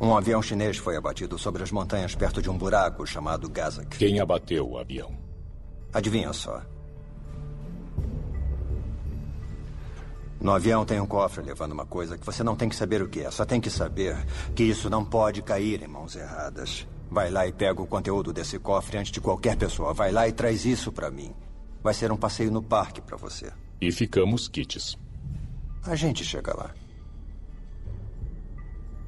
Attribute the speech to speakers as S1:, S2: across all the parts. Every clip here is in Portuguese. S1: Um avião chinês foi abatido sobre as montanhas perto de um buraco chamado Gazak.
S2: Quem abateu o avião?
S1: Adivinha só. No avião tem um cofre levando uma coisa que você não tem que saber o que é, só tem que saber que isso não pode cair em mãos erradas. Vai lá e pega o conteúdo desse cofre antes de qualquer pessoa. Vai lá e traz isso pra mim. Vai ser um passeio no parque pra você.
S2: E ficamos kits.
S1: A gente chega lá.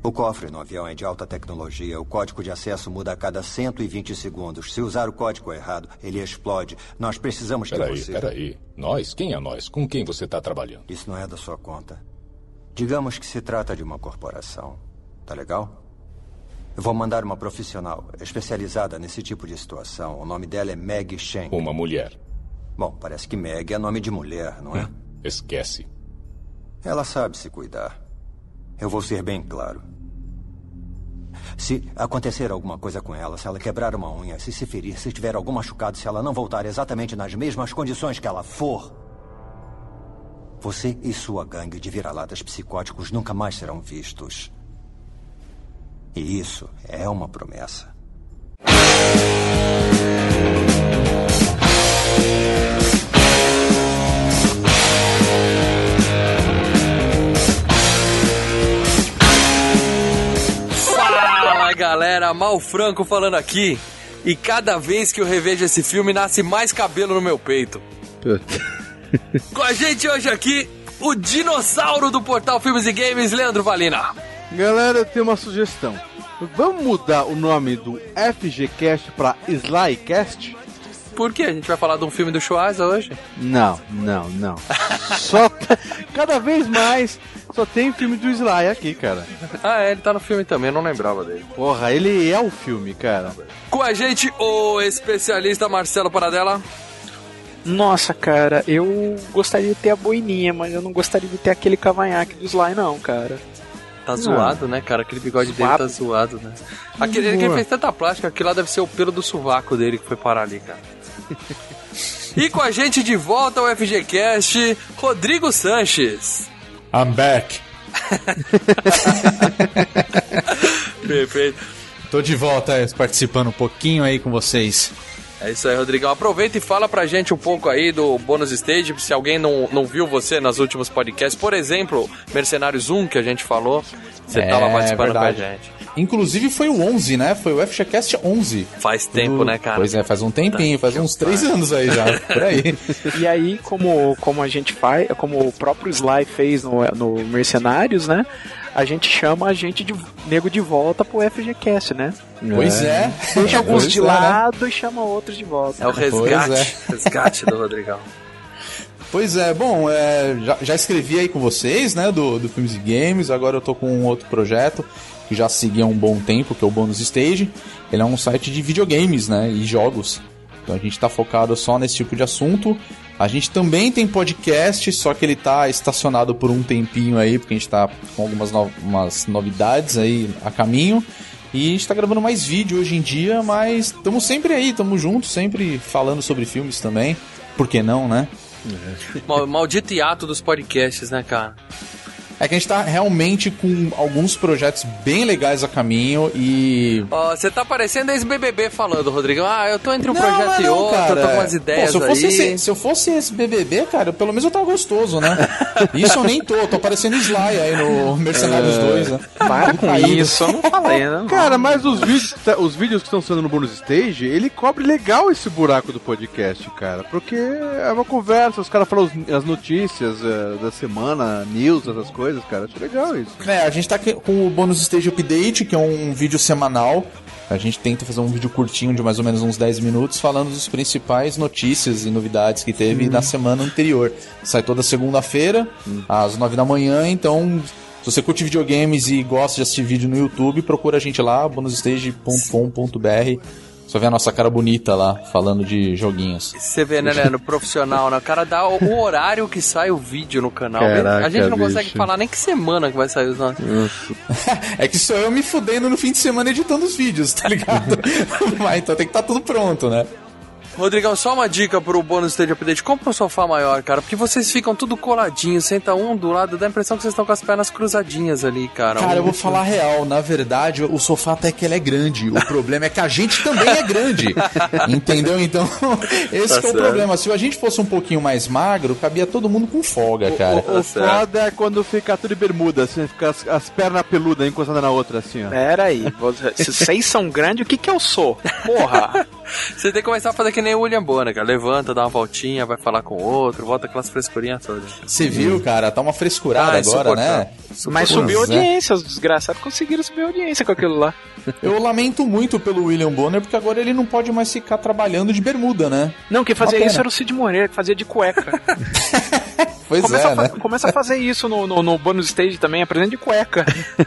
S1: O cofre no avião é de alta tecnologia. O código de acesso muda a cada 120 segundos. Se usar o código errado, ele explode. Nós precisamos de
S2: Peraí,
S1: você.
S2: peraí. Nós? Quem é nós? Com quem você está trabalhando?
S1: Isso não é da sua conta. Digamos que se trata de uma corporação. Tá legal? Eu vou mandar uma profissional especializada nesse tipo de situação. O nome dela é Meg Shen.
S2: Uma mulher.
S1: Bom, parece que Meg é nome de mulher, não é?
S2: Esquece.
S1: Ela sabe se cuidar. Eu vou ser bem claro. Se acontecer alguma coisa com ela, se ela quebrar uma unha, se se ferir, se tiver algum machucado, se ela não voltar exatamente nas mesmas condições que ela for, você e sua gangue de vira-latas psicóticos nunca mais serão vistos. E isso é uma promessa.
S3: Fala galera, Mal Franco falando aqui. E cada vez que eu revejo esse filme, nasce mais cabelo no meu peito. Com a gente hoje aqui, o dinossauro do portal Filmes e Games, Leandro Valina.
S4: Galera, eu tenho uma sugestão. Vamos mudar o nome do FGCast pra Slycast?
S3: Por que? A gente vai falar de um filme do Schwarza hoje?
S4: Não, não, não. Só tá- cada vez mais só tem filme do Sly aqui, cara.
S3: Ah, é, ele tá no filme também, eu não lembrava dele.
S4: Porra, ele é o filme, cara.
S3: Com a gente, o especialista Marcelo Paradela.
S5: Nossa, cara, eu gostaria de ter a boininha, mas eu não gostaria de ter aquele cavanhaque do Sly, não, cara.
S3: Tá zoado, né, cara? Aquele bigode dele
S5: Zoado.
S3: tá zoado, né? Aquele que ele fez tanta plástica, aquilo lá deve ser o pelo do sovaco dele que foi parar ali, cara. e com a gente de volta ao FGCast, Rodrigo Sanches.
S2: I'm back.
S3: Perfeito.
S6: Tô de volta é, participando um pouquinho aí com vocês.
S3: É isso aí, Rodrigão. Aproveita e fala pra gente um pouco aí do bônus stage, se alguém não, não viu você nos últimos podcasts. Por exemplo, Mercenários 1, que a gente falou, você
S6: É,
S3: tava participando com a
S6: verdade.
S3: gente.
S6: Inclusive foi o 11, né? Foi o FGCast 11.
S3: Faz tempo,
S6: Do-
S3: né, cara?
S6: Pois é, faz um tempinho,
S5: Tá,
S6: faz uns três anos aí já, por aí.
S5: E aí, como, como a gente faz, como o próprio Sly fez no, no Mercenários, né? A gente chama a gente de nego de volta pro FGCast, né?
S6: Pois é.
S5: Deixa alguns
S6: Pois
S5: de
S6: é, né?
S5: lado e chama outros de volta.
S3: É o resgate,
S6: Pois
S3: resgate do Rodrigão.
S6: Pois é, bom, é, já, já escrevi aí com vocês, né, do, do Filmes e Games, agora eu tô com um outro projeto que já segui há um bom tempo, que é o Bonus Stage. Ele é um site de videogames, né, e jogos. Então a gente tá focado só nesse tipo de assunto. A gente também tem podcast, só que ele tá estacionado por um tempinho aí, porque a gente tá com algumas no- umas novidades aí a caminho. E a gente tá gravando mais vídeo hoje em dia, mas estamos sempre aí, estamos juntos, sempre falando sobre filmes também. Por que não, né?
S3: Mal- Maldito hiato dos podcasts, né, cara?
S6: É que a gente tá realmente com alguns projetos bem legais a caminho e.
S3: Ó, você tá parecendo ex-BBB falando, Rodrigão. Ah, eu tô entre um
S6: Não,
S3: projeto
S6: não,
S3: e
S6: não,
S3: outro, eu tô com umas ideias
S6: Pô, se, eu fosse
S3: aí.
S6: esse, se eu fosse esse BBB, cara, pelo menos eu tava gostoso, né? Isso eu nem tô, tô parecendo Sly aí no Mercenários
S3: É.
S6: 2, né?
S5: Para com isso, eu não falei, né?
S4: Cara, mas os vídeos, tá- os vídeos que estão sendo no bonus stage, ele cobre legal esse buraco do podcast, cara. Porque é uma conversa, os caras falam os- as notícias eh, da semana, news, essas coisas, cara. Acho legal isso.
S6: É, a gente tá aqui com o bônus Stage Update, que é um vídeo semanal. A gente tenta fazer um vídeo curtinho de mais ou menos uns 10 minutos falando dos principais notícias e novidades que teve na semana anterior. Sai toda segunda-feira, às 9 da manhã, então. Se você curte videogames e gosta de assistir vídeo no YouTube, procura a gente lá, bonusstage.com.br. Só vê a nossa cara bonita lá, falando de joguinhos.
S3: Você vê, né, né, no profissional, né? O cara dá o, o horário que sai o vídeo no canal.
S7: Caraca,
S3: a gente não consegue
S7: bicho.
S3: falar nem que semana que vai sair os nossos.
S6: É que sou eu me fudendo no fim de semana editando os vídeos, tá ligado? Mas então tem que estar tudo pronto, né?
S3: Rodrigão, só uma dica pro bônus stage update. Compra um sofá maior, cara, porque vocês ficam tudo coladinho, senta um do lado, dá a impressão que vocês estão com as pernas cruzadinhas ali, cara. Um,
S6: Cara, eu vou falar a real. Na verdade, o sofá até que ele é grande. O problema é que a gente também é grande. Entendeu? Então, esse que é o problema. Se a gente fosse um pouquinho mais magro, cabia todo mundo com folga, cara.
S4: Tá
S7: O, o foda é quando fica tudo de bermuda, assim, fica as, as pernas peludas encostadas na outra, assim, ó.
S5: Pera aí, você- se vocês são grandes, o que que eu sou? Porra!
S3: Você tem que começar a fazer que nem o William Bonner, cara. Levanta, dá uma voltinha, vai falar com o outro, volta aquelas frescurinhas todas.
S6: Você viu, cara? Tá uma frescurada
S3: Ah, é
S6: agora, né?
S5: Mas
S6: Pois
S5: subiu
S6: é.
S5: audiência, os desgraçados conseguiram subir audiência com aquilo lá.
S6: Eu lamento muito pelo William Bonner, porque agora ele não pode mais ficar trabalhando de bermuda, né?
S5: Não, quem fazia
S6: Uma pena.
S5: isso era o Cid Moreira, que fazia de cueca.
S6: Pois
S5: Começa,
S6: é,
S5: a fa-
S6: né?
S5: começa a fazer isso no, no, no bonus stage também, apresenta de cueca.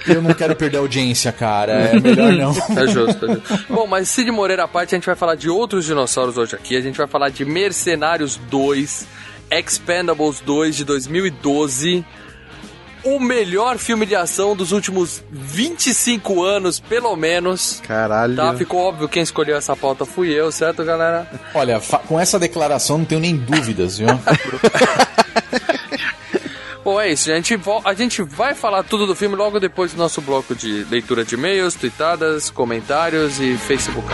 S6: Eu não quero perder a audiência, cara. É melhor não.
S3: É justo, é justo. Bom, mas Cid Moreira à parte, a gente vai falar de outros dinossauros hoje aqui. A gente vai falar de Mercenários 2, Expendables 2 de 2012. O melhor filme de ação dos últimos 25 anos, pelo menos.
S7: Caralho.
S3: Tá, ficou óbvio quem escolheu essa pauta fui eu, certo, galera?
S6: Olha, fa- com essa declaração não tenho nem dúvidas, viu?
S3: Bom, é isso, gente. Vo- A gente vai falar tudo do filme logo depois do nosso bloco de leitura de e-mails, tweetadas, comentários e Facebook.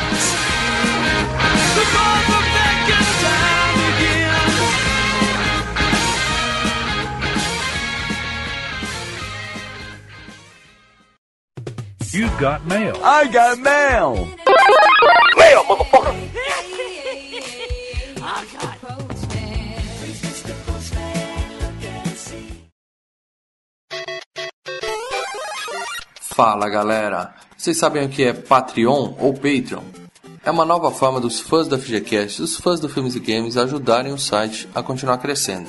S3: Fala galera! Vocês sabem o que é Patreon ou Patreon? É uma nova forma dos fãs da FGCast, dos fãs do Filmes e Games, ajudarem o site a continuar crescendo.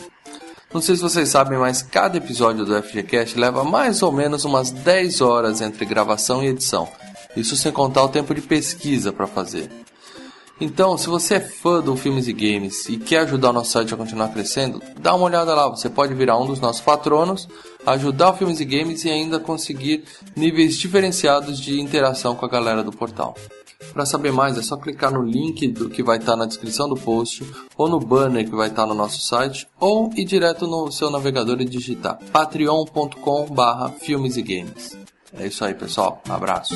S3: Não sei se vocês sabem, mas cada episódio do FGCast leva mais ou menos umas 10 horas entre gravação e edição. Isso sem contar o tempo de pesquisa para fazer. Então, se você é fã do Filmes e Games e quer ajudar o nosso site a continuar crescendo, dá uma olhada lá. Você pode virar um dos nossos patronos, ajudar o Filmes e Games e ainda conseguir níveis diferenciados de interação com a galera do portal. Para saber mais, é só clicar no link do que vai estar na descrição do post, ou no banner que vai estar no nosso site, ou ir direto no seu navegador e digitar patreon.com/barra filmes e games. É isso aí, pessoal. Abraço.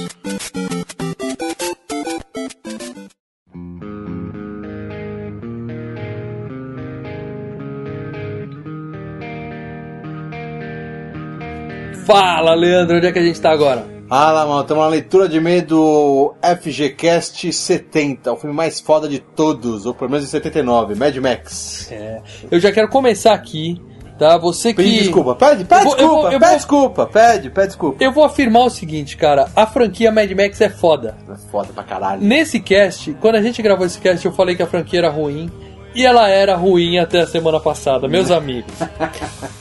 S3: Fala, Leandro, onde é que a gente tá agora?
S4: Fala, Ah, mano. Estamos na leitura de meio do FGCast 70, o filme mais foda de todos, ou pelo menos de 79, Mad Max.
S3: É, Eu já quero começar aqui, tá? Você que.
S4: Pede desculpa, pede, pede
S3: Eu vou- eu
S4: desculpa,
S3: vou- eu
S4: pede
S3: vou-
S4: desculpa, pede, pede desculpa.
S3: Eu vou afirmar o seguinte, cara. A franquia Mad Max é foda.
S4: Foda pra caralho.
S3: Nesse cast, quando a gente gravou esse cast, eu falei que a franquia era ruim. E ela era ruim até a semana passada, meus amigos.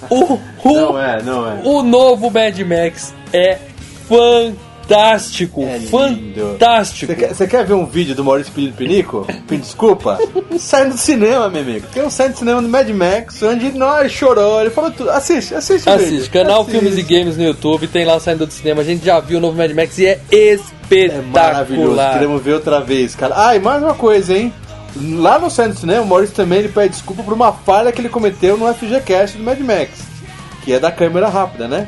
S3: O, o,
S4: Não é, não é.
S3: o novo Mad Max é fantástico.
S4: É lindo.
S3: fantástico.
S4: Você quer, você quer ver um vídeo do Maurício pedindo pinico? Pedindo desculpa? sai no cinema, meu amigo. Tem um sai no cinema do Mad Max, onde nós chorou, ele falou tudo. Assiste, assiste o
S3: Assiste,
S4: vídeo.
S3: canal
S4: Assiste.
S3: Filmes e Games no YouTube, tem lá saindo do cinema. A gente já viu o novo Mad Max e é
S4: É maravilhoso,
S3: espetacular.
S4: queremos ver outra vez, cara. Ah, e mais uma coisa, hein? Lá no Centro Cinema, o Maurício também ele pede desculpa por uma falha que ele cometeu no FGCast do Mad Max, que é da câmera rápida, né?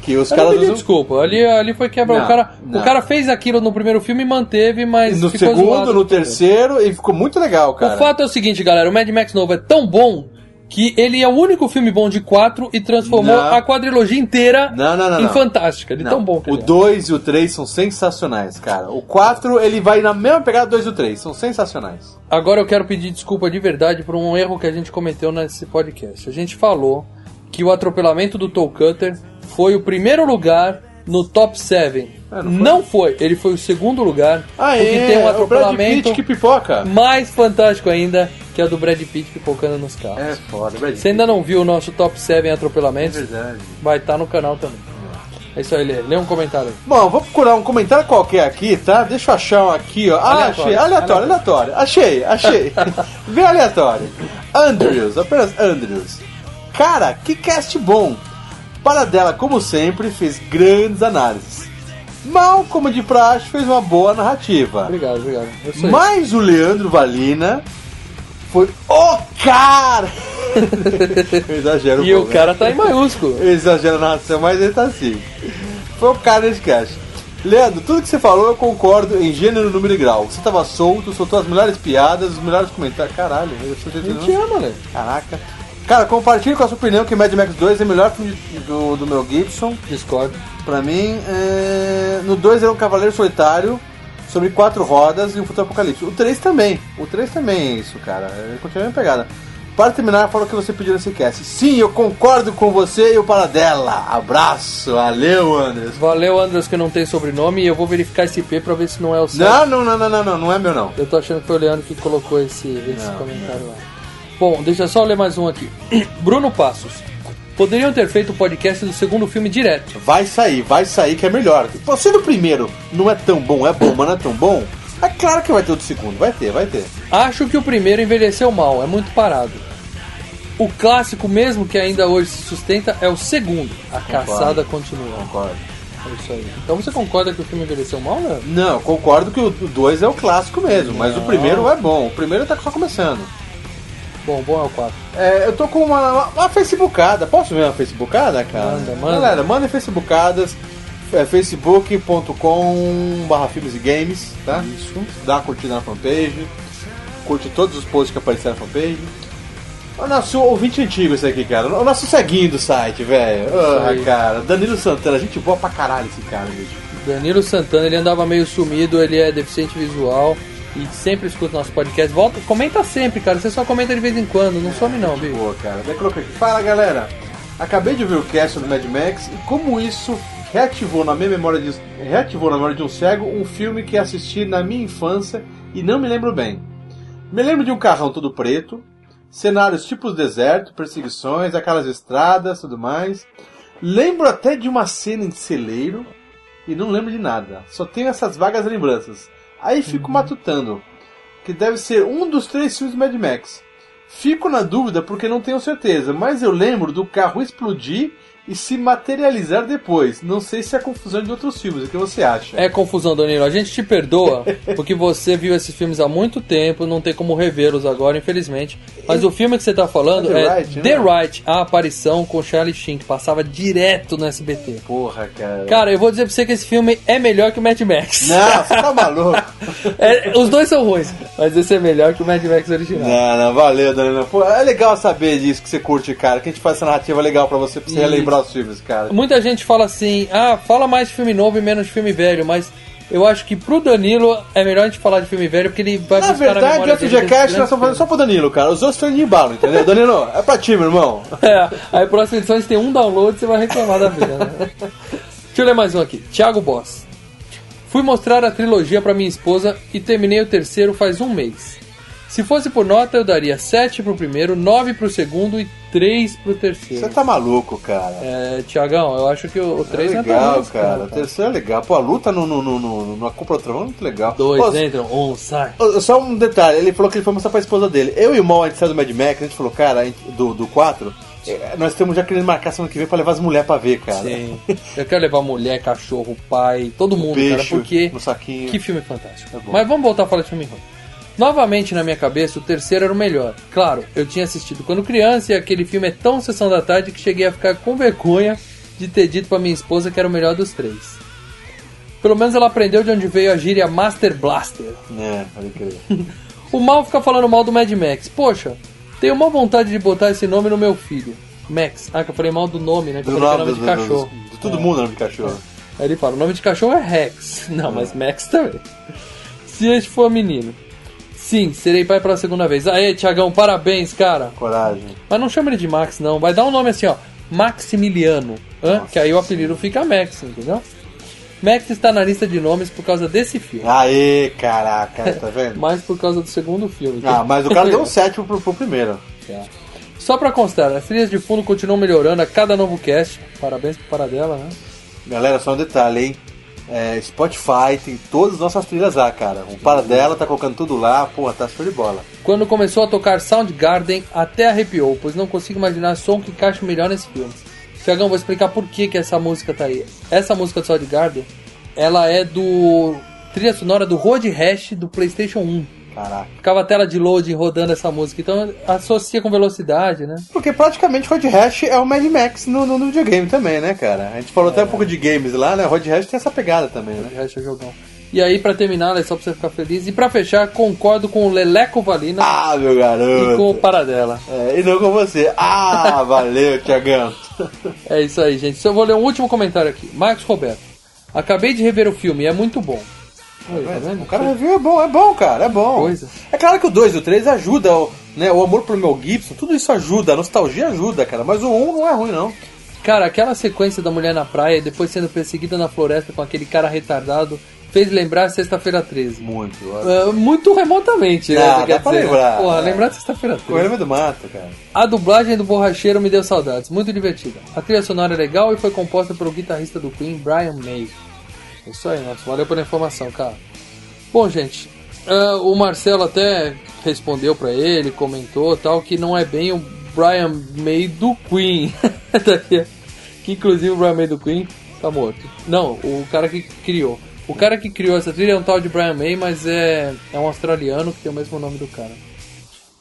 S4: Que os
S3: Ali
S4: caras
S3: pediu
S4: usam.
S3: desculpa, ali, ali foi quebra.
S4: Não,
S3: o, cara,
S4: não.
S3: o cara fez aquilo no primeiro filme e manteve, mas.
S4: No
S3: ficou
S4: segundo,
S3: zoado.
S4: no terceiro, e ficou muito legal, cara.
S3: O fato é o seguinte, galera: o Mad Max novo é tão bom que ele é o único filme bom de quatro e transformou
S4: Não.
S3: a quadrilogia inteira
S4: Não, não, não,
S3: em
S4: não.
S3: fantástica. De
S4: Não,
S3: tão bom que
S4: o
S3: ele é.
S4: 2 e o 3 são sensacionais, cara. O 4, ele vai na mesma pegada do 2 e o 3, são sensacionais.
S3: Agora eu quero pedir desculpa de verdade por um erro que a gente cometeu nesse podcast. A gente falou que o atropelamento do Toe Cutter foi o primeiro lugar no top 7.
S4: Ah, não
S3: não,
S4: foi?
S3: foi. ele foi o segundo lugar.
S4: Ah,
S3: porque
S4: é,
S3: tem um
S4: o Brad
S3: atropelamento
S4: Pitt que pipoca.
S3: mais fantástico ainda, que é o do Brad Pitt pipocando nos carros.
S4: É foda, Brad
S3: Você ainda não viu o nosso top 7
S4: É
S3: atropelamentos?
S4: verdade.
S3: Vai estar no canal também.
S8: É isso aí, Lê. Lê um comentário aí.
S4: Bom, vou procurar um comentário qualquer aqui, tá? Deixa eu achar um aqui, ó. Ah,
S8: Aleatório.
S4: achei. Aleatório, aleatório. Achei, achei. Bem aleatório. Andrews, apenas Andrews. Cara, que cast bom. Para dela, como sempre, fez grandes análises. Mal, como de praxe, fez uma boa narrativa.
S8: Obrigado, obrigado. É isso aí.
S4: Mas o Leandro Valina foi o cara! eu exagero um
S8: E o
S4: pouco, né?
S8: cara tá em maiúsculo.
S4: Eu exagero na narração, mas ele tá assim. Foi o cara desse cast. Leandro, tudo que você falou eu concordo em gênero, número e grau. Você tava solto, soltou as melhores piadas, os melhores comentários. Caralho, eu sou
S8: A gente
S3: ah,
S8: ama, Lê.
S4: Caraca. Cara, compartilhe com a sua opinião que Mad Max 2 é o melhor filme de- do, do Mel Gibson.
S8: Discordo.
S4: Pra mim, é... no 2 era um cavaleiro solitário sobre quatro rodas e um futuro apocalipse. O 3 também. O 3 também é isso, cara. É, Continua a mesma pegada. Para terminar, fala o que você pediu nesse cast. Sim, eu concordo com você e o Paradela. Abraço. Valeu, Anderson.
S8: Valeu, Andros, que não tem sobrenome. E eu vou verificar esse IP pra ver se não é o seu.
S4: Não, não, não, não, não, não. Não é meu, não.
S8: Eu tô achando que foi o Leandro que colocou esse, esse comentário lá. Bom, deixa eu só ler mais um aqui. Bruno Passos. Poderiam ter feito o podcast do segundo filme direto.
S4: Vai sair, vai sair que é melhor. Você do primeiro não é tão bom, é bom, mas não é tão bom. É claro que vai ter o do segundo. Vai ter, vai ter.
S8: Acho que o primeiro envelheceu mal, é muito parado. O clássico mesmo que ainda hoje se sustenta é o segundo. A caçada continua.
S4: Concordo.
S8: É isso aí. Então você concorda que o filme envelheceu mal, né? Leandro?
S4: Não, eu concordo que o 2 é o clássico mesmo, mas o primeiro é bom. O primeiro tá só começando.
S8: Bom, bom é o 4.
S4: É, eu tô com uma, uma facebookada. Posso ver uma facebookada, cara?
S8: Manda, manda.
S4: Galera, mandem facebookadas. É facebook.com barra filmes e games, tá? Isso. Dá uma curtida na fanpage. Curte todos os posts que apareceram na fanpage. O nosso ouvinte antigo esse aqui, cara. O nosso ceguinho do site, velho. Ah,
S8: aí.
S4: cara. Danilo Santana, gente boa pra caralho esse cara, bicho.
S8: Danilo Santana, ele andava meio sumido, ele é deficiente visual e sempre escuta nosso podcast. Volta, comenta sempre, cara. Você só comenta de vez em quando, não some não, bicho.
S4: Boa, cara. Daí coloquei aqui. Fala, galera. Acabei de ouvir o cast do Mad Max e como isso reativou na minha memória de, reativou na memória de um cego um filme que assisti na minha infância e não me lembro bem. Me lembro de um carrão todo preto, cenários tipos deserto, perseguições, aquelas estradas, tudo mais. Lembro até de uma cena em celeiro e não lembro de nada. Só tenho essas vagas lembranças. Aí fico matutando, que deve ser um dos três filmes do Mad Max. Fico na dúvida porque não tenho certeza, mas eu lembro do carro explodir e se materializar depois. Não sei se é a confusão de outros filmes, o que você acha?
S8: É confusão, Danilo. A gente te perdoa porque você viu esses filmes há muito tempo, não tem como revê-los agora, infelizmente. Mas o filme que você tá falando
S4: É The
S8: é,
S4: Right,
S8: The
S4: né?
S8: Right, a aparição com Charlie Sheen, que passava direto no SBT.
S4: Porra, cara.
S8: Cara, eu vou dizer pra você que esse filme é melhor que o Mad Max.
S4: Não, você tá maluco.
S8: É, os dois são ruins, mas esse é melhor que o Mad Max original.
S4: Não, não, valeu, Danilo. Pô, é legal saber disso que você curte, cara. Que a gente faz essa narrativa legal pra você, pra você relembrar os filmes, cara.
S8: Muita gente fala assim, ah, fala mais de filme novo e menos de filme velho, mas eu acho que pro Danilo é melhor a gente falar de filme velho, porque ele vai
S4: Na
S8: buscar na
S4: verdade,
S8: memória
S4: o
S8: dele né?
S4: FGCast
S8: desses
S4: nós estamos fazendo
S8: grandes
S4: só pro Danilo, cara. Os outros estão de embalo, entendeu? Danilo, é pra ti, meu irmão.
S8: filmes. É, aí próxima edição a gente tem um download você vai reclamar da vida, né? Deixa eu ler mais um aqui. Thiago Boss. Fui mostrar a trilogia pra minha esposa e terminei o terceiro faz um mês. Se fosse por nota, eu daria 7 pro primeiro, 9 pro segundo e 3 pro terceiro.
S4: Você tá maluco, cara.
S8: É, Tiagão, eu acho que o
S4: É
S8: 3
S4: legal, cara. O terceiro é legal. Pô, a luta no, no, no, no, no Compra Trovão é muito legal.
S8: 2
S4: Pô,
S8: entram, 1 um sai.
S4: Ô, Só um detalhe, ele falou que ele foi mostrar pra esposa dele. Eu e o Mal, a gente saiu do Mad Max, a gente falou, cara, a gente- do, do 4, eh, nós temos já querendo marcar semana que vem pra levar as mulheres pra ver, cara.
S8: Sim. Eu quero levar mulher, cachorro, pai, todo mundo, cara,
S4: Peixe
S8: porque.
S4: no saquinho.
S8: Que filme fantástico.
S4: É bom.
S8: Mas vamos voltar a falar de filme ruim. Novamente na minha cabeça, o terceiro era o melhor. Claro, eu tinha assistido quando criança e aquele filme é tão sessão da tarde que cheguei a ficar com vergonha de ter dito pra minha esposa que era o melhor dos três. Pelo menos ela aprendeu de onde veio a gíria Master Blaster.
S4: É, pode crer.
S8: O mal fica falando mal do Mad Max. Poxa, tenho uma vontade de botar esse nome no meu filho. Max. Ah, que eu falei mal do nome, né? Que eu
S4: Do
S8: falei
S4: nome
S8: que era
S4: do,
S8: nome de cachorro.
S4: do- de todo mundo é nome de cachorro.
S8: Aí ele fala: o nome de cachorro é Rex. Não, mas Max também. Se este for menino. Sim, serei pai pela segunda vez. Aê, Tiagão, parabéns, cara.
S4: Coragem.
S8: Mas não chama ele de Max, não. Vai dar um nome assim, ó. Maximiliano. hã? Que aí o apelido fica Max, entendeu? Max está na lista de nomes por causa desse filme.
S4: Ah. Aê, caraca, tá vendo?
S8: Mas por causa do segundo filme.
S4: Ah, mas o cara deu um sétimo pro, pro primeiro.
S8: Só pra constar, as trilhas de fundo continuam melhorando a cada novo cast. Parabéns pro Paradela, né?
S4: Galera, só um detalhe, hein? É, Spotify tem todas as nossas trilhas lá, cara. O para dela tá colocando tudo lá, porra, tá show de bola.
S8: Quando começou a tocar Soundgarden, até arrepiou, pois não consigo imaginar som que encaixe melhor nesse filme. Tiagão, vou explicar por que, que essa música tá aí. Essa música do Soundgarden, ela é do... Trilha sonora do Road Rash do Playstation 1.
S4: Caraca.
S8: Ficava a tela de loading rodando essa música, então associa com velocidade, né?
S4: Porque praticamente Road Rash é o Mad Max no, no, no videogame também, né, cara? A gente falou até um pouco de games lá, né? Road Rash tem essa pegada também, né?
S8: Rash é jogão. E aí, pra terminar, é só pra você ficar feliz. E pra fechar, concordo com o Leleco Valina
S4: Ah, meu
S8: e com o
S4: garoto!
S8: Paradela.
S4: É, e não com você. Ah, valeu, Tiagão.
S8: É isso aí, gente. Só vou ler um último comentário aqui. Marcos Roberto. Acabei de rever o filme, é muito bom. Oi, tá vendo?
S4: O cara review é bom, é bom, cara, é bom.
S8: Coisa.
S4: É claro que o 2 e o 3 ajuda, o- né? O amor pelo Mel Gibson, tudo isso ajuda, a nostalgia ajuda, cara. Mas o 1 um não é ruim, não.
S8: Cara, aquela sequência da mulher na praia e depois sendo perseguida na floresta com aquele cara retardado fez lembrar Sexta-feira 13.
S4: Muito, ó.
S8: Ah, muito remotamente, né?
S4: Ah,
S8: você
S4: dá
S8: quer
S4: pra
S8: dizer, né?
S4: lembrar,
S8: Porra,
S4: é.
S8: lembrar de Sexta-feira 13.
S4: O Elmo do Mato, cara.
S8: A dublagem do Borracheiro me deu saudades, muito divertida. A trilha sonora é legal e foi composta pelo guitarrista do Queen, Brian May. É Isso aí, nosso. Valeu pela informação, cara. Bom, gente, ah, o Marcelo até respondeu pra ele, comentou tal, que não é bem o Brian May do Queen. Tá que inclusive o Brian May do Queen tá morto. Não, o cara que criou. O cara que criou essa trilha é um tal de Brian May, mas é, é um australiano que tem o mesmo nome do cara.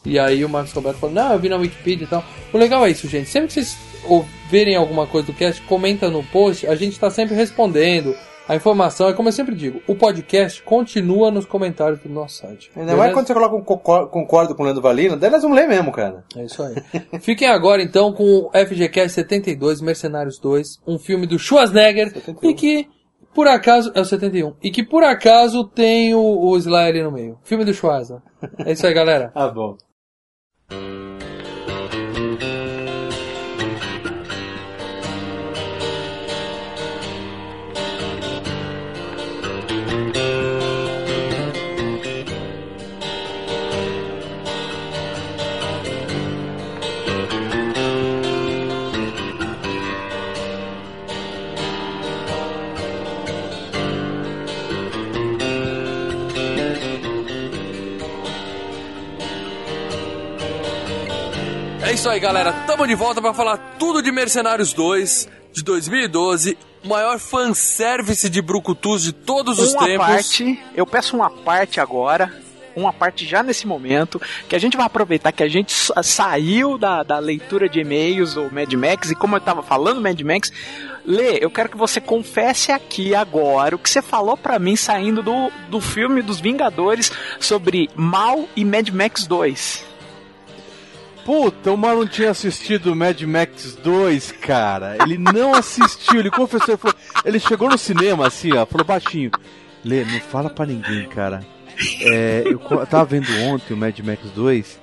S8: E aí o Marcos Roberto falou, não, eu vi na Wikipedia e tal. O legal é isso, gente. Sempre que vocês ou- verem alguma coisa do cast, comenta no post, a gente está sempre respondendo. A informação, é como eu sempre digo, o podcast continua nos comentários do nosso site.
S4: Ainda mais
S8: Beleza?
S4: quando você coloca um concor- concordo com o Leandro Valina, daí nós vamos ler mesmo, cara.
S8: É isso aí. Fiquem agora então com o FGCast 72, Mercenários 2, um filme do Schwarzenegger
S4: um.
S8: e que por acaso é o 71 e que por acaso tem o, o Sly ali no meio. Filme do Schwarza. É isso aí, galera.
S4: Ah, bom.
S3: É isso aí, galera. Tamo de volta pra falar tudo de Mercenários 2 de 2012, o maior fanservice de brucutus de todos os
S5: uma
S3: tempos.
S5: parte, eu peço uma parte agora, uma parte já nesse momento, que a gente vai aproveitar que a gente sa- saiu da, da leitura de e-mails ou Mad Max, e como eu tava falando Mad Max, Lê, eu quero que você confesse aqui agora o que você falou pra mim saindo do, do filme dos Vingadores sobre Mal e Mad Max 2.
S9: Puta, o Mar não tinha assistido Mad Max 2, cara. Ele não assistiu, ele confessou. Ele, falou- ele chegou no cinema assim, ó, falou baixinho: Lê, não fala pra ninguém, cara. É, eu co- tava vendo ontem o Mad Max 2.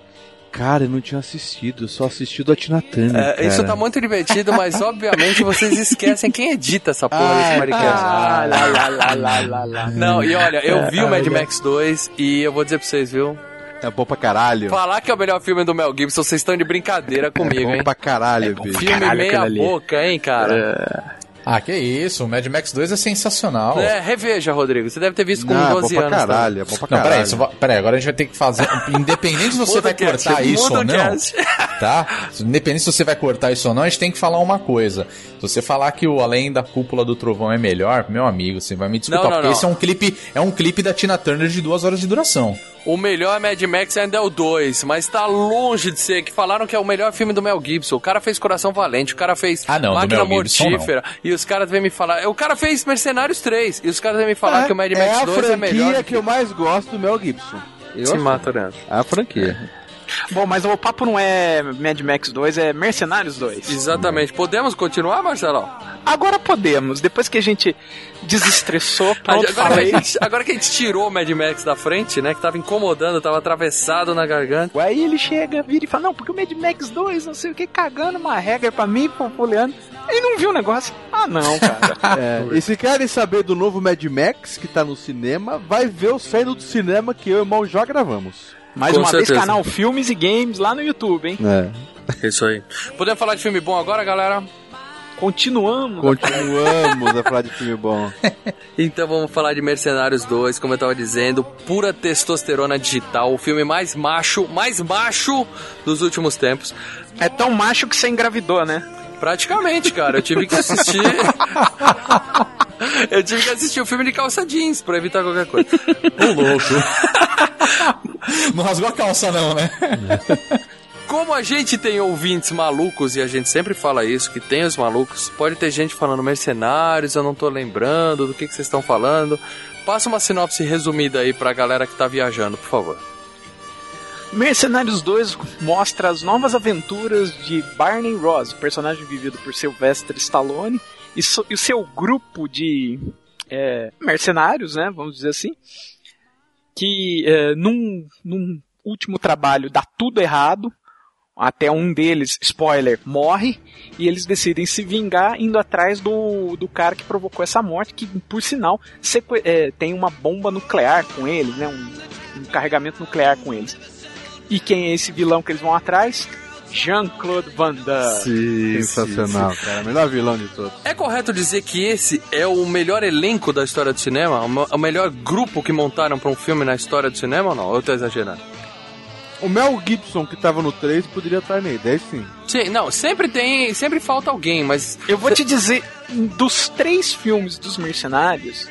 S9: Cara, eu não tinha assistido, eu só assisti o da Tina Turner.
S3: É, isso
S9: cara.
S3: tá muito divertido, mas obviamente vocês esquecem quem edita essa porra desse podcast.
S5: lá, lá, lá, lá, lá, lá.
S3: Não, e olha, eu
S6: É,
S3: vi o Mad Max 2 e eu vou dizer pra vocês, viu?
S9: É bom pra caralho.
S3: Falar que é o melhor filme do Mel Gibson, vocês estão de brincadeira
S9: É
S3: comigo,
S9: bom
S3: hein?
S9: pra caralho, bicho.
S3: Filme
S5: Caralho, aquele
S3: meia
S5: ali.
S3: boca, hein, cara?
S6: Ah, que isso, o Mad Max 2 é sensacional.
S3: É, reveja, Rodrigo. Você deve ter visto com
S9: Não, é bom
S3: 12
S9: pra
S3: anos. tá? também.
S9: caralho, é bom pra
S6: Não,
S9: caralho.
S6: peraí, isso, va- peraí, agora a gente vai ter que fazer. um- Independente se você
S3: Muda
S6: vai
S3: o cast,
S6: cortar isso
S3: muda
S6: ou
S3: o
S6: não.
S3: cast.
S6: Tá? Independente se você vai cortar isso ou não, a gente tem que falar uma coisa. Se você falar que o Além da Cúpula do Trovão é melhor, meu amigo, você vai me desculpar,
S3: Não, não,
S6: porque
S3: não.
S6: esse é um clipe, é um clipe da Tina Turner de duas horas de duração.
S3: O melhor Mad Max ainda é o 2, mas tá longe de ser. Que falaram que é o melhor filme do Mel Gibson. O cara fez Coração Valente, o cara fez
S6: Ah, não, do
S3: Máquina
S6: Mel Gibson,
S3: Mortífera. E os caras vêm me falar. O cara fez Mercenários 3. E os caras vêm me falar que o Mad
S9: é
S3: Max
S9: a
S3: 2
S9: franquia
S3: é melhor.
S9: que eu mais gosto do Mel Gibson. Eu
S3: Se
S9: acho-
S3: mata, né?
S9: A franquia.
S5: Bom, mas o papo não é Mad Max 2, é Mercenários 2.
S3: Exatamente. Podemos continuar, Marcelão?
S5: Agora podemos, depois que a gente desestressou, pronto,
S3: agora,
S5: falei.
S3: que a gente, agora que a gente tirou o Mad Max da frente, né? Que tava incomodando, tava atravessado na garganta.
S5: Aí ele chega, vira e fala, não, porque o Mad Max 2, não sei o que, cagando uma regra pra mim, pro pro Leandro. Ele não viu o negócio. Ah, não, cara.
S9: É, e se querem saber do novo Mad Max que tá no cinema, vai ver o saindo do cinema que eu e o irmão já gravamos.
S5: Mais
S3: Com
S5: uma
S3: certeza.
S5: vez, canal Filmes e Games lá no YouTube, hein?
S9: É.
S3: Isso aí. Podemos falar de filme bom agora, galera?
S5: Continuamos.
S4: Continuamos a falar de filme bom.
S8: Então vamos falar de Mercenários 2, como eu tava dizendo, pura testosterona digital, o filme mais macho, mais macho dos últimos tempos.
S5: É tão macho que você engravidou, né?
S8: Praticamente, cara, eu tive que assistir. Eu tive que assistir o filme de calça jeans pra evitar qualquer coisa.
S6: Não rasgou a calça, não, né?
S8: Como a gente tem ouvintes malucos, e a gente sempre fala isso, que tem os malucos, pode ter gente falando mercenários, eu não tô lembrando do que, que vocês estão falando. Passa uma sinopse resumida aí pra galera que tá viajando, por favor.
S5: Mercenários 2 mostra as novas aventuras de Barney Ross, personagem vivido por Sylvester Stallone, e, so- e o seu grupo de é, mercenários, né, vamos dizer assim, que é, num, num último trabalho dá tudo errado, até um deles, spoiler, morre, e eles decidem se vingar indo atrás do, do cara que provocou essa morte, que por sinal sequ- é, tem uma bomba nuclear com ele, né, um- um carregamento nuclear com eles. E quem é esse vilão que eles vão atrás? Jean-Claude Van Damme.
S4: Sensacional, cara. Melhor vilão de todos.
S8: É correto dizer que esse é o melhor elenco da história do cinema? O me- O melhor grupo que montaram pra um filme na história do cinema ou não? Eu tô exagerando.
S4: O Mel Gibson, que tava no 3, poderia estar nele. 10 sim.
S8: Sim, não, sempre tem, sempre falta alguém, mas
S5: Eu vou te dizer, dos três filmes dos Mercenários,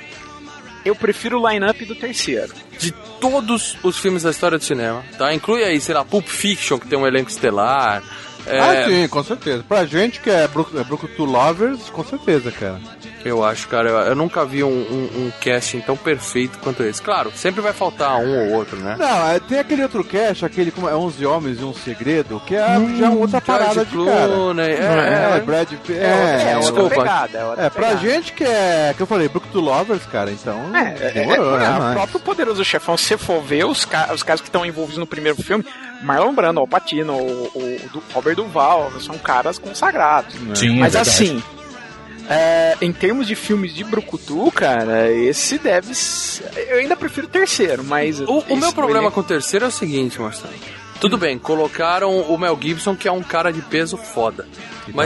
S5: eu prefiro o line-up do terceiro.
S8: de todos os filmes da história do cinema, tá? Inclui aí, sei lá, Pulp Fiction, que tem um elenco estelar. é,
S4: Ah, sim, com certeza. Pra gente que é Brook, é Brook Two Lovers, com certeza, cara.
S8: Eu acho, cara, eu, eu nunca vi um, um, um casting tão perfeito quanto esse. Claro, sempre vai faltar um ou outro, né?
S4: Não, é, tem aquele outro cast, aquele como é 11 Homens e um Segredo, que é já outra parada de cara.
S8: Clooney, é,
S4: É,
S8: é,
S4: Brad Pitt. É,
S8: é,
S4: é,
S8: desculpa.
S5: pegada. É, outra
S4: é, pra
S5: pegada.
S4: gente que é, que eu falei, Brook Two Lovers, cara, então...
S5: É, é, é,
S4: demorou,
S5: é,
S4: né,
S5: o
S4: mas-
S5: próprio Poderoso Chefão, se for ver os, ca os caras que estão envolvidos no primeiro filme, Marlon Brando, Al Pacino, o, o, o Du- Robert Duval, são caras consagrados.
S2: um
S6: Sim,
S5: Mas assim, é, em termos de filmes de Brucutu, cara, esse deve. s- Eu ainda prefiro o terceiro, mas.
S8: O, o meu
S5: esse-
S8: problema
S5: ele-
S8: com o terceiro é o seguinte, Marcelo. Tudo bem, colocaram o Mel Gibson, que é um cara de peso foda. Mas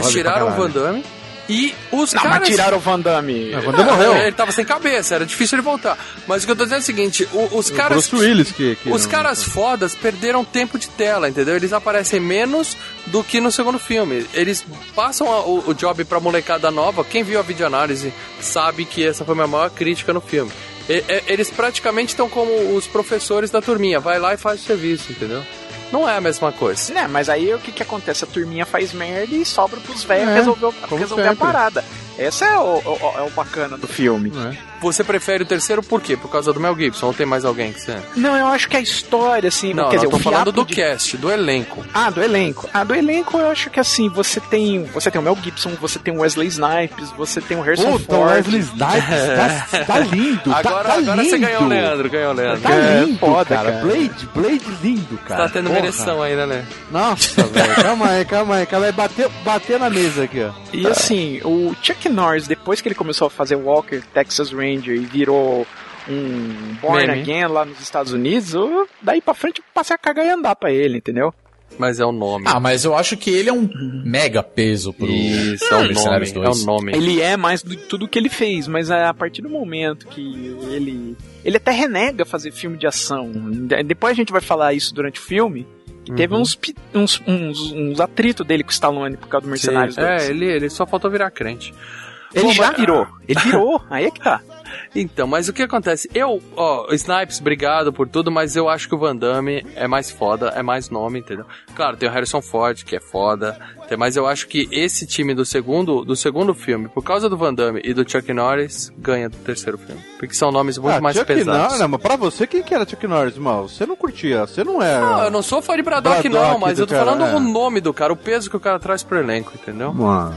S4: tava bem pra
S8: tiraram o Van
S4: caralho.
S8: Damme e os
S5: Não,
S8: caras.
S5: Ah, mas tiraram o Van Damme. É.
S4: Ah, Quando morreu.
S8: Ele tava sem cabeça, era difícil ele voltar. Mas o que eu tô dizendo é o seguinte: o- os caras.
S4: Bruce Willis que... que
S8: Os
S4: não-
S8: caras fodas perderam tempo de tela, entendeu? Eles aparecem menos do que no segundo filme. Eles passam a- o, o job pra molecada nova. Quem viu a videoanálise sabe que essa foi a minha maior crítica no filme. E- e- É, eles praticamente estão como os professores da turminha. Vai lá e faz o serviço, entendeu? Não é a mesma coisa.
S5: Né, mas aí o que que acontece? A turminha faz merda e sobra pros velhos
S4: É,
S5: resolver, o-
S4: como
S5: resolver a
S4: sempre.
S5: parada. Essa é o, o- o- é o bacana do filme.
S4: É.
S8: Você prefere o terceiro por quê? Por causa do Mel Gibson? Ou tem mais alguém que você...
S5: Não, eu acho que a história, assim,
S8: Não,
S5: quer
S8: não,
S5: dizer,
S8: eu tô
S5: o
S8: falando
S5: fiapo
S8: do é.
S5: de-
S8: cast, do elenco.
S5: Ah, do elenco. Ah, do elenco eu acho que assim, você tem. Você tem o Mel Gibson, você tem o Wesley Snipes, você tem o Harrison
S6: Puta, o
S5: Ford.
S6: Wesley Snipes tá, tá lindo.
S8: Agora,
S6: tá, tá
S8: agora
S6: lindo.
S8: você ganhou o
S3: né,
S8: Leandro, ganhou o Leandro.
S6: Tá
S4: É,
S6: lindo,
S4: foda,
S6: cara.
S4: cara.
S6: Blade, Blade lindo, cara.
S8: Tá tendo
S6: Porra.
S8: mereção aí, né, Leandro?
S4: Nossa, velho, calma aí, calma aí, calma aí, bater, bater na mesa aqui, ó.
S5: E assim, o Chuck Norris, depois que ele começou a fazer Walker, Texas Ranger e virou um Born
S8: Meme.
S5: Again lá nos Estados Unidos, eu- daí pra frente eu passei a cagar e andar pra ele, entendeu?
S8: Mas é o nome.
S6: Ah, mas eu acho que ele é um mega peso pro
S8: Isso, é o nome.
S6: Mercenários
S8: É o
S6: 2.
S8: nome.
S5: Hum, Ele é mais do tudo que ele fez, mas a partir do momento que ele. Ele até renega fazer filme de ação. De- Depois a gente vai falar isso durante o filme. Que teve uns, pi- uns, uns, uns atritos dele com o Stallone por causa do Mercenários
S8: Sim.
S5: 2.
S8: É, ele, ele só faltou virar crente.
S5: Ele
S8: Bom,
S5: já
S8: mas-
S5: virou. Ele virou. Aí é que tá.
S8: Então, mas o que acontece? Eu, ó, Snipes, obrigado por tudo, mas eu acho que o Van Damme é mais foda, é mais nome, entendeu? Claro, tem o Harrison Ford, que é foda, tem- mas eu acho que esse time do segundo, do segundo filme, por causa do Van Damme e do Chuck Norris, ganha do terceiro filme. Porque são nomes é muito mais
S4: Ah, Chuck
S8: pesados.
S4: Norris, não, mas pra você, quem que era Chuck Norris, mal? Você não curtia, você não é- era.
S8: Não, eu não sou fã de Braddock, não,
S4: Braddock
S8: mas
S4: do
S8: eu tô
S4: cara,
S8: falando
S4: é. Hum,
S8: o nome do cara, o peso que o cara traz pro elenco, entendeu?
S4: Mano,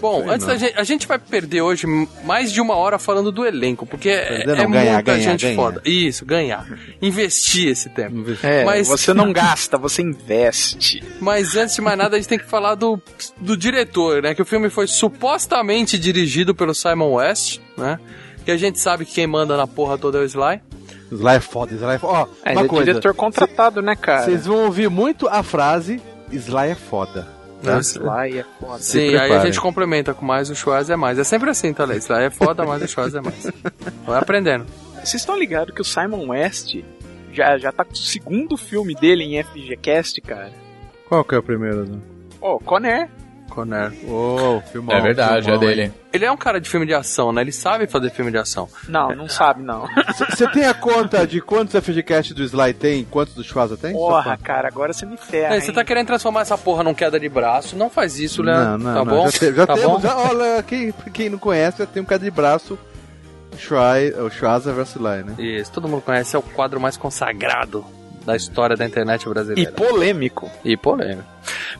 S8: Bom, antes da gente. A gente vai perder hoje mais de uma hora falando do elenco, porque é,
S4: Perder não,
S8: é
S4: ganhar,
S8: muita
S4: ganhar,
S8: gente
S4: ganhar.
S8: foda. Isso, ganhar. Investir esse tempo.
S5: É,
S8: Mas-
S5: você não gasta, você investe.
S8: Mas antes de mais nada, a gente tem que falar do, do diretor, né? Que o filme foi supostamente dirigido pelo Simon West, né? Que a gente sabe que quem manda na porra toda é o Sly.
S4: Sly é foda, Sly é foda. Ó, uma
S5: É, ele é
S4: coisa,
S5: diretor contratado, né, cara?
S4: vocês vão ouvir muito a frase Sly é foda.
S5: Tá? Lá e é foda.
S6: Se
S8: Né? Sim, aí a
S6: preparem.
S8: gente complementa com mais o Schwarz é mais. É sempre assim, tá, Leis? Lá é foda, mas o Schwarz é mais. Vai aprendendo.
S5: Vocês estão ligados que o Simon West já, já tá com o segundo filme dele em FGCast, cara?
S4: Qual que é o primeiro? Né?
S5: Ó, Conner.
S4: Conair. Oh, filmão.
S6: É verdade, é
S4: filmão,
S6: dele.
S8: Ele é um cara de filme de ação, né? Ele sabe fazer filme de ação.
S5: Não, não sabe não.
S4: Você tem a conta de quantos FGCast do Sly tem e quantos do Schwaza tem?
S5: Porra, cara, agora você me ferra.
S8: Aí, você tá
S5: É, hein?
S8: querendo transformar essa porra num queda de braço? Não faz isso, né?
S4: Não, não,
S8: tá
S4: não.
S8: bom?
S4: Já, te- já
S8: tá
S4: temos.
S8: bom?
S4: já- olha, quem, quem não conhece, já tem um cara de braço. Shry, o Schwaza versus Sly, né?
S8: Isso, todo mundo conhece, é o quadro mais consagrado da história da internet
S5: E
S8: brasileira.
S5: É polêmico.
S8: E polêmico.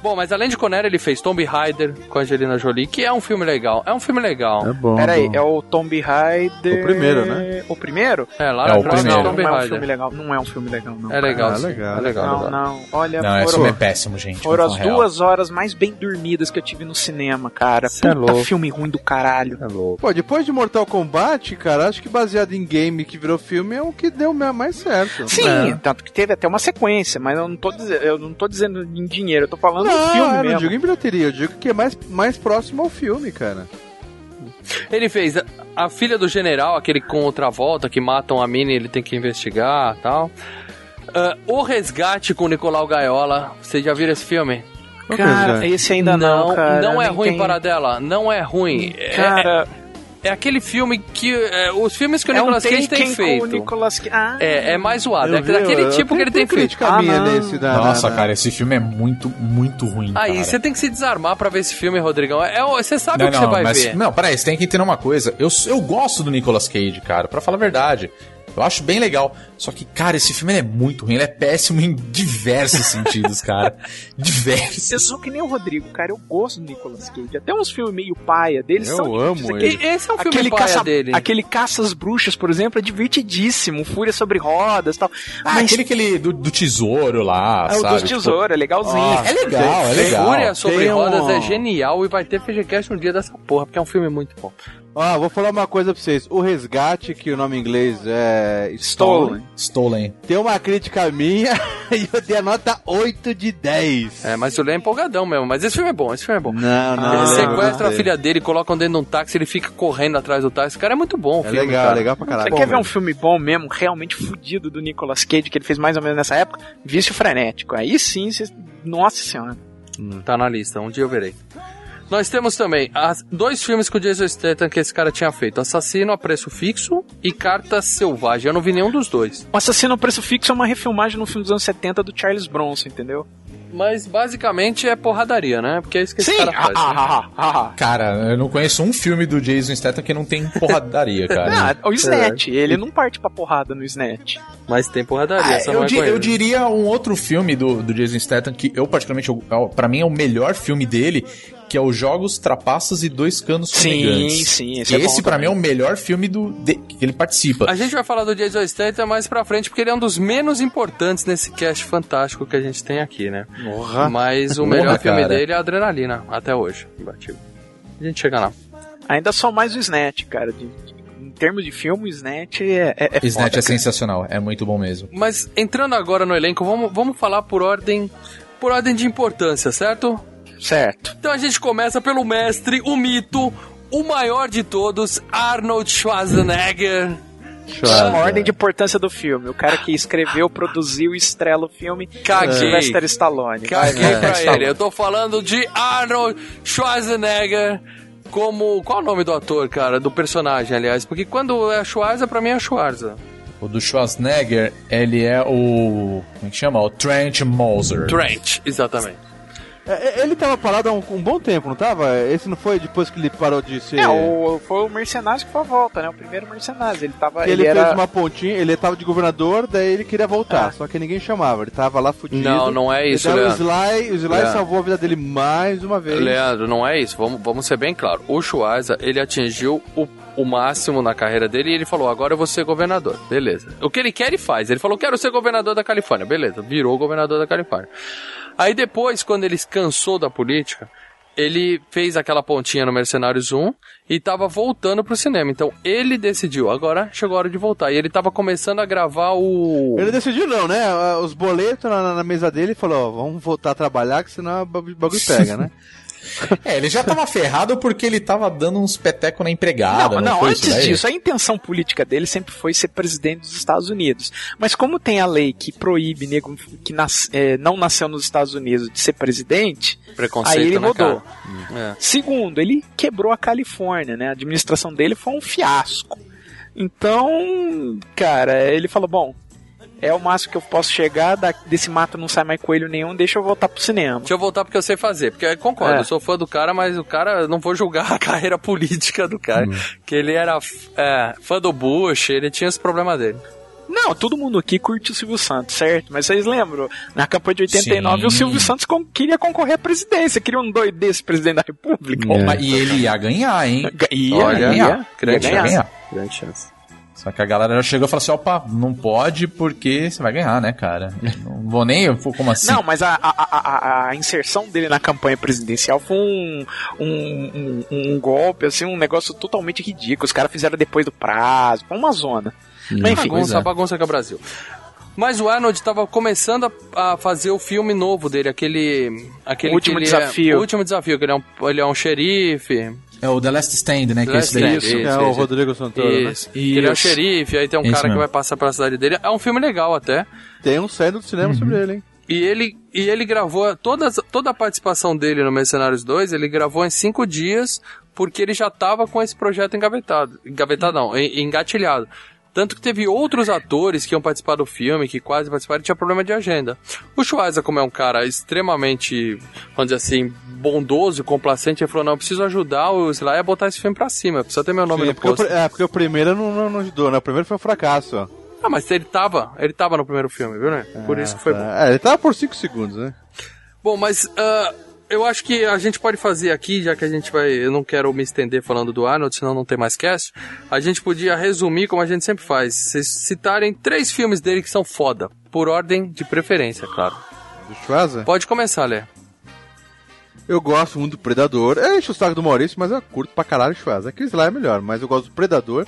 S8: Bom, mas além de Conner, ele fez Tomb Raider com Angelina Jolie, que é um filme legal. É um filme legal.
S4: É bom.
S5: Pera aí,
S4: bom.
S5: é o Tomb Raider.
S4: O primeiro, né?
S5: O primeiro?
S8: É, Lara
S6: É, o
S8: Croft é
S6: primeiro.
S5: Não,
S8: Tomb
S5: não é um
S8: Raider.
S5: filme legal. Não é um filme legal, não.
S8: É legal,
S4: Ah,
S8: sim.
S4: legal,
S8: É legal,
S5: Não,
S8: legal.
S5: não. Olha,
S6: Não, esse
S5: foram,
S6: filme é péssimo, gente.
S5: foram
S6: vamos
S5: as
S6: falar real.
S5: duas horas mais bem dormidas que eu tive no cinema, cara.
S8: Cê é
S5: Puta
S8: louco.
S5: filme ruim do caralho.
S8: É louco.
S4: Pô, depois de Mortal Kombat, cara, acho que baseado em game que virou filme é o que deu me- mais certo.
S5: Sim,
S4: É.
S5: tanto que teve até uma sequência, mas eu não tô, dize- eu não tô dizendo em dinheiro, eu tô falando do
S4: Não,
S5: filme
S4: Ah, eu não
S5: mesmo.
S4: digo em bilheteria, eu digo que é mais, mais próximo ao filme, cara.
S8: Ele fez a, a filha do general, aquele com outra volta, que matam a mina e ele tem que investigar e tal. Ah, o Resgate com o Nicolau Gaiola. Vocês já viram esse filme?
S4: Qual que é,
S5: Cara,
S4: Zé?
S5: esse ainda não, cara.
S8: não é
S5: nem
S8: ruim,
S5: tem-
S8: Paradela. Não é ruim. É-
S5: Cara,
S8: É, aquele filme que. é, os filmes que o
S5: é um
S8: Nicolas Cage tem
S5: Taken com
S8: feito.
S5: o Nicolas Cage. Ah,
S8: É, é mais zoado.
S4: Eu
S8: É
S4: vi,
S8: daquele
S4: eu- eu
S8: tipo que ele tem feito.
S4: crítica
S5: Ah,
S4: minha
S5: não.
S4: nesse da.
S6: Nossa,
S4: da-
S6: cara, esse filme é muito, muito ruim.
S8: Aí
S6: cara.
S8: você tem que se desarmar pra ver esse filme, Rodrigão. É, é- você sabe o que
S6: não,
S8: você
S6: não,
S8: vai
S6: mas,
S8: ver.
S6: Não, peraí, você tem que entender uma coisa. Eu, eu gosto do Nicolas Cage, cara, pra falar a verdade. Eu acho bem legal. Só que, cara, esse filme ele é muito ruim. Ele é péssimo em diversos sentidos, cara. Diversos.
S5: Eu sou que nem o Rodrigo, cara. Eu gosto do Nicolas Cage. Até uns filmes meio paia deles
S4: Eu
S5: são
S4: amo
S8: E
S4: ele.
S8: esse é um filme
S5: Aquele
S8: paia
S5: caça,
S8: dele.
S5: aquele caça às bruxas, por exemplo, é divertidíssimo. Fúria sobre rodas e tal.
S6: Ah,
S5: Mas
S6: aquele que ele, do, do tesouro lá,
S5: é o
S6: sabe?
S5: dos tesouros, é
S6: Tipo,
S5: legalzinho.
S6: ah, é legal, é legal.
S8: Fúria sobre
S4: Tem um-
S8: rodas é genial e vai ter FGCast um dia dessa porra, porque é um filme muito bom.
S4: Ó, vou falar uma coisa pra vocês. O Resgate, que o nome em inglês é Stolen,
S5: Stolen.
S6: Stolen.
S4: tem uma crítica minha e eu dei a nota 8 de 10.
S8: É, mas o Léo é empolgadão mesmo. Mas esse filme é bom, esse filme é bom.
S4: Não, não.
S8: ele
S4: não,
S8: sequestra
S4: não.
S8: a filha dele, colocam dentro de um táxi, ele fica correndo atrás do táxi. Esse cara é muito bom, o
S4: É
S8: filme,
S4: legal,
S8: cara.
S4: legal pra caralho.
S5: Você quer ver um filme bom mesmo, realmente fudido do Nicolas Cage, que ele fez mais ou menos nessa época? Vício Frenético. Aí sim, vocês... nossa senhora.
S8: Tá na lista, um dia eu verei. Nós temos também as- dois filmes com o Jason Statham que esse cara tinha feito: Assassino a Preço Fixo e Carta Selvagem. Eu não vi nenhum dos dois.
S5: O Assassino ao Preço Fixo é uma refilmagem no filme dos anos 70 do Charles Bronson, entendeu?
S8: Mas basicamente é porradaria, né? Porque é isso que esse
S5: Sim!
S8: cara
S5: Ah,
S8: faz. né?
S5: ah, ah, ah, ah.
S6: Cara, eu não conheço um filme do Jason Statham que não tem porradaria,
S8: Ah,
S6: cara.
S5: Não, Ah, o Snatch, ele não parte pra porrada no Snatch.
S8: Mas tem porradaria,
S6: Ah,
S8: essa não
S6: eu,
S8: é
S6: di-
S8: com
S6: eu
S8: ele.
S6: diria um outro filme do, do Jason Statham que eu particularmente, eu- é o- pra mim é o melhor filme dele, que é os Jogos Trapaças e Dois Canos
S5: Sim,
S6: Fumegantes.
S5: sim, esse
S6: esse,
S5: é bom
S6: pra mim
S5: também.
S6: é o melhor filme do de- que ele participa.
S8: A gente vai falar do Jason Statham mais pra frente, porque ele é um dos menos importantes nesse cast fantástico que a gente tem aqui, né? Mas o
S6: Porra,
S8: melhor filme
S6: cara.
S8: dele é Adrenalina, até hoje. Imbatível. A gente chega lá.
S5: Ainda só mais o Snatch, cara. De- de- em termos de filme, o Snatch é, é, é
S6: Snatch é
S5: foda,
S6: sensacional, é muito bom mesmo.
S8: Mas entrando agora no elenco, vamos, vamos falar por ordem. Por ordem de importância, certo?
S5: cara. Certo.
S8: Então a gente começa pelo mestre, o mito, o maior de todos, Arnold Schwarzenegger.
S5: Uma ordem de importância do filme. O cara que escreveu, produziu e estrela o filme. é
S8: Caguei.
S5: Sylvester Stallone.
S8: Caguei pra
S5: Stallone.
S8: ele. Eu tô falando de Arnold Schwarzenegger como. Qual é o nome do ator, cara? Do personagem, aliás? Porque quando é Schwarza, pra mim é Schwarza.
S6: O do Schwarzenegger, ele é o. Como é que chama? O Trent Moser.
S8: Trent, exatamente.
S4: É, é, Ele tava parado há um, um bom tempo, não tava? Esse não foi depois que ele parou de ser.
S5: É, o, foi o Mercenários que foi a volta, né? O primeiro Mercenários. Ele tava.
S4: que
S5: Ele,
S4: ele fez
S5: era.
S4: uma pontinha, ele tava de governador, daí ele queria voltar, só que ninguém chamava, ele tava lá fudido.
S8: Não, não é isso,
S4: E daí o
S8: Leandro.
S4: Sly, o Sly
S8: Leandro.
S4: salvou a vida dele mais uma vez.
S8: Leandro, não é isso. Vamos, vamos ser bem claro. O Schwarza, ele atingiu o, o máximo na carreira dele e ele falou: agora eu vou ser governador. Beleza. O que ele quer, ele faz. Ele falou: quero ser governador da Califórnia. Beleza. Virou governador da Califórnia. Aí depois, quando ele cansou da política, ele fez aquela pontinha no Mercenários 1 e tava voltando pro cinema. Então ele decidiu, agora chegou a hora de voltar. E ele tava começando a gravar o.
S4: Ele decidiu não, né? Ah, Os boletos na, na- na mesa dele e falou, ó, vamos voltar a trabalhar que senão o bagu- bagulho pega, né?
S6: É, ele já tava ferrado porque ele tava dando uns petecos na empregada.
S5: não,
S6: Ah, Não,
S5: não,
S6: foi isso
S5: antes
S6: daí?
S5: disso, a intenção política dele sempre foi ser presidente dos Estados Unidos. Mas como tem a lei que proíbe nego que nas- eh, não nasceu nos Estados Unidos de ser presidente,
S8: Preconceito,
S5: Aí ele
S8: né,
S5: rodou. É.
S8: cara?
S5: Segundo, ele quebrou a Califórnia, né? A administração dele foi um fiasco. Então, cara, ele falou: bom, é o máximo que eu posso chegar, da- desse mato não sai mais coelho nenhum, deixa eu voltar pro cinema.
S8: Deixa eu voltar porque eu sei fazer. Porque eu concordo,
S5: É.
S8: eu sou fã do cara, mas o cara, não vou julgar a carreira política do cara. Que ele era é, fã do Bush, ele tinha os problemas dele.
S5: Não, todo mundo aqui curte o Silvio Santos, certo? Mas vocês lembram, na campanha de 89, o
S6: Sim.
S5: Silvio Santos con- queria concorrer à presidência, queria um doido desse presidente da República.
S8: É.
S6: Pô, mas- e ele ia ganhar, hein?
S5: Ia,
S6: Olha,
S5: ia,
S6: grande
S5: ia ganhar.
S6: ganhar.
S5: Grande chance.
S6: Só que a galera já chegou e falou assim: opa, não pode porque você vai ganhar, né, cara? Não vou nem. pô, Como assim?
S5: Não, mas a, a- a- a- a inserção dele na campanha presidencial foi um, um, um- um golpe, assim, um negócio totalmente ridículo. Os caras fizeram depois do prazo, foi uma zona. Mas enfim,
S8: bagunça,
S6: é.
S8: bagunça que é o Brasil. Mas o Arnold tava começando a, a fazer o filme novo dele, aquele. aquele
S5: O Último
S8: que ele
S5: Desafio.
S8: É, o último desafio, que ele é um, ele é um xerife.
S6: É o The Last Stand, né? Que é
S8: Last
S6: esse daí.
S8: Stand. Isso,
S4: é
S8: isso,
S4: o
S8: isso.
S4: Rodrigo Santoro, né?
S8: Isso. Que Ele é um
S6: Isso.
S8: xerife, aí tem um
S6: Isso
S8: cara que
S6: mesmo.
S8: vai passar pela cidade dele. É um filme legal até.
S4: Tem um saindo do cinema sobre ele, hein?
S8: E ele, e ele gravou todas, toda a participação dele no Mercenários 2, ele gravou em cinco dias, porque ele já tava com esse projeto engavetado. Engavetado não, en- engatilhado. Tanto que teve outros atores que iam participar do filme, que quase participaram, e tinha problema de agenda. O Schweizer, como é um cara extremamente, vamos dizer assim, bondoso, complacente, ele falou, não, eu preciso ajudar o Sly a botar esse filme pra cima, precisa ter meu nome
S4: Sim,
S8: no
S4: porque o,
S8: posto.
S4: pr- é, porque o primeiro não, não, não ajudou, né? O primeiro foi um fracasso, ó.
S8: Ah, mas ele tava, ele tava no primeiro filme, viu, né? Por isso que foi bom.
S4: É, ele tava por 5 segundos, né?
S8: Bom, mas ah, eu acho que a gente pode fazer aqui, já que a gente vai. Eu não quero me estender falando do Arnold, senão não tem mais cast. A gente podia resumir como a gente sempre faz: vocês citarem três filmes dele que são foda, por ordem de preferência, claro.
S4: Do Schwarza.
S8: Pode começar, Lé.
S4: Eu gosto muito do Predador. Eu encho o saco do Maurício, mas eu curto pra caralho o Schwarza. Aquele lá é melhor, mas eu gosto do Predador.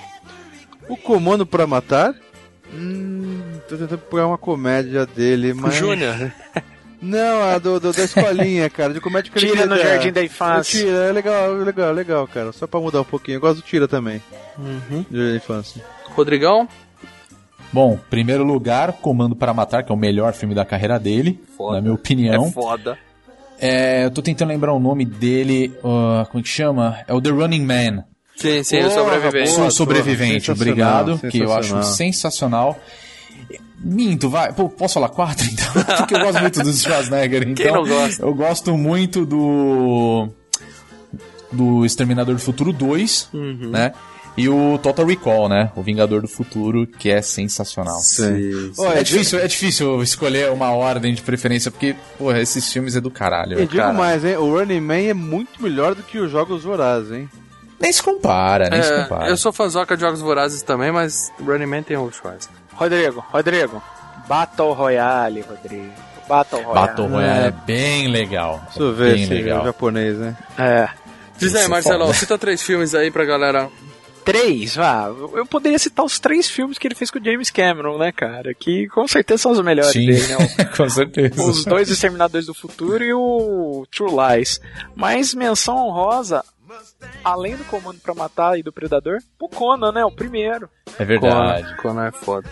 S4: O Comando pra Matar. Hum, tô tentando pegar uma comédia dele, mas...
S8: Júnior.
S4: Não, a do, do- da escolinha, cara, de comédia que ele
S5: Tira no
S4: ia dar.
S5: Jardim da Infância.
S4: O Tira, é legal, legal, legal, cara. Só pra mudar um pouquinho. Eu gosto do Tira também. Uhum. Jardim da Infância.
S8: Rodrigão?
S6: Bom, primeiro lugar, Comando para Matar, que é o melhor filme da carreira dele,
S8: Foda.
S6: na minha opinião.
S8: É foda.
S6: É, eu tô tentando lembrar o nome dele, ah, como é que chama? É o The Running Man.
S8: Sim, sim, o
S4: Porra,
S8: sobrevivente.
S4: boa.
S6: Sou sobrevivente,
S4: Sensacional,
S6: obrigado, que eu
S4: sensacional.
S6: acho sensacional. Minto, vai. Pô, posso falar quatro, então? Porque eu gosto muito do Schwarzenegger, então.
S8: Quem não gosta?
S6: Eu gosto muito do. Do Exterminador do Futuro 2,
S8: Uhum.
S6: né? E o Total Recall, né? O Vingador do Futuro, que é sensacional.
S4: Olha,
S6: é, difícil, é difícil escolher uma ordem de preferência, porque, porra, esses filmes é do caralho.
S4: E digo
S6: cara.
S4: mais, hein? O Running Man é muito melhor do que os Jogos Vorazes, hein?
S6: Nem se compara, nem se compara.
S8: É, eu sou fãzoca de Jogos Vorazes também, mas Running Man tem o Schwarz.
S5: Rodrigo, Rodrigo, Battle Royale, Rodrigo. Battle Royale.
S6: Battle Royale é bem legal.
S4: Deixa eu
S6: é
S4: ver
S6: bem
S4: se é
S6: legal.
S4: japonês, né?
S5: É.
S8: Diz aí,
S6: Isso é
S8: Marcelão,
S6: foda.
S8: cita três filmes aí pra galera.
S5: Três, vá. Eu poderia citar os três filmes que ele fez com o James Cameron, né, cara? Que com certeza são os melhores
S6: Sim,
S5: dele, né?
S8: É.
S6: com certeza.
S5: Os dois Exterminadores do Futuro e o True Lies. Mas menção honrosa, além do Comando pra Matar e do Predador, o Conan, né? O primeiro.
S6: É verdade.
S8: Conan é foda.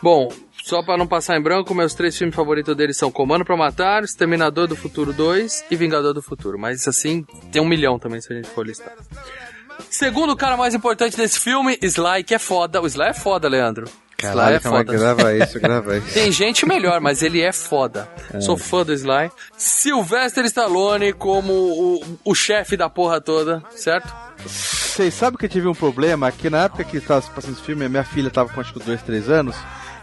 S8: Bom, só pra não passar em branco, meus três filmes favoritos deles são Comando pra Matar, Exterminador do Futuro 2 e Vingador do Futuro. Mas assim, tem um milhão também se a gente for listar. Segundo cara mais importante desse filme, Sly, que é foda. O Sly é foda, Leandro. Sly é
S4: calma aí,
S8: foda.
S4: grava isso, grava isso.
S8: Tem gente melhor, mas ele é foda. Sou fã do Sly. Sylvester Stallone como o, o chefe da porra toda, certo?
S4: Vocês sabem que eu tive um problema que na época que estava passando esse filme, a minha filha tava com acho que 2, 3 anos,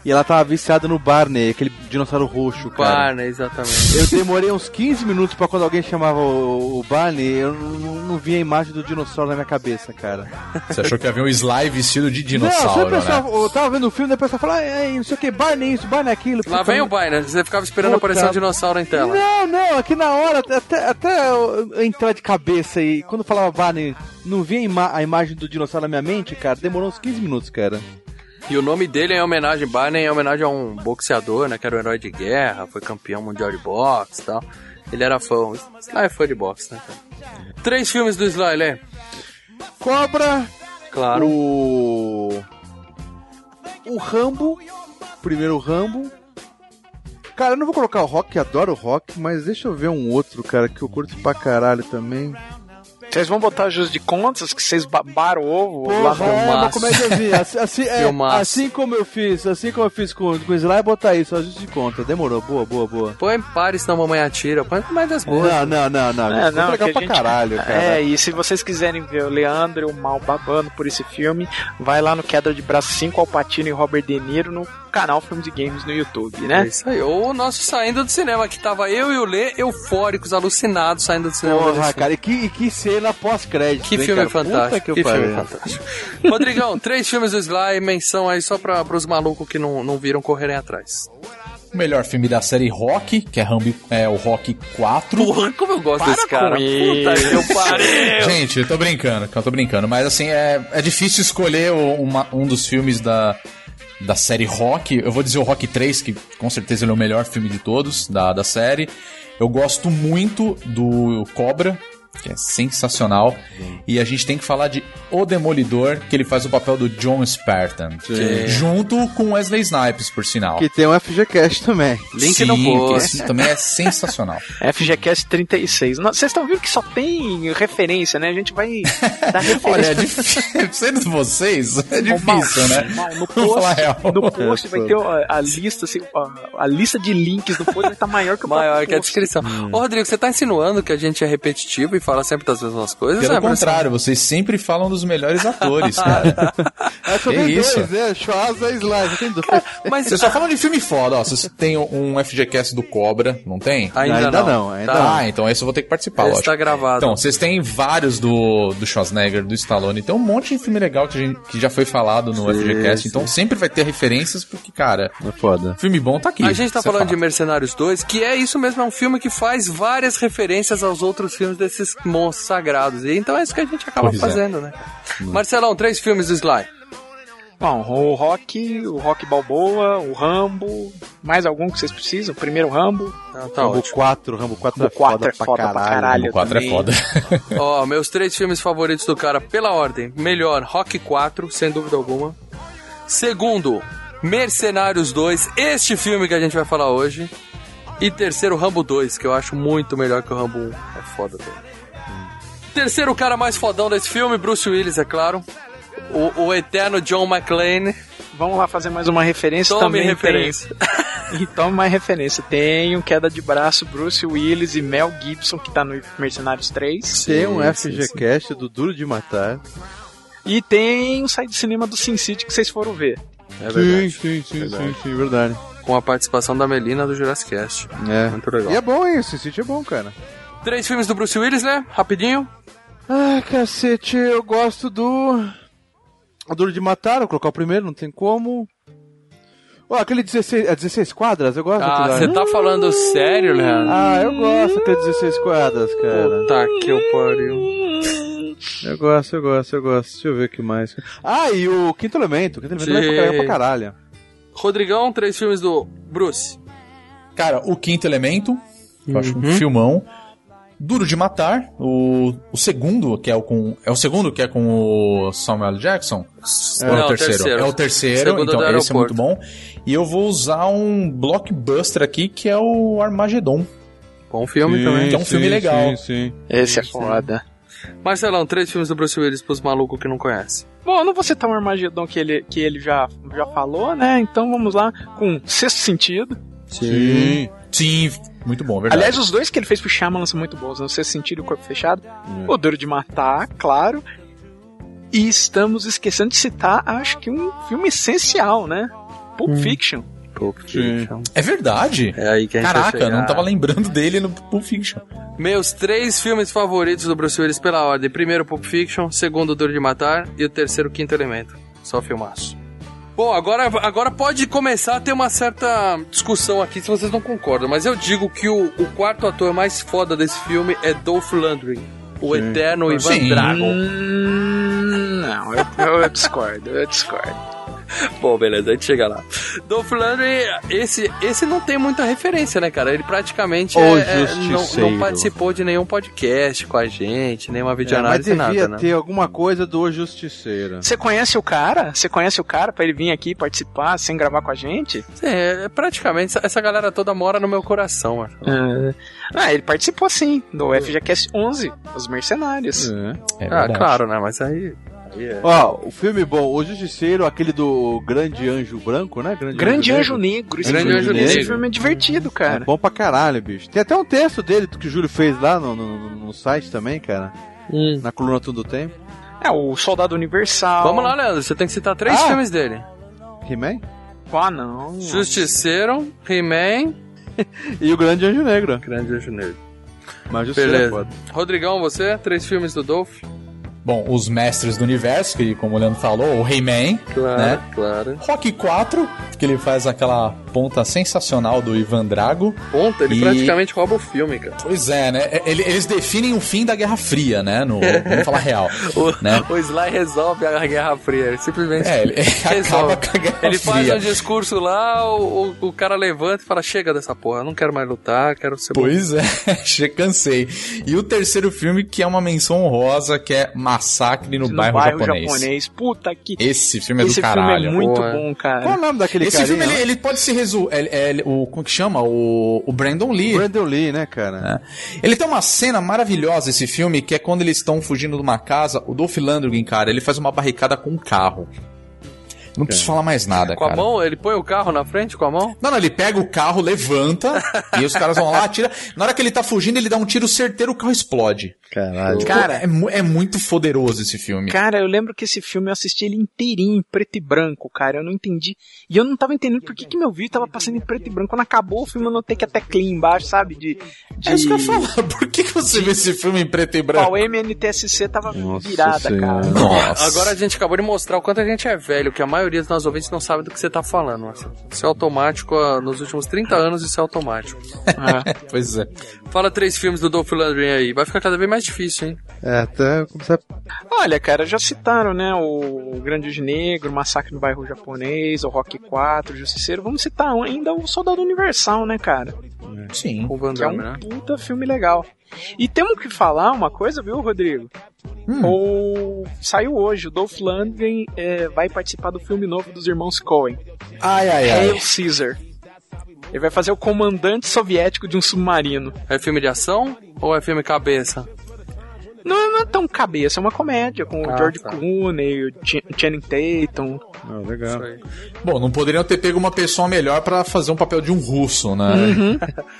S4: E ela tava viciada no Barney, aquele dinossauro roxo, cara.
S3: Barney, exatamente.
S4: Eu demorei uns 15 minutos pra quando alguém chamava o, o Barney, eu não, não via a imagem do dinossauro na minha cabeça, cara.
S6: Você achou que havia um Sly vestido de
S4: não,
S6: dinossauro,
S4: sempre eu,
S6: né?
S4: eu tava vendo o filme, depois eu falava, "Ah, é, não sei o que, Barney isso, Barney aquilo.
S8: Lá vem o Biner, você ficava esperando
S4: Puta.
S8: aparecer um dinossauro em tela.
S4: Não, não, aqui na hora, até, até eu entrar de cabeça e quando eu falava Barney, não via a, ima- a imagem do dinossauro na minha mente, cara, demorou uns 15 minutos, cara.
S8: E o nome dele é em homenagem, Barney é em homenagem a um boxeador, né? Que era um herói de guerra, foi campeão mundial de boxe e tal. Ele era fã. O Sly é fã de boxe, né? cara? Três filmes do Sly, né?
S4: Cobra,
S8: Claro.
S4: o. O Rambo, primeiro Rambo. Cara, eu não vou colocar o rock, adoro o rock, mas deixa eu ver um outro, cara, que eu curto pra caralho também.
S5: Vocês vão botar jus de contas que vocês babaram o ovo lá
S4: Porra,
S5: no
S4: é uma
S8: filmaço.
S4: comédiazinha. Assim, assim, é,
S8: Filmaço.
S4: assim como eu fiz, assim como eu fiz com, com o Sly, botar isso, ajuste de conta. Demorou, boa, boa, boa.
S8: Põe Paris na Mamãe Atira, põe mais das boas.
S4: Não, não, não, não.
S5: É,
S4: isso
S5: não,
S4: é
S5: que
S4: legal
S5: a
S4: pra
S5: gente-
S4: caralho, cara.
S5: É, e se vocês quiserem ver o Leandro e o Mal babando por esse filme, vai lá no Queda de Braço 5 Alpatino e Robert De Niro no canal Filmes e Games no YouTube,
S8: É
S5: né?
S8: isso aí. Ou o nosso saindo do cinema, que tava eu e o Lê eufóricos, alucinados, saindo do cinema.
S4: Porra,
S8: desse
S4: cara, e que, e que cena pós-crédito.
S8: Que
S4: hein,
S8: filme
S4: cara? Puta
S8: fantástico.
S4: que,
S8: Que,
S4: pariu.
S8: filme fantástico. Rodrigão, três filmes do Sly, menção aí só pra, pros malucos que não, não viram correrem atrás.
S6: O melhor filme da série Rock, que é, Rambo, é o Rock 4.
S8: Porra, como eu gosto desse
S4: é
S8: cara.
S5: Puta que pariu!
S6: Gente, eu tô brincando, eu tô brincando. Mas assim, é, é difícil escolher o- uma- um dos filmes da, da série Rock. Eu vou dizer o Rock 3, que com certeza ele é o melhor filme de todos da, da série. Eu gosto muito do Cobra, que é sensacional. E a gente tem que falar de O Demolidor, que ele faz o papel do John Spartan. Junto com Wesley Snipes, por sinal.
S4: Que tem um FGCast também.
S8: Link
S6: Sim,
S8: no
S6: que
S8: post.
S6: Esse também é sensacional.
S5: FGCast 36. Não, Vocês estão vendo que só tem referência, né? A gente vai dar
S6: Olha, é
S5: referência.
S6: difícil. Sendo vocês, é
S5: Ô, Mal,
S6: difícil, né?
S5: Mal, no
S6: Vamos falar a
S5: post,
S6: real.
S5: no post vai
S4: Essa.
S5: ter a, a lista, assim, a, a lista de links do post vai estar maior que o
S8: Maior
S5: próprio
S8: É que a
S5: post.
S8: descrição. Ô, Rodrigo, você tá insinuando que a gente é repetitivo e fala sempre das mesmas coisas?
S6: Pelo
S8: né, professor?
S6: contrário, vocês sempre falam dos melhores atores, cara.
S4: É, só
S6: Que
S4: tem
S6: isso?
S4: dois, né? Schwarza e Sly, só tem dois.
S8: Mas
S6: Vocês só falam de filme foda, ó. Vocês têm um FGCast do Cobra, não tem?
S8: ainda,
S4: Ainda
S8: não.
S4: não, ainda
S8: tá?
S6: Ah, então esse eu vou ter que participar,
S8: Esse
S6: lógico.
S8: tá gravado.
S6: Então, vocês têm vários do, do Schwarzenegger, do Stallone. Tem um monte de filme legal que, a gente- que já foi falado no FGCast. Então sempre vai ter referências, porque, cara,
S4: É foda.
S6: filme bom tá aqui.
S8: A gente tá
S6: Isso é
S8: falando de
S6: fato.
S8: Mercenários 2, que é isso mesmo, é um filme que faz várias referências aos outros filmes desses monstros sagrados. E então é isso que a gente acaba
S6: Pois é.
S8: fazendo, né? Marcelão, três filmes do Sly.
S5: Bom, o Rock, o Rock Balboa, o Rambo, mais algum que vocês precisam? Primeiro Rambo,
S8: Então, tá
S4: Rambo
S8: ótimo.
S4: 4, Rambo 4 é
S5: Rambo 4
S4: foda,
S5: é foda pra caralho.
S6: O 4 é
S5: também.
S6: foda.
S8: Ó, meus três filmes favoritos do cara, pela ordem. Melhor, Rock 4, sem dúvida alguma. Segundo, Mercenários 2, este filme que a gente vai falar hoje. E terceiro, Rambo 2, que eu acho muito melhor que o Rambo 1. É foda também.
S4: Hum.
S8: Terceiro cara mais fodão desse filme, Bruce Willis, é claro. O, o eterno John McClane.
S5: Vamos lá fazer mais uma referência
S8: Tome
S5: também.
S8: referência.
S5: Tem, e tome mais referência. Tem o Queda de Braço, Bruce Willis e Mel Gibson, que tá no Mercenários 3.
S4: Tem um FGCast do Duro de Matar.
S5: E tem o Sai do Cinema do Sin City que vocês foram ver.
S8: É verdade.
S4: sim, sim, sim, sim, verdade.
S8: Com a participação da Melina do Jurassic Cast.
S4: É.
S8: Muito legal.
S4: E é bom isso, esse sítio é bom, cara.
S8: Três filmes do Bruce Willis, né? Rapidinho.
S4: Ah, cacete, eu gosto do. O Duro de Matar, eu vou colocar o primeiro, não tem como. Ó, aquele 16, é 16 quadras, eu gosto
S8: Ah,
S4: daquilo lá.
S8: você tá falando sério, Leandro?
S4: Ah, eu gosto daquele 16 quadras, cara.
S8: Puta que eu pariu.
S4: Eu gosto, eu gosto, eu gosto. Deixa eu ver o que mais. Ah, e o Quinto Elemento. O Quinto Elemento
S8: Sim.
S4: também é legal pra caralho.
S8: Rodrigão, três filmes do Bruce.
S6: Cara, o Quinto Elemento, que eu acho
S8: Uhum.
S6: um filmão. Duro de Matar, o, o segundo, que é o com. É o segundo que é com o Samuel Jackson? Ou
S8: Não, o terceiro.
S6: É o terceiro,
S8: Segundo do
S6: então esse é muito
S8: aeroporto.
S6: bom. E eu vou usar um blockbuster aqui, que é o Armagedon.
S8: Bom filme também.
S6: que é um filme legal.
S5: Esse é foda.
S8: Marcelão, três filmes do Bruce Willis pros malucos que não conhecem.
S5: Bom, eu não vou citar um Armagedon que ele, que ele já, já falou, né? Então vamos lá com Sexto Sentido.
S4: Sim.
S6: Sim, muito bom, verdade.
S5: Aliás, os dois que ele fez pro Shyamalan são muito bons, né? O Sexto Sentido e o Corpo Fechado. O Duro de Matar, claro. E estamos esquecendo de citar, acho que um filme essencial, né? Pulp Fiction.
S10: Pulp Fiction.
S6: É verdade.
S10: É aí que a gente vai
S6: Caraca,
S10: chegar.
S6: não tava lembrando dele no Pulp Fiction.
S8: Meus três filmes favoritos do Bruce Willis pela ordem. Primeiro, Pulp Fiction. Segundo, Duro de Matar. E o terceiro, Quinto Elemento. Só filmaço. Bom, agora, agora pode começar a ter uma certa discussão aqui, se vocês não concordam. Mas eu digo que o, o quarto ator mais foda desse filme é Dolph Lundgren. O eterno Ivan
S6: Sim.
S8: Drago.
S5: Hum, não, eu, eu discordo, eu discordo.
S8: Bom, beleza, a gente chega lá. Dolph Lundgren, esse, esse não tem muita referência, né, cara? Ele praticamente
S4: O
S8: é- é- não,
S4: Justiceiro. É,
S8: não participou de nenhum podcast com a gente, nenhuma
S4: mas
S8: videoanálise,
S4: devia
S8: nada, né?
S4: ter alguma coisa do O Justiceira.
S5: Você conhece o cara? Você conhece o cara pra ele vir aqui participar sem gravar com a gente?
S8: É, praticamente, essa- essa galera toda mora no meu coração, mano.
S5: Ah, ele participou sim, do FGCast 11, Os Mercenários.
S6: É
S8: ah,
S6: verdade.
S8: claro, né? Mas aí. é.
S4: Ó, o filme bom, O Justiceiro, aquele do Grande Anjo Branco, né?
S6: É.
S5: Grande Anjo Negro. Esse
S8: Grande
S5: filme-
S8: Anjo
S5: Esse
S8: Negro.
S5: filme é divertido, cara.
S4: É bom pra caralho, bicho. Tem até um texto dele que o Júlio fez lá no, no- no site também, cara.
S3: Hum.
S4: Na coluna Tudo Tempo.
S5: É, o Soldado Universal.
S8: Vamos lá, Leandro, você tem que citar três
S4: Ah.
S8: filmes dele:
S4: He-Man.
S5: Ah, não.
S8: Justiceiro, He-Man,
S4: E o Grande Anjo Negro.
S8: Grande Anjo Negro.
S4: Mas o Justiceiro é
S8: Beleza.
S4: foda.
S8: Rodrigão, você? Três filmes do Dolph?
S6: Bom, os mestres do universo, que como o Leandro falou, o He-Man, né?
S8: claro.
S6: Rock 4, que ele faz aquela ponta sensacional do Ivan Drago.
S8: Ponta, ele
S6: E-
S8: praticamente rouba o filme, cara.
S6: Pois é, né? Ele- eles definem o fim da Guerra Fria, né? No, vamos falar real.
S8: O,
S6: né?
S8: o Sly resolve a Guerra Fria, ele simplesmente.
S6: É, ele
S8: resolve.
S6: acaba com a Guerra
S8: Ele faz
S6: Fria.
S8: um discurso lá, o, o, o cara levanta e fala: Chega dessa porra, não quero mais lutar, quero ser.
S6: Pois é, já cansei. E o terceiro filme, que é uma menção honrosa, que é Massacre no,
S5: No
S6: bairro, japonês.
S5: Puta que.
S6: Esse filme é
S5: Esse
S6: do
S5: filme
S6: caralho.
S5: é muito
S8: boa.
S5: bom,
S4: Qual é o
S5: cara.
S4: nome daquele
S6: Esse
S4: cara?
S6: filme, ele, ele pode se resumir... o, como que chama? O, o Brandon Lee.
S4: Brandon Lee, né, cara?
S6: Ele tem uma cena maravilhosa, esse filme, que é quando eles estão fugindo de uma casa. O Dolph Lundgren, cara, ele faz uma barricada com um carro. Não preciso falar mais nada,
S8: Com a
S6: é, cara.
S8: mão, ele põe o carro na frente com a mão?
S6: Não, não, ele pega o carro, levanta, e os caras vão lá, atira. Na hora que ele tá fugindo, ele dá um tiro certeiro, o carro explode.
S10: Caralho.
S6: Cara, é, mu- é muito poderoso esse filme.
S5: Cara, eu lembro que esse filme eu assisti ele inteirinho, em preto e branco, cara. Eu não entendi. E eu não tava entendendo por que, que meu vídeo tava passando em preto e branco. Quando acabou o filme, eu notei que a teclinha embaixo, sabe? De. de...
S6: É isso que eu ia falar. Por que, que você vê esse filme em preto e branco?
S5: Pau MNTSC tava
S4: Nossa
S5: virada,
S4: Senhora.
S5: cara.
S6: Nossa.
S8: Agora a gente acabou de mostrar o quanto a gente é velho, que a maioria dos nossos ouvintes não sabe do que você tá falando. Marcelo. Isso é automático, ah, nos últimos 30 anos isso é automático.
S6: Pois é.
S8: Fala três filmes do Dolph Lundgren aí, vai ficar cada vez mais difícil, hein?
S4: É, até eu começar a
S5: Olha, cara, já citaram, né? O Grande Anjo Negro, o Massacre no Bairro Japonês, o Rock 4, o Justiceiro. Vamos citar um, ainda o Soldado Universal, né, cara?
S6: Sim.
S8: O Van
S5: Que é
S8: Damme, né?
S5: um puta filme legal. E temos que falar uma coisa, viu, Rodrigo?
S8: Hum.
S5: O... Saiu hoje, o Dolph Lundgren é, vai participar do filme novo dos irmãos Coen.
S6: Ai, ai,
S5: Hail
S6: ai.
S5: Caesar. Ele vai fazer o comandante soviético de um submarino.
S8: É filme de ação ou é filme cabeça?
S5: Não, não é tão cabeça, é uma comédia com
S8: Ah,
S5: o George
S8: tá.
S5: Clooney, o Ch- Channing Tatum.
S8: É.
S6: Bom, não poderiam ter pego uma pessoa melhor pra fazer um papel de um russo, né?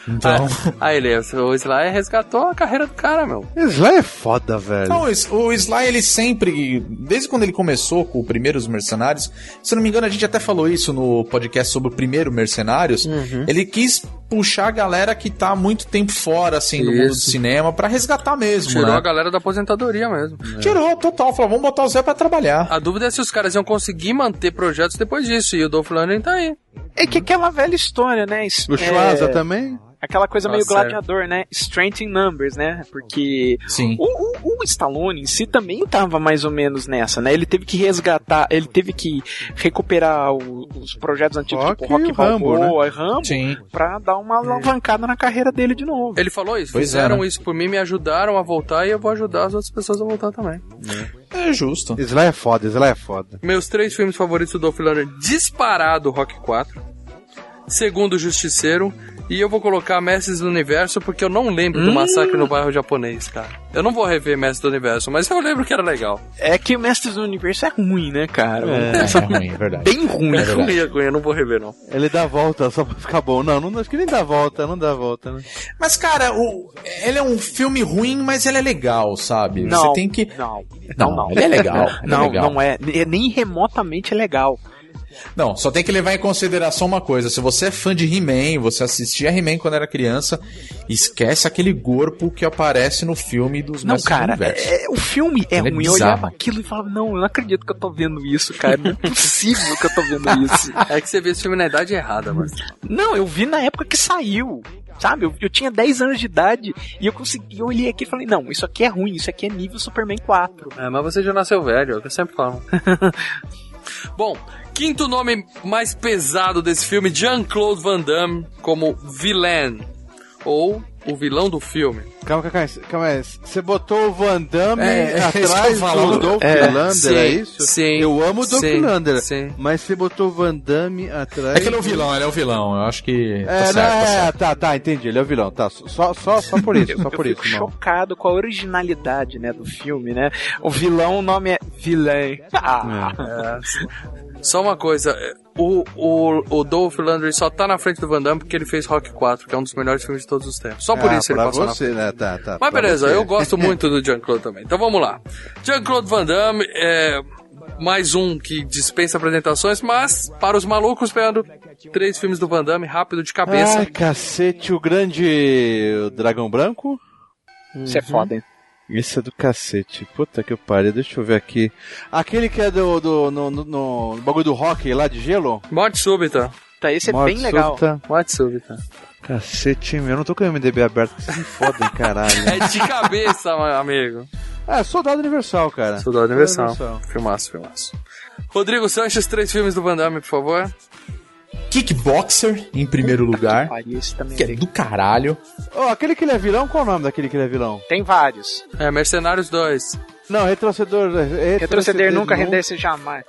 S6: Então.
S8: Aí ele, Ah, o Sly resgatou a carreira do cara, meu.
S4: Sly é foda, velho.
S6: Não, o S- o Sly, ele sempre, desde quando ele começou com o primeiro Os Mercenários, se eu não me engano, a gente até falou isso no podcast sobre o primeiro Mercenários,
S5: Uhum.
S6: ele quis puxar a galera que tá há muito tempo fora, assim, do mundo do
S8: Isso.
S6: cinema, pra resgatar mesmo,
S8: Tirou
S6: né?
S8: a galera da aposentadoria mesmo.
S6: Tirou, total, falou, vamos botar o Zé pra trabalhar.
S8: A dúvida é se os caras iam conseguir manter projetos depois disso, e o Dolph Lundgren tá aí.
S5: É que aquela velha história, né? Es-
S4: O
S5: é,
S4: Schwarza também?
S5: Aquela
S6: Tá
S5: coisa meio
S8: Nossa, é.
S5: gladiador, né? Strength in numbers, né? Porque
S6: Sim.
S5: O, o- o Stallone em si também tava mais ou menos nessa, né? Ele teve que resgatar, ele teve que recuperar o- os projetos antigos,
S4: Rock
S5: tipo Rock
S4: e Rambo,
S5: Balboa, e Rambo,
S6: né? Sim. É.
S5: pra dar uma alavancada na carreira dele de novo.
S8: Ele falou isso,
S6: Pois é,
S8: fizeram
S6: né?
S8: isso por mim, me ajudaram a voltar e eu vou ajudar as outras pessoas a voltar também.
S6: É justo.
S4: Sly é foda, Sly é foda.
S8: Meus três filmes favoritos do Dolph Lundgren disparado Rock 4. Segundo Justiceiro. E eu vou colocar Mestres do Universo porque eu não lembro
S4: Hum.
S8: do massacre no bairro japonês, cara. Eu não vou rever Mestres do Universo, mas eu lembro que era legal.
S5: É que o Mestres do Universo é ruim, né, cara?
S6: É ruim, é verdade.
S5: Bem ruim.
S8: É ruim, é ruim, eu não vou rever, não.
S4: Ele dá a volta só pra ficar bom. Não, não acho que nem dá a volta, não dá a volta, né?
S6: Mas, cara, o, ele é um filme ruim, mas ele é legal, sabe?
S5: Não,
S6: Você tem que...
S5: não,
S6: Não,
S5: não, não.
S6: ele é legal. ele é
S5: Não,
S6: legal.
S5: não é. É Nem remotamente legal.
S6: Não, só tem que levar em consideração uma coisa. Se você é fã de He-Man, você assistia He-Man quando era criança, esquece aquele corpo que aparece no filme dos
S5: Não,
S6: Masters
S5: cara,
S6: do Universo.
S5: é- é- o filme é
S6: Ele é
S5: ruim. Eu
S6: bizarro.
S5: olhava aquilo e falava, não, eu não acredito que eu tô vendo isso, cara. Não é possível que eu tô vendo isso.
S8: É que você vê esse filme na idade errada, mano.
S5: Não, eu vi na época que saiu. Sabe, eu, eu tinha 10 anos de idade e eu consegui, eu olhei aqui e falei, não, isso aqui é ruim, isso aqui é nível Superman 4.
S8: É, mas você já nasceu velho, é o que eu sempre falo. Bom, quinto nome mais pesado desse filme, Jean-Claude Van Damme como vilão ou o vilão do filme.
S4: Calma, calma, calma aí. Você botou o Van Damme
S6: É, é isso que eu
S4: atrás
S6: falo.
S4: do Dolph
S8: É,
S4: Lander,
S8: sim,
S4: é isso?
S8: sim,
S4: Eu amo o Dolph
S8: sim,
S4: Lander,
S8: sim.
S4: mas você botou o Van Damme atrás...
S6: É que ele é o vilão, ele é o vilão. Eu acho
S4: É,
S6: que. tá certo,
S4: não,
S6: tá
S4: é,
S6: certo.
S4: tá, tá, entendi, ele é o vilão, tá, só, só, só por isso, só por
S5: eu
S4: isso,
S5: fico
S4: não.
S5: chocado com a originalidade, né, do filme, né? O vilão, o nome é Villain. Ah,
S8: Só uma coisa, é, o, o, o Dolph Lundgren só tá na frente do Van Damme porque ele fez Rock 4, que é um dos melhores filmes de todos os tempos. Só por
S4: Ah,
S8: isso ele
S4: pra
S8: passou na
S4: você, né, tá, tá.
S8: Mas
S4: pra
S8: beleza,
S4: você.
S8: eu gosto muito do Jean-Claude também. Então vamos lá. Jean-Claude Van Damme é mais um que dispensa apresentações, mas para os malucos, pegando três filmes do Van Damme rápido de cabeça.
S4: Ai, cacete, o grande Dragão Branco?
S5: isso é foda, hein?
S4: Esse é do cacete. Puta que pariu, deixa eu ver aqui. Aquele que é do. do no, no- no- no bagulho do rock lá de gelo?
S8: Morte súbita.
S5: Tá, esse é
S4: Morte
S5: bem legal.
S4: súbita.
S8: Morte súbita.
S4: Cacete, meu, eu não tô com o MDB aberto, que vocês me fodem, caralho.
S8: É de cabeça, meu amigo.
S4: É, Soldado Universal, cara.
S8: Soldado Universal.
S4: Universal.
S8: Filmaço, filmaço. Rodrigo Sanches, três filmes do Van Damme, por favor.
S6: Kickboxer, em primeiro lugar.
S5: Pariu, esse também
S6: Que
S5: é
S6: é
S5: legal.
S6: do caralho.
S4: Ó, aquele que ele é vilão, qual o nome daquele que ele é vilão?
S5: Tem vários.
S8: É, Mercenários 2.
S4: Não, retrocedor. Retroceder,
S5: Retroceder nunca renderse jamais.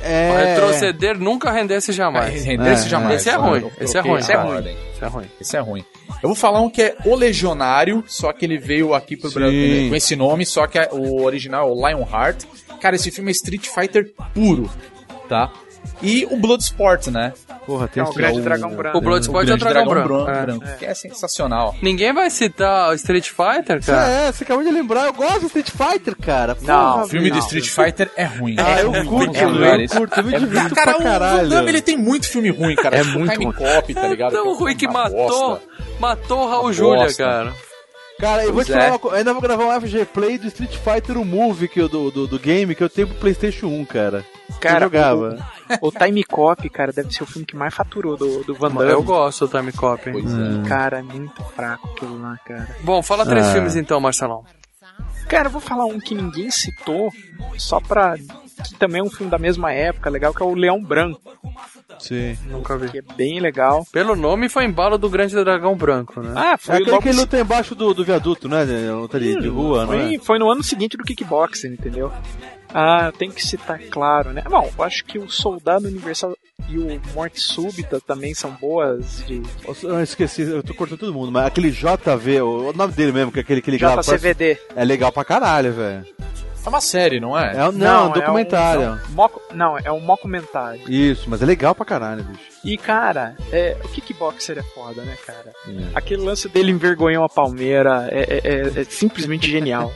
S4: É.
S8: Retroceder nunca rendesse jamais.
S6: Render-se
S4: É,
S6: jamais.
S8: Esse é ruim, esse é ruim.
S5: Esse é ruim.
S8: Isso é ruim.
S6: Esse é ruim. Eu vou falar um que é O Legionário, só que ele veio aqui pro
S4: Sim.
S6: Brasil com esse nome, só que é- o original é o Lionheart. Cara, esse filme é Street Fighter puro, tá? E o Bloodsport, né?
S4: Porra, tem
S5: É o
S4: esse
S5: grande
S4: vilão.
S5: dragão branco.
S8: O Bloodsport é o
S6: grande
S8: Dragão, Branco.
S6: Bran-
S8: É.
S6: Branco, que é sensacional.
S8: Ninguém vai citar o Street Fighter, cara.
S4: É, você acabou de lembrar, eu gosto de Street Fighter, cara.
S5: Não,
S4: Porra,
S6: O filme de
S4: bicho.
S6: Street Fighter é ruim.
S4: Ah, eu
S6: ruim,
S4: curto,
S6: vamos lembrar
S4: eu
S6: isso.
S4: curto, eu me
S6: É ruim.
S4: divirto
S6: cara,
S4: pra caralho.
S6: o Van Damme, ele tem muito filme ruim, cara.
S4: É
S6: Tipo,
S4: muito
S6: Time
S4: ruim.
S6: Cop, tá ligado?
S8: tão
S6: é um
S8: ruim que
S6: filme uma
S8: matou,
S6: bosta.
S4: É.
S8: matou o Raul
S6: Uma
S8: Júlia,
S6: bosta.
S8: cara.
S4: Cara, eu vou
S6: Pois
S4: te falar
S6: é.
S4: uma coisa. Ainda vou gravar um FG Play do Street Fighter, o movie que eu, do, do, do game que eu tenho pro PlayStation 1, cara.
S5: Cara,
S4: eu jogava.
S5: O Time Cop, cara, deve ser o filme que mais faturou do, do Van Damme.
S8: Eu gosto do Time Cop. hein?
S6: Pois é.
S5: Cara, é muito fraco aquilo lá, cara.
S4: é.
S8: Bom, fala três
S5: É.
S8: filmes então, Marcelão.
S5: Cara, eu vou falar um que ninguém citou, só pra. que também é um filme da mesma época, legal, que é o Leão Branco,
S4: Sim.
S8: Nunca vi.
S5: que é bem legal.
S8: Pelo nome foi embalo do Grande Dragão Branco, né?
S5: Ah,
S4: É
S5: foi
S4: aquele
S5: logo Hum,
S4: que ele luta embaixo do, do viaduto, né? Ele Luta de, de rua, né?
S5: Foi, foi no ano seguinte do kickboxing, entendeu? Ah, tem que citar claro, né? Bom, eu acho que o Soldado Universal e o Morte Súbita também são boas de
S4: Ah, Eu esqueci, eu tô cortando todo mundo, mas aquele JV, o, o nome dele mesmo, que é aquele que ele grava.
S5: JCVD.
S4: É legal pra caralho, velho.
S6: É uma série, não é?
S4: É, um- não, é um
S5: é
S4: documentário.
S5: um- é um moco- não, é um mockumentário.
S4: Isso, mas é legal pra caralho, bicho.
S5: E, cara, é, o kickboxer é foda, né, cara?
S8: É.
S5: Aquele lance dele envergonhou a palmeira é, é- é- é simplesmente genial.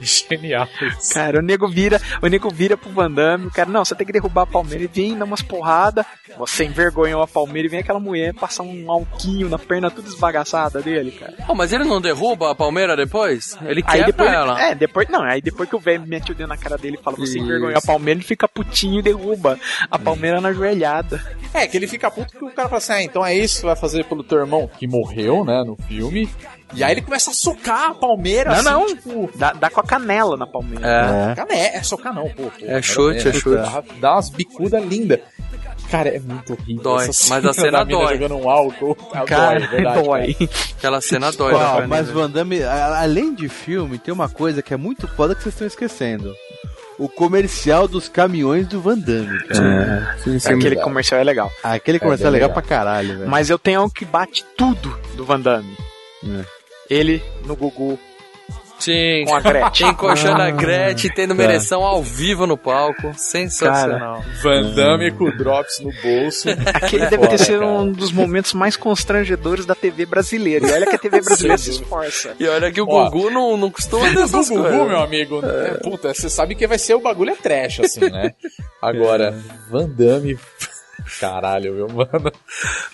S6: Genial.
S5: cara, o nego vira, o nego vira pro Van Damme, o cara, não, você tem que derrubar a palmeira e vem dar umas porradas, você envergonhou a palmeira e vem aquela mulher passar um alquinho na perna toda esbagaçada dele, cara.
S8: Oh, mas ele não derruba a Palmeira depois? Ele quebra
S5: depois.
S8: ela.
S5: É, depois. Não, aí depois que o velho mete o dedo na cara dele e fala, você
S8: Isso.
S5: envergonhou a palmeira, ele fica putinho e derruba a palmeira na joelhada.
S6: É, que ele fica puto que o cara fala assim, ah, então é isso que você vai fazer pelo teu irmão, que morreu, né, no filme. E aí ele começa a socar a palmeira,
S5: Não,
S6: assim,
S5: não.
S6: tipo...
S5: Dá, dá com a canela na palmeira.
S8: É.
S6: Cara, é, é socar não, pô. pô,
S8: É chute,
S6: pera,
S8: é chute.
S6: Dá, dá umas bicudas lindas. Cara, é muito horrível.
S8: Dói,
S6: essa
S8: mas a cena
S6: da mina
S8: dói.
S6: jogando um álcool. Ah,
S5: Cara,
S6: dói, é verdade,
S5: dói.
S8: Aquela cena dói.
S4: Ó,
S8: né? da perna
S4: mas
S8: dele.
S4: Van Damme, a- além de filme, tem uma coisa que é muito foda que vocês estão esquecendo. O comercial dos caminhões do Van Damme, cara.
S5: Aquele comercial é legal.
S4: Aquele comercial é
S6: bem
S4: legal,
S6: legal.
S4: pra caralho, velho.
S5: Mas eu tenho um que bate tudo do Van Damme. Ele no Gugu
S8: Sim.
S5: com a Gretchen.
S8: Encoxando a Gretchen,
S4: É.
S8: tendo uma ereção ao vivo no palco. Sensacional.
S6: Van Damme com É drops no bolso.
S5: Aquele deve ter sido um dos momentos mais constrangedores da TV brasileira. E olha que a TV brasileira se esforça.
S8: E olha que o
S6: Ó.
S8: Gugu não, não costuma ter
S6: do
S8: essas
S6: Gugu,
S8: coisas.
S6: meu amigo. né? Puta, você sabe que vai ser o bagulho é trash, assim, né? Agora, Van Damme. Caralho, meu mano.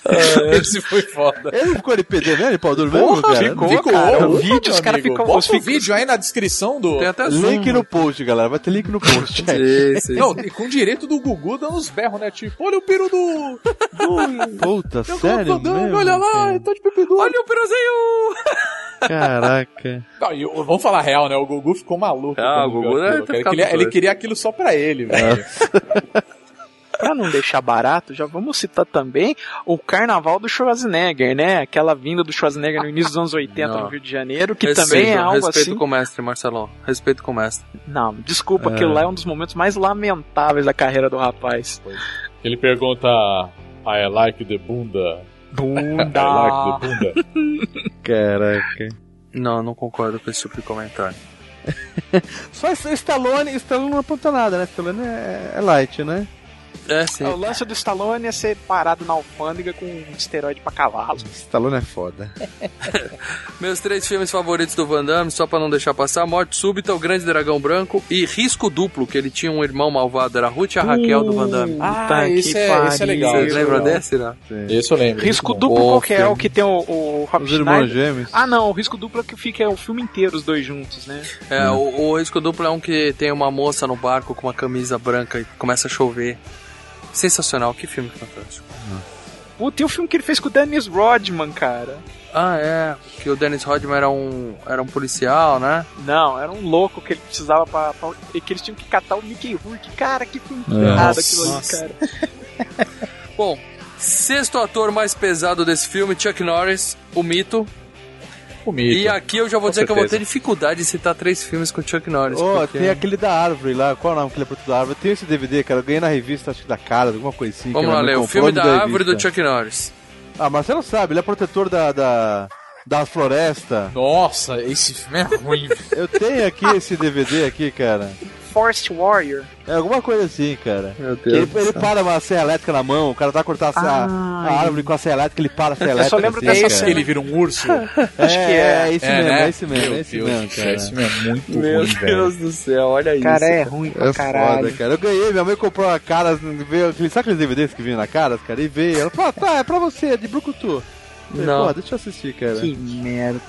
S8: É.
S6: Esse foi foda.
S4: Ele não ficou LPD mesmo, né, ele pau duro mesmo, cara?
S5: ficou, cara.
S6: Opa,
S5: É O vídeo,
S6: meu
S5: os caras
S6: amigo.
S5: ficam-
S6: Bota
S5: os
S6: o
S5: fica-
S6: vídeo aí na descrição do.
S8: Tem até zoom.
S4: Link no post, galera. Vai ter link no post.
S8: Sei, sei.
S6: Não, e com direito do Gugu dando uns berros, né? Tipo, olha o peru do.
S4: Puta,
S6: Eu
S4: sério
S6: tô dando,
S4: mesmo?
S6: olha lá,
S8: tá
S6: eu tô de pipidu.
S8: Olha o Piruzinho!
S4: Caraca.
S6: Não, e o- vamos falar real, né? O Gugu ficou maluco.
S8: Ah,
S6: quando
S8: o
S6: viu
S8: Gugu
S6: aquilo,
S8: deve ter
S6: cara. ele,
S8: ficado
S6: queria, ele
S8: doido.
S6: queria aquilo só pra ele, velho.
S5: Pra não deixar barato, já vamos citar também o carnaval do Schwarzenegger, né? Aquela vinda do Schwarzenegger no início dos anos 80
S8: Não.
S5: no Rio de Janeiro, que
S8: Respeito,
S5: também é algo
S8: Respeito
S5: assim.
S8: com o mestre, Marcelão. Respeito com o mestre.
S5: Não, desculpa, aquilo lá é um dos momentos mais lamentáveis da carreira do rapaz.
S11: Ele pergunta. I like the bunda. I
S5: Bunda!
S11: like the bunda.
S4: Caraca.
S8: Não, não concordo com esse tipo de comentário.
S4: Só esse- Stallone, Stallone não aponta nada, né? Stallone é, é light, né?
S8: É, sim.
S5: o lance do Stallone é ser parado na alfândega com um esteroide pra cavalo.
S4: Stallone é foda.
S8: Meus três filmes favoritos do Van Damme, só pra não deixar passar, Morte Súbita, O Grande Dragão Branco e Risco Duplo, que ele tinha um irmão malvado, era a Ruth e a Raquel do Van Damme.
S5: Puta que
S6: esse é, esse é
S5: pariu.
S6: legal.
S8: Vocês
S6: esse é
S8: lembram
S6: legal.
S8: desse, né?
S6: Esse eu lembro.
S5: Risco
S6: muito bom.
S5: duplo qual que é o que tem o, o Rob
S4: Os
S5: Schneider?
S4: irmãos gêmeos.
S5: Ah não, o risco duplo é que fica o filme inteiro, os dois juntos, né?
S8: É, o, o Risco Duplo é um que tem uma moça no barco com uma camisa branca e começa a chover. Sensacional, que filme fantástico.
S5: Puta, e o filme que ele fez com o Dennis Rodman, cara?
S8: Ah, é, que o Dennis Rodman era um, era um policial, né?
S5: Não, era um louco que ele precisava pra, pra- e que eles tinham que catar o Mickey Rourke. Cara, que
S4: É.
S5: filme
S6: Nossa.
S5: errado aquilo ali, cara.
S8: Bom, sexto ator mais pesado desse filme, Chuck Norris, o mito.
S6: Comigo.
S8: E aqui eu já vou
S6: Com
S8: dizer que eu vou ter
S6: certeza.
S8: dificuldade em citar três filmes com Chuck Norris.
S4: Ó,
S8: porque-
S4: tem aquele da árvore lá, qual é o nome que ele é da árvore? Eu tenho esse DVD, cara, eu ganhei na revista, acho que da cara, alguma coisinha.
S8: Vamos
S4: que minha
S8: lá,
S4: mãe
S8: Léo. O
S4: comprou,
S8: filme
S4: me
S8: da
S4: deu a
S8: árvore do
S4: revista.
S8: Chuck Norris.
S4: Ah, Marcelo sabe, ele é protetor da, da, da floresta.
S6: Nossa, esse filme é ruim. velho.
S4: Eu tenho aqui esse DVD aqui, cara.
S5: Forest Warrior.
S4: É alguma coisa assim, cara.
S8: Meu
S4: Que Ele, ele para uma serra elétrica na mão, o cara tá cortando a, serra-
S5: Ai.
S4: a árvore com a serra elétrica, ele para a serra
S5: Eu
S4: elétrica.
S5: só lembro
S4: assim,
S5: dessa
S4: cara.
S6: Esse que ele vira um urso.
S4: É,
S5: Acho que é.
S4: é esse
S6: é,
S4: mesmo,
S6: né?
S4: é esse mesmo,
S6: Meu
S4: é esse
S6: Deus
S4: mesmo, cara.
S6: do céu, Esse filme é muito ruim, velho.
S8: do céu, olha
S5: Cara, é ruim pra
S4: É
S5: caralho.
S4: foda, cara. Eu ganhei, minha mãe comprou a Caras, veio, aquele- sabe aqueles DVDs que vinham na Caras, cara? E veio, ela falou, ah, tá, é pra você, é de Brucutu. Eu falei,
S8: Não.
S4: Pô, deixa eu assistir, cara. É.
S5: Que merda.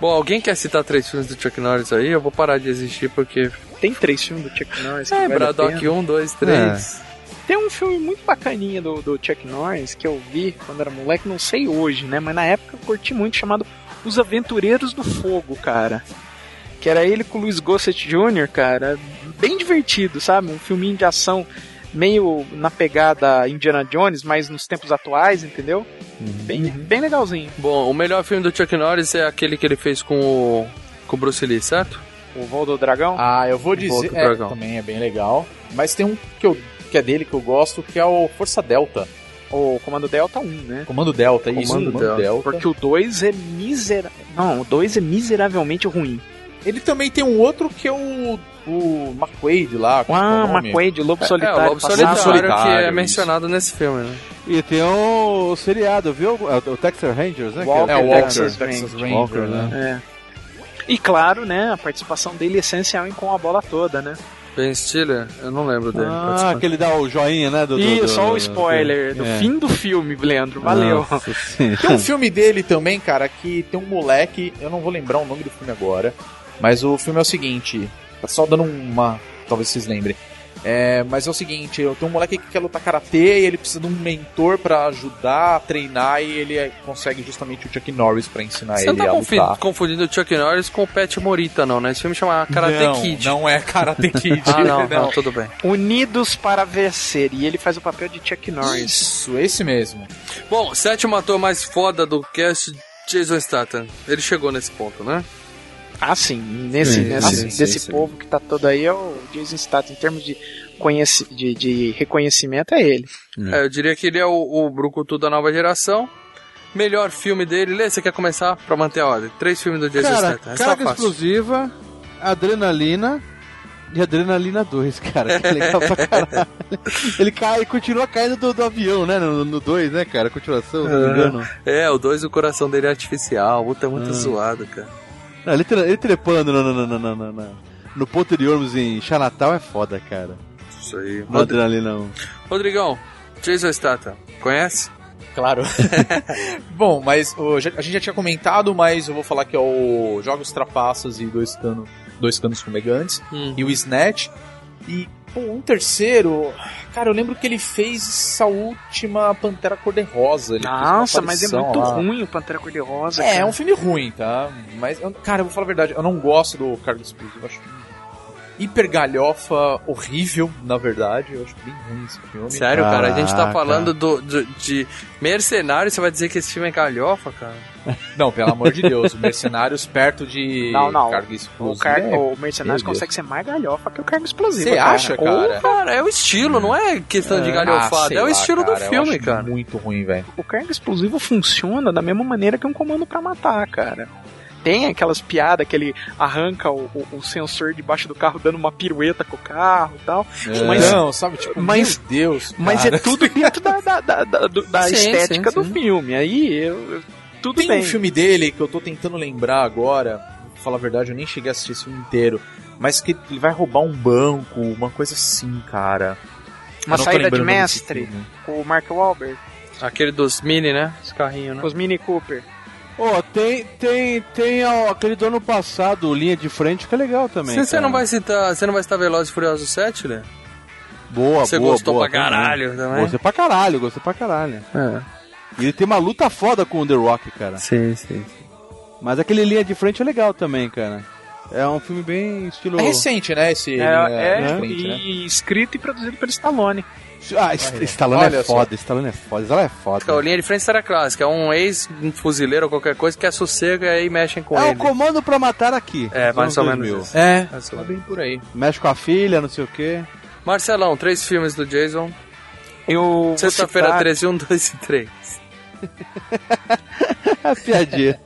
S8: Bom, alguém quer citar três filmes do Chuck Norris aí? Eu vou parar de existir porque.
S5: Tem três filmes do Chuck Norris. que
S8: É,
S5: vale a
S8: Braddock
S5: pena.
S8: 1, 2, 3.
S5: Tem um filme muito bacaninha do, do Chuck Norris que eu vi quando era moleque, não sei hoje, né? Mas na época eu curti muito, chamado Os Aventureiros do Fogo, cara. Que era ele com o Luiz Gossett Jr., cara. Bem divertido, sabe? Um filminho de ação meio na pegada Indiana Jones, mas nos tempos atuais, entendeu? Bem, bem legalzinho.
S8: Bom, o melhor filme do Chuck Norris é aquele que ele fez com o. com o Bruce Lee, certo?
S5: O Voo do Dragão.
S6: Ah, eu vou dizer.
S8: Volta o
S6: É,
S8: dragão.
S6: também é bem legal. Mas tem um que, eu, que é dele que eu gosto, que é o Força Delta.
S5: O Comando Delta 1, né?
S6: Comando Delta, isso.
S8: Comando Delta.
S5: Porque o 2 é miserável. Não, o 2 é miseravelmente ruim.
S6: Ele também tem um outro que é o. O McQuaid lá. como é
S5: Ah,
S6: o nome?
S5: McQuaid, Lobo Solitário.
S8: é, o Lobo
S5: passava-
S8: Solitário, que
S6: Solitário,
S8: é
S6: isso.
S8: mencionado nesse filme, né?
S4: E tem o, o seriado, viu? É O Texas Rangers, né?
S5: Walker,
S6: É o
S4: cara?
S6: Walker.
S5: Texas
S6: Texas
S5: Ranger.
S6: Ranger,
S4: Walker,
S6: né?
S4: né?
S5: É. E claro, né, a participação dele é essencial em com a bola toda, né?
S8: Ben Stiller? Eu não lembro dele.
S4: Ah,
S8: participando.
S4: aquele dá o joinha,
S6: É,
S4: né? Do, do-
S5: Ih,
S4: do-
S5: só um
S4: do-
S5: spoiler do
S4: É.
S5: fim do filme, Leandro. Valeu.
S4: Nossa senhora.
S6: Tem um filme dele também, cara, que tem um moleque, eu não vou lembrar o nome do filme agora, mas o filme é o seguinte, tá só dando uma, talvez vocês lembrem. É, mas é o seguinte, tem um moleque que quer lutar karatê e ele precisa de um mentor pra ajudar a treinar e ele é- consegue justamente o Chuck Norris pra ensinar
S8: Você não
S6: ele
S8: tá
S6: a
S8: confi-
S6: lutar.
S8: confundindo o Chuck Norris com o Pat Morita, não, né? Esse filme chama Karate
S6: não,
S8: Kid.
S6: não é Karate Kid.
S8: Ah, não, não, tudo bem.
S5: Unidos para vencer. E ele faz o papel de Chuck Norris.
S6: Isso, esse mesmo.
S8: Bom, sétimo ator mais foda do cast, Jason Statham. Ele chegou nesse ponto, né?
S5: Ah, sim. Nesse,
S6: Sim,
S5: nesse
S6: sim, sim,
S5: desse
S6: sim.
S5: povo que tá todo aí é o Jason Statham. Em termos de, conheci- de, de reconhecimento, é ele.
S8: É, eu diria que ele é o, o Brucutu da nova geração. Melhor filme dele. Lê, você quer começar pra manter a ordem? Três filmes do Jason
S4: Cara,
S8: Statham. Essa
S4: carga
S8: é fácil.
S4: explosiva, adrenalina e adrenalina 2, cara. Que legal pra caralho. Ele cai, Ah, continua caindo do, do avião, né? No no 2, né, cara? Continuação, se não me engano.
S8: É, o dois, o coração dele é artificial. O outro é muito zoado, cara.
S4: Não, ele, tre- ele trepando no, no, no, no, no, no, no ponto de ônibus em Xanatal é foda, cara.
S8: isso aí.
S4: Não adrenalina, um. não.
S8: Rodrigão, Jason Statham, conhece?
S6: Claro. Bom, mas ô, já- a gente já tinha comentado, mas eu vou falar que é o Jogos Trapaças e Dois, Cano, dois Canos Fumegantes
S3: Hum.
S6: e o Snatch. E, pô, um terceiro, cara, eu lembro que ele fez essa última Pantera Cor-de-Rosa. ele fez uma
S5: Nossa, mas é
S6: aparição
S5: muito
S6: lá.
S5: ruim o Pantera Cor-de-Rosa.
S6: É,
S5: cara.
S6: é um filme ruim, tá? Mas, eu- cara, eu vou falar a verdade, eu não gosto do Carlos Cruz, eu acho hiper galhofa horrível, na verdade, eu acho bem ruim esse filme.
S8: Sério, cara, a gente tá
S6: Caraca.
S8: falando do, do- de mercenário e você vai dizer que esse filme é galhofa, cara?
S6: Não, pelo amor de Deus, Mercenários perto de
S5: Não, não.
S6: Carga
S5: O,
S6: Explosiva.
S5: car...
S6: é-
S5: o Mercenários
S6: Meu Deus.
S5: consegue ser mais galhofa que o Cargo Explosivo.
S6: Você
S5: cara.
S6: acha, cara?
S8: Cara, é o estilo, não é questão de
S6: Ah,
S8: galhofada,
S6: sei
S8: é o
S6: lá,
S8: estilo do
S6: cara, eu
S8: filme,
S6: acho
S8: cara.
S6: Muito ruim, velho.
S5: O cargo explosivo funciona da mesma maneira que um comando pra matar, cara. Tem aquelas piadas que ele arranca o, o- o sensor debaixo do carro dando uma pirueta com o carro e tal. Mas,
S6: É. não, sabe, tipo,
S5: mas-
S6: meu Deus.
S5: mas é
S6: cara.
S5: tudo dentro da, da- da- da- do- da
S8: Sim,
S5: estética
S8: sim,
S5: do
S8: sim.
S5: filme. Aí eu, eu- tudo
S6: Tem
S5: bem.
S6: um filme dele que eu tô tentando lembrar agora. Pra falar a verdade, eu nem cheguei a assistir esse filme inteiro. Mas que ele vai roubar um banco, uma coisa assim, cara.
S5: Uma
S6: Eu não tô
S5: saída de
S6: lembrando o nome desse
S5: mestre
S6: filme. né?
S5: com o Mark Wahlberg,
S8: Aquele dos mini, né? Os carrinhos, né?
S5: com os Mini Cooper.
S12: Ó, tem, tem, tem ó, aquele do ano passado, linha de frente, que é legal também.
S8: Você, você
S12: cara.
S8: não vai citar, você não vai citar Velozes e Furiosos 7, né?
S12: Boa,
S8: Você
S12: boa,
S8: gostou
S12: boa,
S8: pra
S12: também.
S8: caralho também?
S12: Gostei pra caralho, gostei pra caralho.
S8: né? É,
S12: E ele tem uma luta foda com o The Rock, cara.
S8: sim, sim.
S12: Mas aquele linha de frente é legal também, cara. É um filme bem estilo.
S6: É recente, né? Esse.
S5: É,
S6: né,
S5: é,
S6: frente, né?
S5: e escrito e produzido pelo Stallone.
S12: Ah, St- Stallone
S6: Olha
S12: é
S6: só.
S12: foda, Stallone é foda, Stallone é foda.
S8: A linha de frente era clássica, é um ex-fuzileiro ou qualquer coisa que é sossego e aí mexem com
S12: É o
S8: ele.
S12: comando pra matar aqui.
S8: É,
S12: dos anos
S8: mais ou menos
S12: 2000.
S8: isso.
S6: É,
S8: Mais ou
S6: tá
S8: menos.
S6: bem por aí.
S12: Mexe com a filha, não sei o quê.
S8: Marcelão, três filmes do Jason.
S5: Eu vou
S8: Sexta-feira
S5: citar-
S8: 13, 1, 2 e 3.
S12: É piadinha.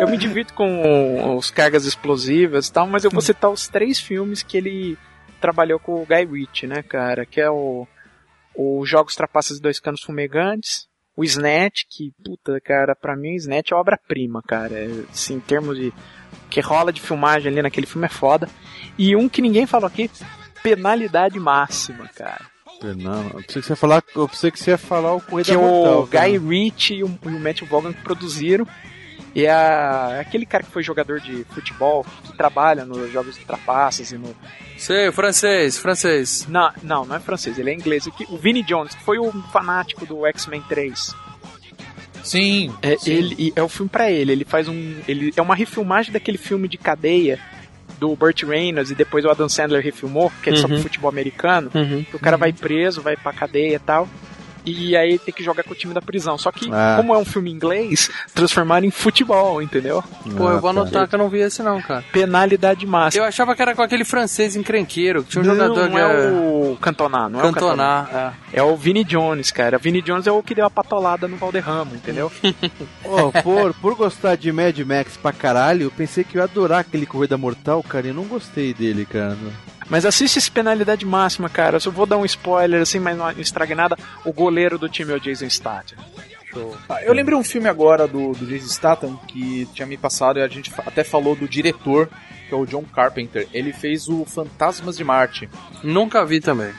S5: Eu me divido com os cargas explosivas e tal, mas eu vou citar os três filmes que ele trabalhou com o Guy Ritchie, né, cara? Que é o, o Jogos Trapaças e Dois Canos Fumegantes, o Snatch, que, puta, cara, pra mim o Snatch é obra-prima, cara. É, Assim, em termos de... o que rola de filmagem ali naquele filme é foda. E um que ninguém falou aqui, Penalidade Máxima, cara.
S12: Não, eu pensei que você ia falar, eu pensei que você ia falar o Corrida
S5: que
S12: Mortal.
S5: o Guy Ritchie e o, e o Matt Vaughan produziram. E é a, aquele cara que foi jogador de futebol, que trabalha nos jogos de trapaças e no.
S8: Sei, o francês, francês.
S5: Não, não, não é francês, ele é inglês. O que- O Vinnie Jones, que foi o fanático do X-Men 3.
S6: Sim.
S5: É,
S6: sim.
S5: ele, e é o filme pra ele. Ele faz um. Ele, é uma refilmagem daquele filme de cadeia do Burt Reynolds e depois o Adam Sandler refilmou, que é sobre
S3: Uhum.
S5: futebol americano.
S3: Uhum.
S5: que o cara vai preso, vai pra cadeia e tal. E aí tem que jogar com o time da prisão. Só que,
S12: Ah.
S5: como é um filme em inglês, transformaram em futebol, entendeu?
S8: Pô,
S5: Ah,
S8: eu vou
S5: tá.
S8: anotar que eu não vi esse não, cara.
S5: Penalidade máxima.
S8: Eu achava que era com aquele francês encrenqueiro, que tinha um
S5: não,
S8: jogador
S5: não
S8: que
S5: é
S8: era-
S5: o Cantona, não é o Cantona.
S8: Cantonar.
S5: É o Vini Jones, cara. O Vini Jones é o que deu a patolada no Valderrama, entendeu?
S12: Ó, por, por gostar de Mad Max pra caralho, eu pensei que eu ia adorar aquele Corrida Mortal, cara, e eu não gostei dele, cara.
S5: Mas assiste esse penalidade máxima, cara. Eu só vou dar um spoiler assim, mas não estraga nada. O goleiro do time é o Jason Statham.
S6: Ah, Eu lembrei um filme agora do, do Jason Statham que tinha me passado e a gente fa- até falou do diretor, que é o John Carpenter. Ele fez o Fantasmas de Marte.
S8: Nunca vi também.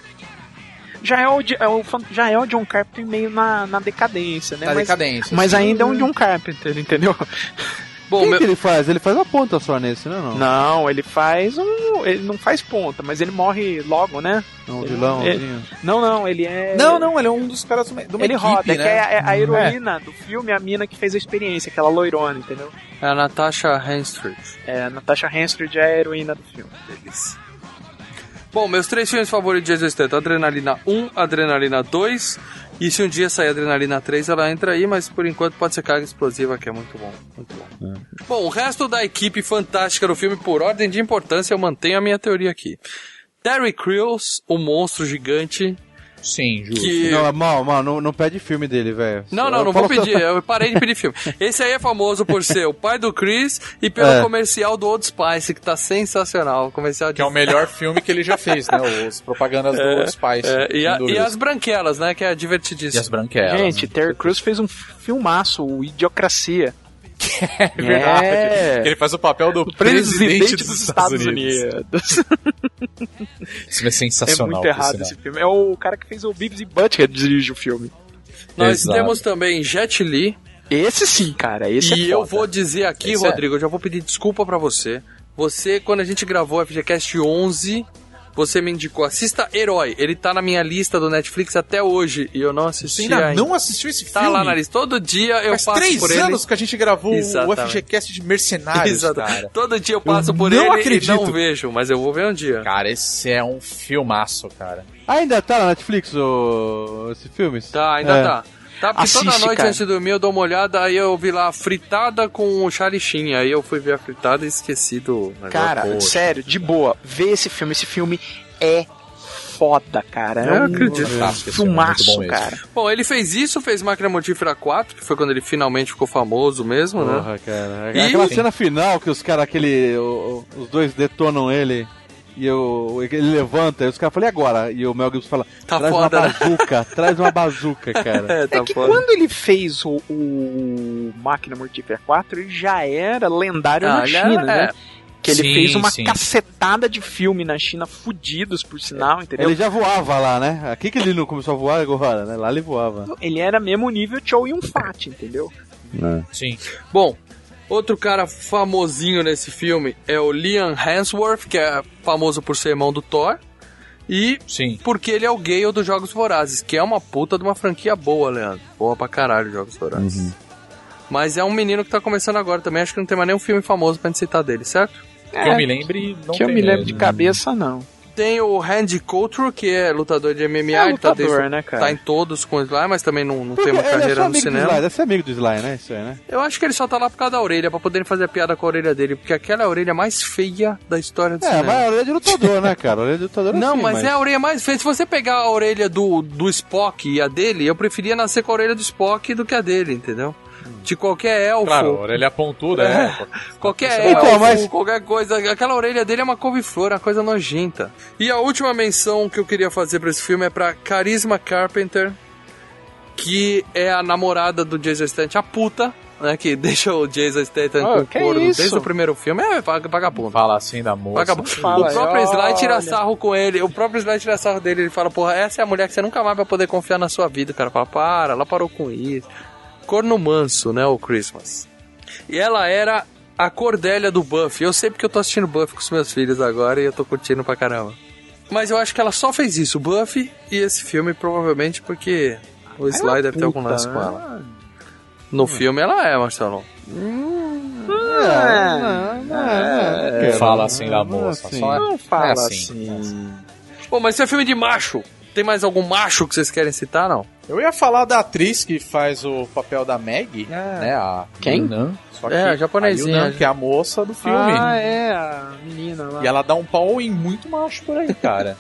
S5: Já é o, Di- é o fan- já é o John Carpenter meio na, na decadência, né?
S6: na
S5: mas,
S6: decadência.
S5: mas ainda é um John Carpenter, entendeu?
S8: Bom,
S12: O que,
S8: meu...
S12: que ele faz? Ele faz uma ponta só nesse, né? Não,
S5: Não, ele faz um. Ele não faz ponta, mas ele morre logo, né?
S12: É um vilãozinho.
S5: Não, não, ele é.
S6: Não, não, ele é um dos caras de uma de uma
S5: Ele
S6: equipe,
S5: roda, é que
S6: né?
S5: é a, é a heroína do filme, é a mina que fez a experiência, aquela loirona, entendeu?
S8: É a Natasha Henstridge.
S5: É, a Natasha Henstridge é a heroína do filme.
S8: Delícia. Bom, meus três filmes favoritos de Jesus Teto, Adrenalina 1, Adrenalina 2, e se um dia sair Adrenalina 3, ela entra aí, mas por enquanto pode ser carga explosiva, que é muito bom, muito bom. Bom, o resto da equipe fantástica do filme, por ordem de importância, eu mantenho a minha teoria aqui. Terry Crews, o monstro gigante,
S6: Sim, justo.
S8: que...
S12: Não, é mal, mal, não, não pede filme dele, velho.
S8: Não,
S12: Eu
S8: não, não vou
S12: falo só-
S8: pedir. Eu parei de pedir filme. Esse aí é famoso por ser o pai do Chris e pelo
S12: É.
S8: comercial do Old Spice, que tá sensacional. O comercial de...
S6: Que é o melhor filme que ele já fez, né? Os propagandas do Old Spice.
S8: É, e, a-
S6: sem
S8: e
S6: dúvidas.
S8: as branquelas, né? Que é
S6: E as
S8: divertidíssimo.
S6: branquelas.
S5: Gente, Terry Crews fez um filmaço, o Idiocracia.
S6: É verdade. É. Ele faz o papel do presidente, dos, Estados, Unidos. Isso é
S5: É
S6: sensacional.
S5: muito
S6: por
S5: errado
S6: sinal.
S5: esse filme. É o cara que fez o Beavis e Butthead dirige o filme.
S4: Nós
S6: Exato.
S4: temos também Jet Li.
S5: Esse sim, cara. Esse
S4: e
S5: é
S4: eu
S5: foda.
S4: vou dizer aqui,
S6: Esse é.
S4: Rodrigo, eu já vou pedir desculpa pra você. Você, quando a gente gravou o FGCast 11, você me indicou, assista Herói. Ele tá na minha lista do Netflix até hoje e eu não
S6: Você
S4: assisti
S6: ainda
S4: ainda.
S6: não assistiu esse
S4: Tá
S6: filme?
S4: lá na lista. Todo dia eu
S6: Faz
S4: passo
S6: três
S4: por
S6: anos que a gente gravou
S4: Exatamente.
S6: o FGCast de mercenários,
S4: ele. Exato.
S6: cara.
S4: Todo dia eu passo por
S6: não
S4: ele
S6: acredito.
S4: e não vejo, mas eu vou ver um dia.
S6: Cara, esse é um filmaço, cara.
S8: Ainda tá na Netflix o... esse filme?
S4: Tá, ainda
S8: É.
S4: tá. Tá, porque toda
S5: Assiste,
S4: noite
S5: cara.
S4: antes de dormir eu dou uma olhada, aí eu vi lá fritada com o charichinho. Aí eu fui ver a fritada e esqueci do
S6: é
S4: negócio.
S5: Cara,
S4: Pô,
S5: sério, de boa. Vê esse filme. Esse filme é foda, cara.
S4: Eu
S5: é um
S4: acredito.
S6: Fantástico esse filme, é muito
S5: Filmaço,
S6: bom mesmo.
S5: cara.
S4: Bom, ele fez isso, fez Máquina Mortífera 4, que foi quando ele finalmente ficou famoso mesmo, né?
S8: Porra, cara.
S4: E-
S8: Aquela cena final que os caras, aquele. o- o- os dois detonam ele. E eu, ele levanta, e os caras falam, e agora? E o Mel Gibson fala,
S4: Tá
S8: traz
S4: foda,
S8: uma
S4: né?"
S8: bazuca, traz uma bazuca, cara.
S4: É,
S5: É que quando ele fez o, o Máquina Mortífera 4, ele já era lendário
S4: Ah,
S5: na
S4: ele
S5: China,
S4: era-
S5: né? Que ele
S6: Sim,
S5: fez uma
S6: sim.
S5: cacetada de filme na China, fudidos por sinal, entendeu?
S8: Ele
S5: Ele,
S8: já voava lá, né? Aqui que ele não começou a voar agora, né? Lá ele voava.
S5: era mesmo nível Chow Yun-Fat, entendeu?
S6: Sim.
S4: Bom, outro cara famosinho nesse filme é o Liam Hemsworth, que é famoso por ser irmão do Thor. E
S6: Sim.
S4: porque ele é o Gale dos Jogos Vorazes, que é uma puta de uma franquia boa, Leandro. Boa pra caralho, Jogos Vorazes.
S12: Uhum.
S4: Mas é um menino que tá começando agora também, acho que não tem mais nenhum filme famoso pra gente citar dele, certo?
S6: que eu
S5: É,
S6: me lembre, não
S5: que eu
S6: tem
S5: me lembro de
S6: mesmo.
S5: cabeça, não.
S4: Tem o Randy Couture, que é lutador de MMA,
S5: É
S8: um
S4: ele tá, desde-
S5: lutador, né, cara?
S4: tá em todos com o Sly, mas também não, não tem uma
S8: ele é só
S4: carreira no
S8: amigo do Sly,
S4: cinema.
S8: deve ser amigo do Sly, né? Isso aí, né?
S4: Eu acho que ele só tá lá por causa da orelha, pra poderem fazer a piada com a orelha dele, porque aquela é a orelha mais feia da história do
S8: É,
S4: cinema.
S8: mas a orelha de lutador, né, cara? A orelha de lutador é
S4: Não,
S8: assim,
S4: mas, é a orelha mais feia. Se você pegar a orelha do, do Spock e a dele, eu preferia nascer com a orelha do Spock do que a dele, entendeu? De qualquer elfo,
S6: Claro, a orelha pontuda, é.
S4: qualquer
S8: Então,
S4: elfo,
S8: mas-
S4: qualquer coisa. Aquela orelha dele é uma couve-flor, uma coisa nojenta. E a última menção que eu queria fazer pra esse filme é pra Carisma Carpenter, que é a namorada do Jason Statham, a puta, né, que deixa o Jason Statham
S5: Ah,
S4: com o
S5: que
S4: corno
S5: isso?
S4: desde o primeiro filme. É, vaga- vagabundo.
S6: Fala assim da moça.
S4: Vagabundo.
S5: Fala,
S4: o próprio
S5: olha.
S4: Sly tira sarro com ele. O próprio Sly tira sarro dele. Ele fala, porra, essa é a mulher que você nunca mais vai poder confiar na sua vida. O cara fala, para, ela parou com isso. Corno manso, né, o Christmas. E ela era a Cordélia do Buffy. Eu sei porque eu tô assistindo Buffy com os meus filhos agora e eu tô curtindo pra caramba. Mas eu acho que ela só fez isso, o Buffy e esse filme, provavelmente porque o Sly deve ter algum lance com ela. No filme ela é, Marcelo.
S8: É,
S6: Fala assim da moça. Só é-
S5: Não fala
S6: é assim.
S5: assim.
S4: Pô, mas isso é filme de macho. Tem mais algum macho que vocês querem citar, não?
S6: Eu ia falar da atriz que faz o papel da Maggie, né? A
S5: Quem?
S6: Yunan. Só
S4: É, a japonesinha.
S6: a Yunan, que é a moça do filme.
S5: Ah, é, a menina lá.
S6: E ela dá um pau em muito macho por aí, cara.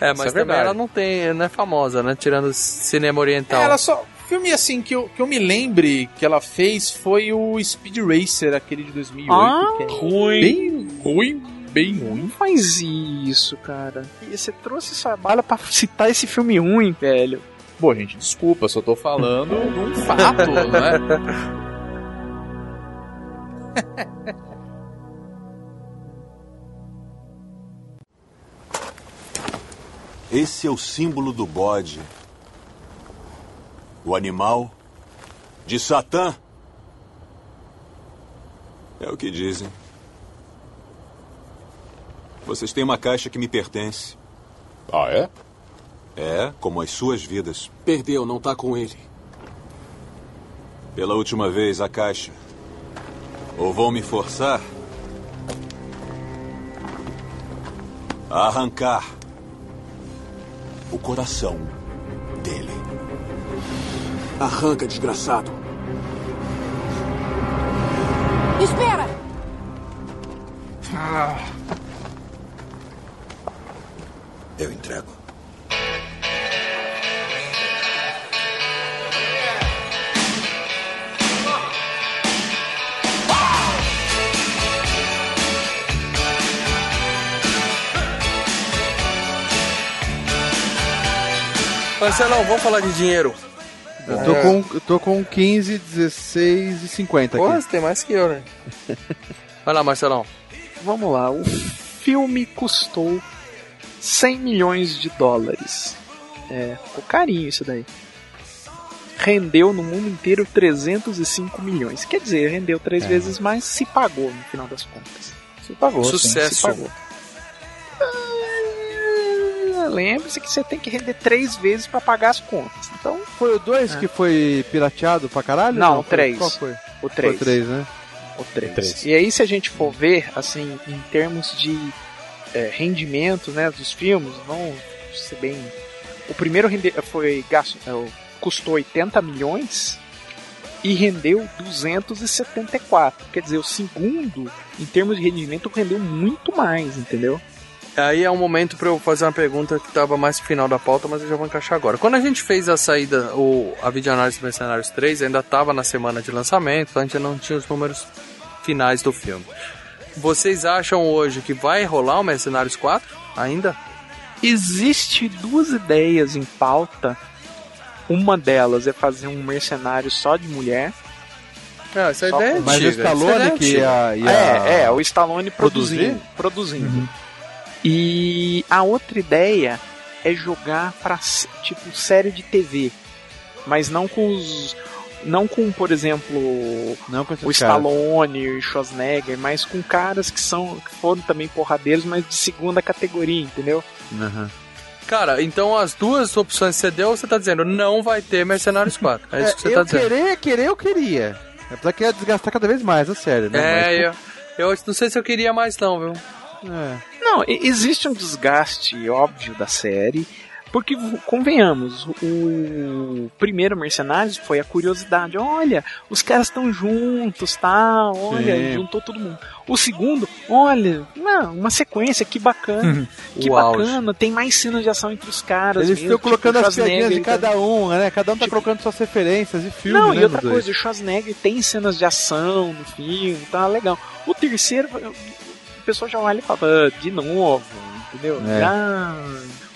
S4: É,
S6: Isso
S4: mas
S6: é
S4: também
S6: verdade.
S4: ela não tem, não é famosa, né? Tirando cinema oriental.
S5: Então.
S6: É, ela só. Filme assim que eu, que eu me lembre que ela fez foi o Speed Racer, aquele de 2008.
S5: Ah,
S6: que é Bem ruim, bem
S5: Não
S6: ruim.
S5: faz isso, cara. E Você trouxe essa bala pra citar esse filme ruim, velho.
S6: Pô, gente, desculpa, eu só tô falando de um fato, né?
S13: Esse é o símbolo do bode. O animal de Satã. É o que dizem. Vocês têm uma caixa que me pertence.
S2: Ah, é?
S13: É, como as suas vidas.
S14: Perdeu, não tá com ele.
S13: Pela última vez, a caixa. Ou vão me forçar a arrancar o coração dele.
S14: Arranca, desgraçado.
S15: Espera!
S13: Eu entrego.
S4: Marcelão, vamos falar de dinheiro. Eu tô,
S3: É.
S4: com, eu tô com 15, 16 e 50
S3: Porra,
S4: aqui.
S3: você tem mais que eu, né?
S8: Vai lá, Marcelão.
S5: Vamos lá, o filme custou 100 milhões de dólares. É, ficou carinho isso daí. Rendeu no mundo inteiro 305 milhões. Quer dizer, rendeu três
S6: É.
S5: vezes mais, se pagou no final das contas.
S6: Se pagou, sim,
S8: Sucesso.
S6: se pagou.
S5: Ah, Lembre-se que você tem que render três vezes para pagar as contas. Então,
S4: Foi o 2 que foi pirateado pra caralho?
S5: Não,
S4: foi-
S5: três.
S4: Qual É. foi?
S5: O três.
S4: Foi o 3, né?
S5: O 3.
S4: Três.
S5: E aí, se a gente for ver, assim, em termos de é, rendimento, né, dos filmes, vão ser bem... O primeiro rende... foi gasto... é, o- custou 80 milhões e rendeu 274. Quer dizer, o segundo, em termos de rendimento, rendeu muito mais, entendeu?
S8: Aí é um momento pra eu fazer uma pergunta que tava mais pro final da pauta, mas eu já vou encaixar agora. Quando a gente fez a saída, ou a videoanálise do Mercenários 3, ainda tava na semana de lançamento, então a gente não tinha os números finais do filme. Vocês acham hoje que vai rolar o Mercenários 4 ainda?
S5: Existe duas ideias em pauta. Uma delas é fazer um mercenário só de mulher.
S8: Não, essa
S5: Só-
S8: ideia é
S4: Tá Mas o
S8: antiga, essa ideia é
S4: Stallone que ia, ia...
S5: É, é, o Stallone produzindo.
S4: Produzir? Uhum.
S5: Produzindo. E a outra ideia é jogar pra s- tipo série de TV, mas não com os não com, por exemplo,
S4: Não com esses
S5: o
S4: caras.
S5: Stallone, o Schwarzenegger, mas com caras que são que foram também porradeiros, mas de segunda categoria, entendeu?
S4: Aham.
S8: Cara, então as duas opções que você deu, você tá dizendo não vai ter Mercenários 4. É isso que você
S4: eu
S8: tá dizendo.
S4: querer, querer, eu queria. Apesar que ia desgastar cada vez mais, é sério, né?
S8: É, eu, eu não sei se eu queria mais não, viu?
S4: eu... É.
S5: Não, e- existe um desgaste óbvio da série, porque v- convenhamos, o primeiro Mercenários foi a curiosidade, olha, os caras estão juntos, tá? Olha,
S4: Sim.
S5: juntou todo mundo. O segundo, olha, uma, uma sequência que bacana, que
S8: O auge.
S5: bacana, tem mais cenas de ação entre os caras.
S4: Eles
S5: mesmo,
S4: estão colocando
S5: tipo o
S4: as piadinhas de
S5: Schwarzenegger,
S4: cada um, né? Cada um tá colocando suas referências e filmes,
S5: Tipo- não,
S4: né?
S5: e outra
S4: nos
S5: coisa,
S4: dois.
S5: o Schwarzenegger tem cenas de ação no filme, tá legal. O terceiro, o pessoal já olha e fala, "Ah, de novo, entendeu?
S4: É.
S5: Ah,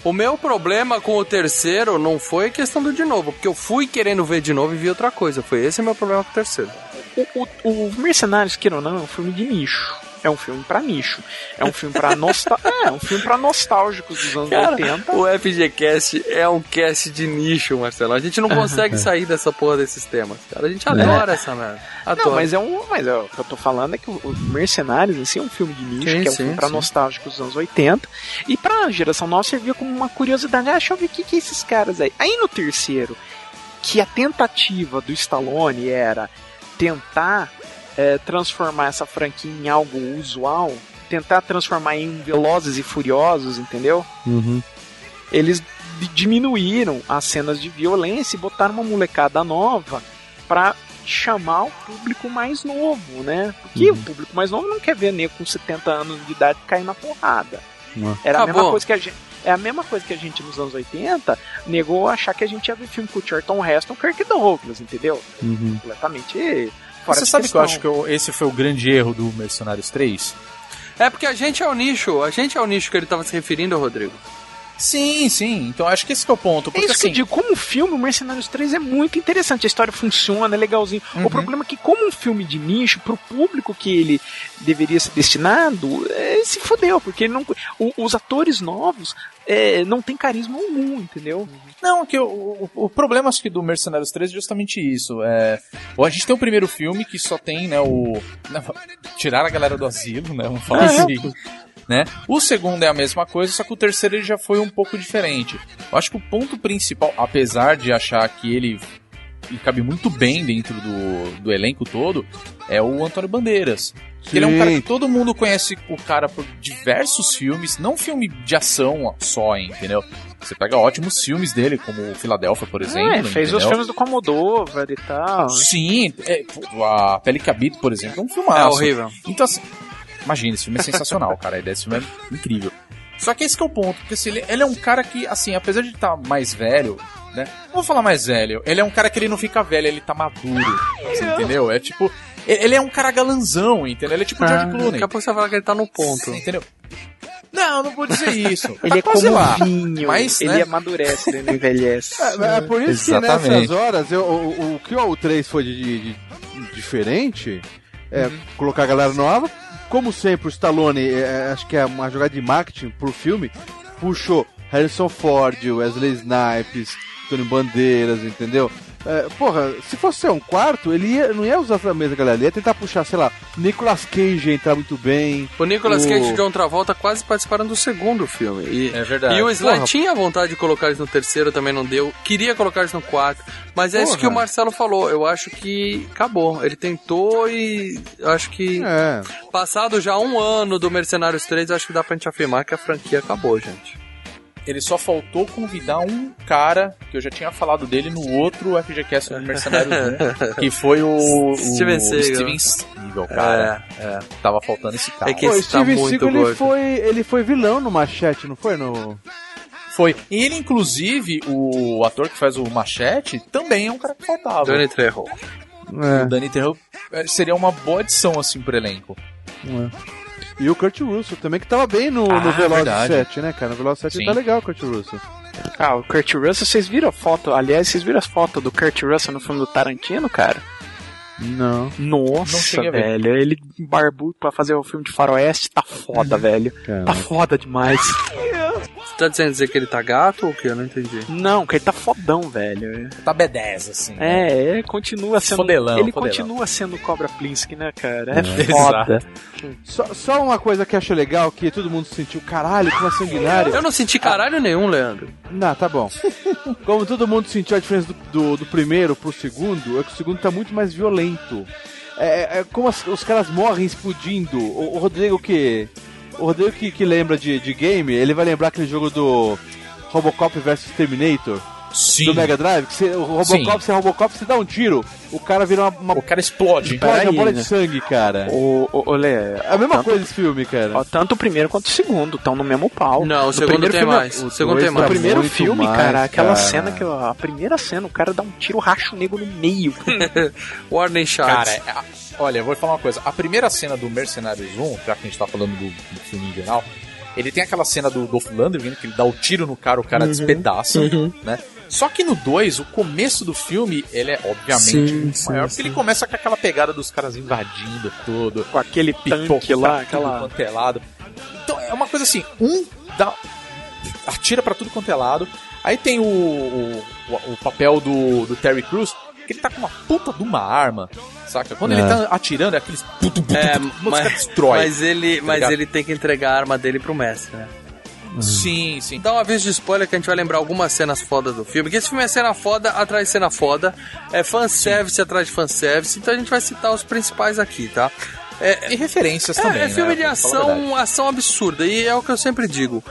S8: O meu problema com o terceiro não foi questão do de novo, porque eu fui querendo ver de novo e vi outra coisa. Foi esse o meu problema com o terceiro.
S5: o, o, o Mercenários, queira ou não, é um filme de nicho. É um filme pra nicho. É um filme pra, nostal... é, é um filme pra nostálgicos dos anos 80.
S8: o FGCast é um cast de nicho, Marcelo. A gente não consegue sair dessa porra desses temas, cara. A gente adora essa merda. Adora.
S5: Não, mas é um. Mas é, o que eu tô falando é que o o Mercenários em si é um filme de nicho,
S8: Sim,
S5: que é um
S8: sim,
S5: filme pra
S8: sim.
S5: nostálgicos dos anos 80. E pra geração nova servia como uma curiosidade. Ah, deixa eu ver o que, que é esses caras aí. Aí no terceiro, que a tentativa do Stallone era tentar eh, transformar essa franquia em algo usual, tentar transformar em Velozes e Furiosos, entendeu?
S8: Uhum.
S5: eles di- diminuíram as cenas de violência e botaram uma molecada nova pra chamar o público mais novo, né? Porque
S6: Uhum.
S5: o público mais novo não quer ver nego com 70 anos de idade cair na porrada.
S6: é?
S4: Não.
S5: Era a mesma
S8: Acabou.
S5: coisa que a gente é a mesma coisa que a gente nos anos 80 negou achar que a gente ia ver filme com o Charlton Heston, Kirk Douglas, entendeu? Completamente fora
S6: Uhum. Você
S5: de
S6: sabe que eu
S5: questão.
S6: acho que eu- esse foi o grande erro do Mercenários 3?
S8: É porque a gente é o nicho. A gente é o nicho que ele tava se referindo, Rodrigo.
S6: Sim, sim. Então acho que esse que é o ponto.
S5: É
S6: Porque,
S5: isso que eu
S6: assim,
S5: digo, como filme, o Mercenários 3 é muito interessante, a história funciona, é legalzinho. O problema é que, como um filme de nicho, pro público que ele deveria ser destinado, é, se fudeu, porque ele não, o- os atores novos é, não tem carisma algum, entendeu?
S6: Não, que o, o, o problema acho que do Mercenários 3 é justamente isso. É, ou a gente tem o primeiro filme que só tem, né, o. né, tirar a galera do asilo, né? Vamos falar
S5: Ah, é.
S6: assim. Né? O segundo é a mesma coisa, só que o terceiro ele já foi um pouco diferente. Eu acho que o ponto principal, apesar de achar que ele, ele cabe muito bem dentro do, do elenco todo, é o Antônio Bandeiras. Que Ele é um cara que todo mundo conhece o cara por diversos filmes, não filme de ação só, hein, entendeu? Você pega ótimos filmes dele, como o Filadélfia, por exemplo.
S5: Ah, é, fez os
S6: entendeu?
S5: filmes do Commodore e tal.
S6: Sim, é, pô, a Pele que Habito, por exemplo, é um
S8: É
S6: filmaço.
S8: horrível.
S6: Então, assim, imagina, esse filme é sensacional, cara. A ideia desse filme é incrível. Só que esse que é o ponto, porque assim, ele, ele é um cara que, assim, apesar de estar mais velho, né? Não vou falar mais velho, ele é um cara que ele não fica velho, ele tá maduro. você entendeu? É tipo. Ele ele é um cara galanzão, entendeu? Ele é tipo o George Clooney.
S8: Daqui a pouco você vai falar que ele tá no ponto.
S6: Entendeu? Não, não vou dizer isso.
S5: Ele é
S6: Tá quase
S5: como
S6: lá.
S5: vinho,
S6: Mas,
S5: ele é-
S6: né?
S5: amadurece, ele não envelhece.
S4: É, é por isso que
S6: Exatamente.
S4: nessas horas, eu- o, o que o 3 foi de, de- de- diferente, é, colocar a galera nova, como sempre o Stallone, é, acho que é uma jogada de marketing pro filme, puxou Harrison Ford, Wesley Snipes, Tony Bandeiras, entendeu? É, porra, se fosse ser um quarto, ele ia- não ia usar a mesma galera, ele ia tentar puxar, sei lá, Nicolas Cage ia entrar muito bem.
S8: O Nicolas Cage e o John Travolta quase participaram do segundo filme. E,
S6: É verdade.
S8: E o Sly
S6: Porra.
S8: tinha vontade de colocar eles no terceiro, também não deu. Queria colocar eles no quarto. Mas é isso
S6: Porra.
S8: que o Marcelo falou. Eu acho que acabou. Ele tentou e acho que.
S4: É.
S8: Passado já um ano do Mercenários 3, acho que dá pra gente afirmar que a franquia acabou, gente.
S6: Ele só faltou convidar um cara que eu já tinha falado dele no outro FGCast do Mercenários 1, que foi o, o
S8: Steven Seagal.
S6: Steven Seagal, cara. Tava faltando esse cara.
S8: É que
S4: Pô,
S8: esse tá
S4: Steven
S8: muito
S4: Seagal ele
S8: gordo.
S4: foi, ele foi vilão no Machete, não foi? No...
S6: Foi. E ele, inclusive, o ator que faz o Machete, também é um cara que faltava.
S8: Donnie Trejo.
S6: O Danny Trejo eh, seria uma boa adição, assim, pro elenco.
S4: E o Kurt Russell também, que tava bem no,
S6: Ah,
S4: no Veloz
S6: verdade.
S4: 7, né, cara? No Veloz 7
S6: Sim.
S4: tá legal o Kurt Russell.
S5: Ah, o Kurt Russell, vocês viram a foto? Aliás, vocês viram as fotos do Kurt Russell no filme do Tarantino, cara?
S4: Não.
S6: Não
S5: Nossa,
S6: cheguei a ver.
S5: velho, ele barbudo pra fazer o filme de faroeste, tá foda, velho. Tá foda demais.
S8: Você tá dizendo dizer que ele tá gato ou o que? Eu não entendi.
S5: Não, que ele tá fodão, velho.
S6: Tá B10, assim.
S5: É, é, continua sendo.
S6: Fodelão,
S5: ele
S6: fodelão.
S5: continua sendo Cobra Plinsky, né, cara? É,
S6: É.
S5: foda.
S4: Só, só uma coisa que eu acho legal, que todo mundo sentiu, caralho, como é sanguinário.
S8: Eu não senti caralho nenhum, Leandro.
S4: Não, tá bom. Como todo mundo sentiu a diferença do, do, do primeiro pro segundo, é que o segundo tá muito mais violento. É, é- é como as- os caras morrem explodindo. O, o Rodrigo que. O Rodrigo que, que lembra de, de game, ele vai lembrar aquele jogo do Robocop vs Terminator.
S6: Sim.
S4: Do Mega Drive, que você, o
S6: Sim.
S4: Robocop, você é Robocop, você dá um tiro, o cara vira uma, uma
S6: O cara explode.
S4: Explode
S5: Peraí,
S4: uma bola
S5: né?
S4: de sangue, cara.
S5: O, o, o Lê,
S4: É a mesma
S8: tá
S5: tanto,
S4: coisa né? esse filme, cara.
S5: ó, tanto o primeiro quanto o segundo estão no mesmo pau.
S8: Não, o
S5: No
S8: segundo
S5: primeiro
S8: tem
S5: filme- é-
S8: mais. O segundo
S5: dois
S8: tem
S5: no
S8: mais.
S5: primeiro
S4: Muito
S5: filme,
S4: mais,
S5: cara, aquela
S4: cara.
S5: cena que. ó, A primeira cena, o cara dá um tiro, racha o nego no meio.
S8: Warning Shots.
S6: Cara, é- a- olha, eu vou falar uma coisa. A primeira cena do Mercenários 1, já que a gente tá falando do, do filme em geral, ele tem aquela cena do Dolph Lundgren, que ele dá o tiro no cara, o cara
S5: Uhum.
S6: despedaça, né? Só que no 2, o começo do filme, ele é obviamente
S5: Sim,
S6: muito
S5: sim,
S6: maior,
S5: sim.
S6: porque ele começa com aquela pegada dos caras invadindo tudo,
S5: Com aquele tanque
S6: pipoca
S5: lá,
S6: pra tudo
S5: aquela.
S6: quanto é lado. Então é uma coisa assim, um dá, atira pra tudo quanto é lado. Aí tem o, o, o papel do, do Terry Crews, que ele tá com uma puta de uma arma, saca? Quando ele
S4: É.
S6: tá atirando, é aqueles.
S8: É,
S6: música destrói.
S8: mas ele, mas
S6: tá ligado?
S8: ele tem que entregar a arma dele pro mestre, né?
S6: Uhum. Sim, sim.
S8: Dá um aviso de spoiler que a gente vai lembrar algumas cenas fodas do filme. Que esse filme é cena foda atrás de cena foda, é fanservice atrás de fanservice, então a gente vai citar os principais aqui, tá? É,
S6: E referências
S8: é,
S6: também.
S8: é
S6: né?
S8: filme de
S6: Vamos falar a verdade.
S8: ação, ação absurda, e é o que eu sempre digo.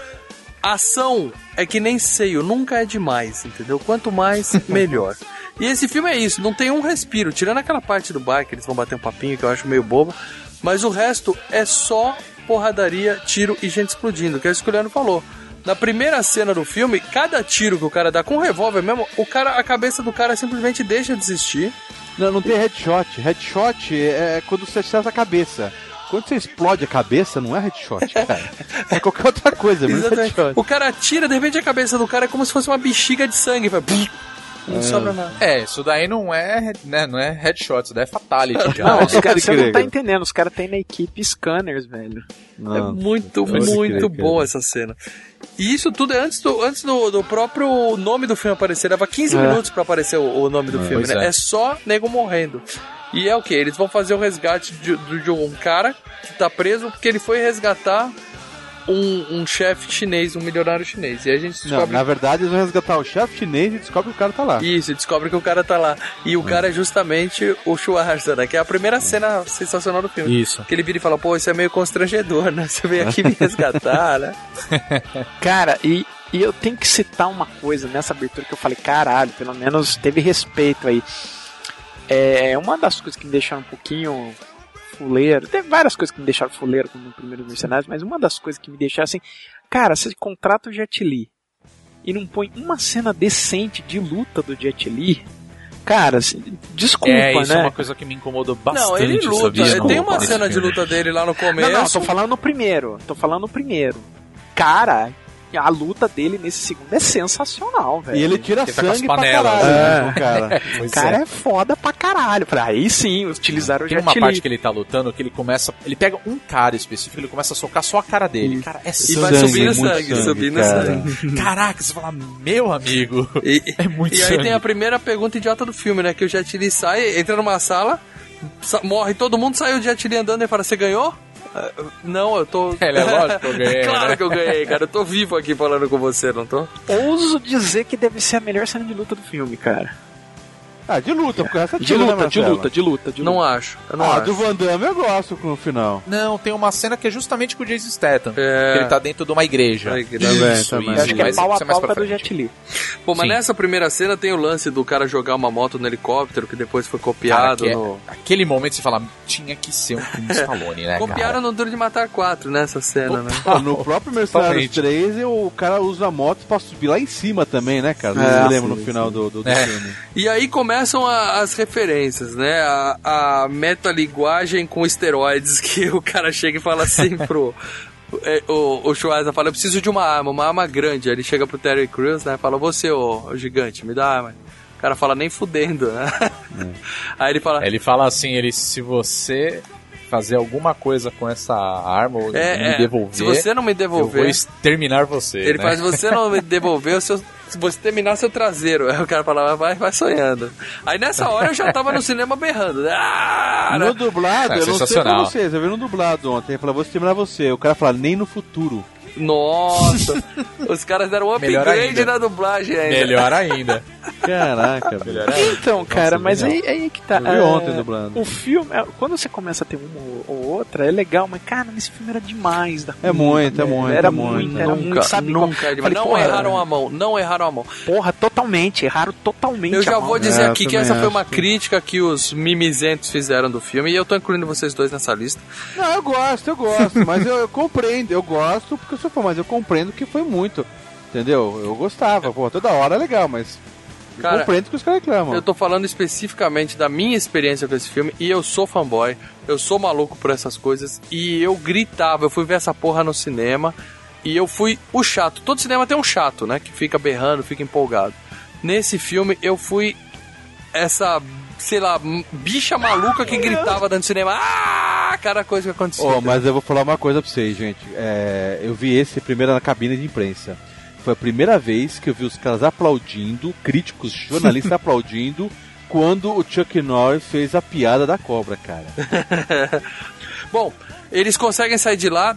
S8: Ação é que nem seio, nunca é demais, entendeu? Quanto mais, melhor. E esse filme é isso, não tem um respiro, tirando aquela parte do bar que eles vão bater um papinho que eu acho meio boba, mas o resto é só porradaria, tiro e gente explodindo, que é isso que o Leandro falou. Na primeira cena do filme, cada tiro que o cara dá com um revólver mesmo, o cara, a cabeça do cara simplesmente deixa de existir.
S4: Não, não tem headshot. Headshot é é quando você acerta a cabeça. Quando você explode a cabeça, não é headshot, cara. É qualquer outra coisa, mas é
S8: Exatamente.
S4: headshot.
S8: O cara atira, de repente a cabeça do cara é como se fosse uma bexiga de sangue. Vai... pum, Não sobra nada.
S6: É, isso daí não é, né, não é headshot, isso daí é fatality já.
S5: Não,
S6: né?
S5: os caras, você não
S4: Incrível.
S5: tá entendendo, os caras têm na equipe scanners, velho.
S8: É
S4: Não.
S8: muito,
S4: pode crer,
S8: muito
S4: cara.
S8: boa essa cena. E isso tudo é antes do, antes do, do próprio nome do filme aparecer. Dava 15 minutos pra aparecer o, o nome do filme,
S6: pois
S8: né? É.
S6: é.
S8: só nego morrendo. E é o que? Eles vão fazer o resgate de, de- de um cara que tá preso porque ele foi resgatar um, um chefe chinês, um milionário chinês. E aí a gente
S4: Não,
S8: descobre
S4: na verdade, eles vão resgatar o chefe chinês e descobre que o cara tá lá.
S8: Isso, e descobre que o cara tá lá. E
S4: Hum.
S8: o cara é justamente o Schwarzer, né? Que é a primeira cena sensacional do filme.
S6: Isso.
S8: Que ele vira e fala, pô, isso é meio constrangedor, né? Você veio aqui me resgatar, né?
S5: Cara, e, e eu tenho que citar uma coisa nessa abertura que eu falei, caralho, pelo menos teve respeito aí. É uma das coisas que me deixaram um pouquinho fuleiro. Tem várias coisas que me deixaram fuleiro como no primeiro Mercenários, mas uma das coisas que me deixaram assim, cara, você contrata o Jet Li e não põe uma cena decente de luta do Jet Li, cara, assim, desculpa,
S6: é, isso
S5: né?
S6: é uma coisa que me incomodou bastante.
S8: não, ele luta. né?
S6: sabia?
S8: Tem uma
S6: Nesse
S8: cena de
S6: filme.
S8: luta dele lá no
S5: Não,
S8: começo.
S5: não, tô falando no primeiro. Tô falando no primeiro. Cara, a luta dele nesse segundo é sensacional, velho.
S4: E ele tira
S5: fica com as
S4: sangue pra
S5: panelas,
S4: caralho,
S5: né,
S4: né,
S5: cara.
S4: cara?
S5: O
S4: Pois
S5: cara é.
S4: é.
S5: foda pra caralho. Eu falei, Aí sim, utilizaram o
S6: Tem uma
S5: Jet
S6: parte
S5: Li.
S6: que ele tá lutando que ele começa. Ele pega um cara específico, ele começa a socar só a cara dele. Cara, é
S8: E vai
S6: sangue,
S8: subindo
S6: muito
S8: sangue, subindo
S6: cara.
S5: Hum.
S8: sangue.
S6: Caraca, você fala, meu amigo. é muito
S8: E aí
S6: sangue.
S8: tem a primeira pergunta idiota do filme, né? Que o Jet Li sai, entra numa sala, sa- morre todo mundo, sai o Jet Li andando e fala, você ganhou? Ah, Não, eu tô.
S6: Ele é lógico que eu ganhei,
S8: claro
S6: né?
S8: que eu ganhei, cara. Eu tô vivo aqui falando com você, não tô?
S5: Ouso dizer que deve ser a melhor cena de luta do filme, cara.
S4: Ah, de luta, porque essa
S5: De luta, de luta, de luta, de luta.
S8: Não acho. Eu não
S4: ah,
S8: acho.
S4: do Van Damme eu gosto no final.
S6: Não, tem uma cena que é justamente com o Jason Statham.
S8: É.
S6: Que ele tá dentro de uma igreja.
S8: Ai, que
S4: Também, também.
S5: Acho que é
S6: mas
S5: pau a
S6: isso mais
S5: pau
S6: pra
S5: com a do
S6: frente.
S5: Jet Li.
S8: Pô, mas
S6: Sim.
S8: nessa primeira cena tem o lance do cara jogar uma moto no helicóptero, que depois foi copiado
S6: Cara, que é-
S8: no.
S6: Aquele momento você fala, tinha que ser um filme de Stallone, né,
S8: Copiaram no Duro de Matar 4 nessa cena, né?
S4: Ah, no próprio Mercenários
S6: Totalmente.
S4: 3, eu- o cara usa a moto pra subir lá em cima também, né, cara? Não
S5: É,
S4: se lembra no
S5: sim,
S4: final do, do, do
S6: É.
S4: filme.
S8: E aí começam a- as referências, né? A, a metalinguagem com esteroides, que o cara chega e fala assim pro. é, o, o Schwarzenegger fala: Eu preciso de uma arma, uma arma grande. Aí ele chega pro Terry Crews, né? Fala: Você, ô, ô gigante, me dá a arma. O cara fala: Nem fudendo, né?
S6: É.
S8: Aí ele fala:
S6: Aí Ele fala assim, ele se você fazer alguma coisa com essa arma ou
S8: É,
S6: me
S8: é,
S6: devolver,
S8: se você não me
S6: eu vou
S8: devolver.
S6: exterminar você.
S8: Ele
S6: né?
S8: faz você não me devolver o seu. Se você terminar seu traseiro. Aí o cara fala, vai, vai sonhando. Aí nessa hora eu já tava no cinema berrando. né? Ah,
S4: No dublado,
S6: Cara,
S4: eu não sei pra
S6: É sensacional.
S4: vocês, eu vi no dublado ontem. Ele falou, vou terminar você. O cara fala, nem no futuro.
S8: Nossa! Os caras deram um
S6: Melhor
S8: upgrade
S6: ainda.
S8: na dublagem ainda.
S6: Melhor ainda.
S4: Caraca, velho.
S5: Então, cara, mas aí, aí que tá.
S4: Eu vi
S5: É,
S4: ontem dublando.
S5: O filme, é, quando você começa a ter uma ou outra, é legal, mas cara, esse filme era demais da
S4: É muito, é muito,
S5: Era
S4: é muito.
S5: muito, era muito, sabe?
S8: Nunca,
S5: qual-
S8: Edmar.
S5: falei,
S8: não
S5: porra,
S8: erraram a mão, não erraram a mão.
S5: Porra, totalmente, erraram totalmente.
S8: Eu já
S5: a mão. né?
S8: vou dizer
S4: É,
S8: aqui
S4: eu
S8: que essa
S4: também
S8: foi uma
S4: acho.
S8: crítica que os mimizentos fizeram do filme e eu tô incluindo vocês dois nessa lista.
S4: Não, eu gosto, eu gosto, mas eu, eu compreendo, eu gosto porque eu sou fã, mas eu compreendo que foi muito. Entendeu? Eu gostava, pô, toda hora é legal, mas. eu
S8: Cara,
S4: compreendo que os caras reclamam.
S8: Eu tô falando especificamente da minha experiência com esse filme e eu sou fanboy, eu sou maluco por essas coisas e eu gritava, eu fui ver essa porra no cinema e eu fui o chato. Todo cinema tem um chato, né, que fica berrando, fica empolgado. Nesse filme eu fui essa, sei lá, m- bicha maluca que gritava dentro do cinema. Ah, cada coisa que acontecia.
S4: Ó, mas eu vou falar uma coisa pra vocês, gente. É, eu vi esse primeiro na cabine de imprensa. Foi a primeira vez que eu vi os caras aplaudindo, críticos, jornalistas aplaudindo, quando o Chuck Norris fez a piada da cobra, cara.
S8: Bom, eles conseguem sair de lá.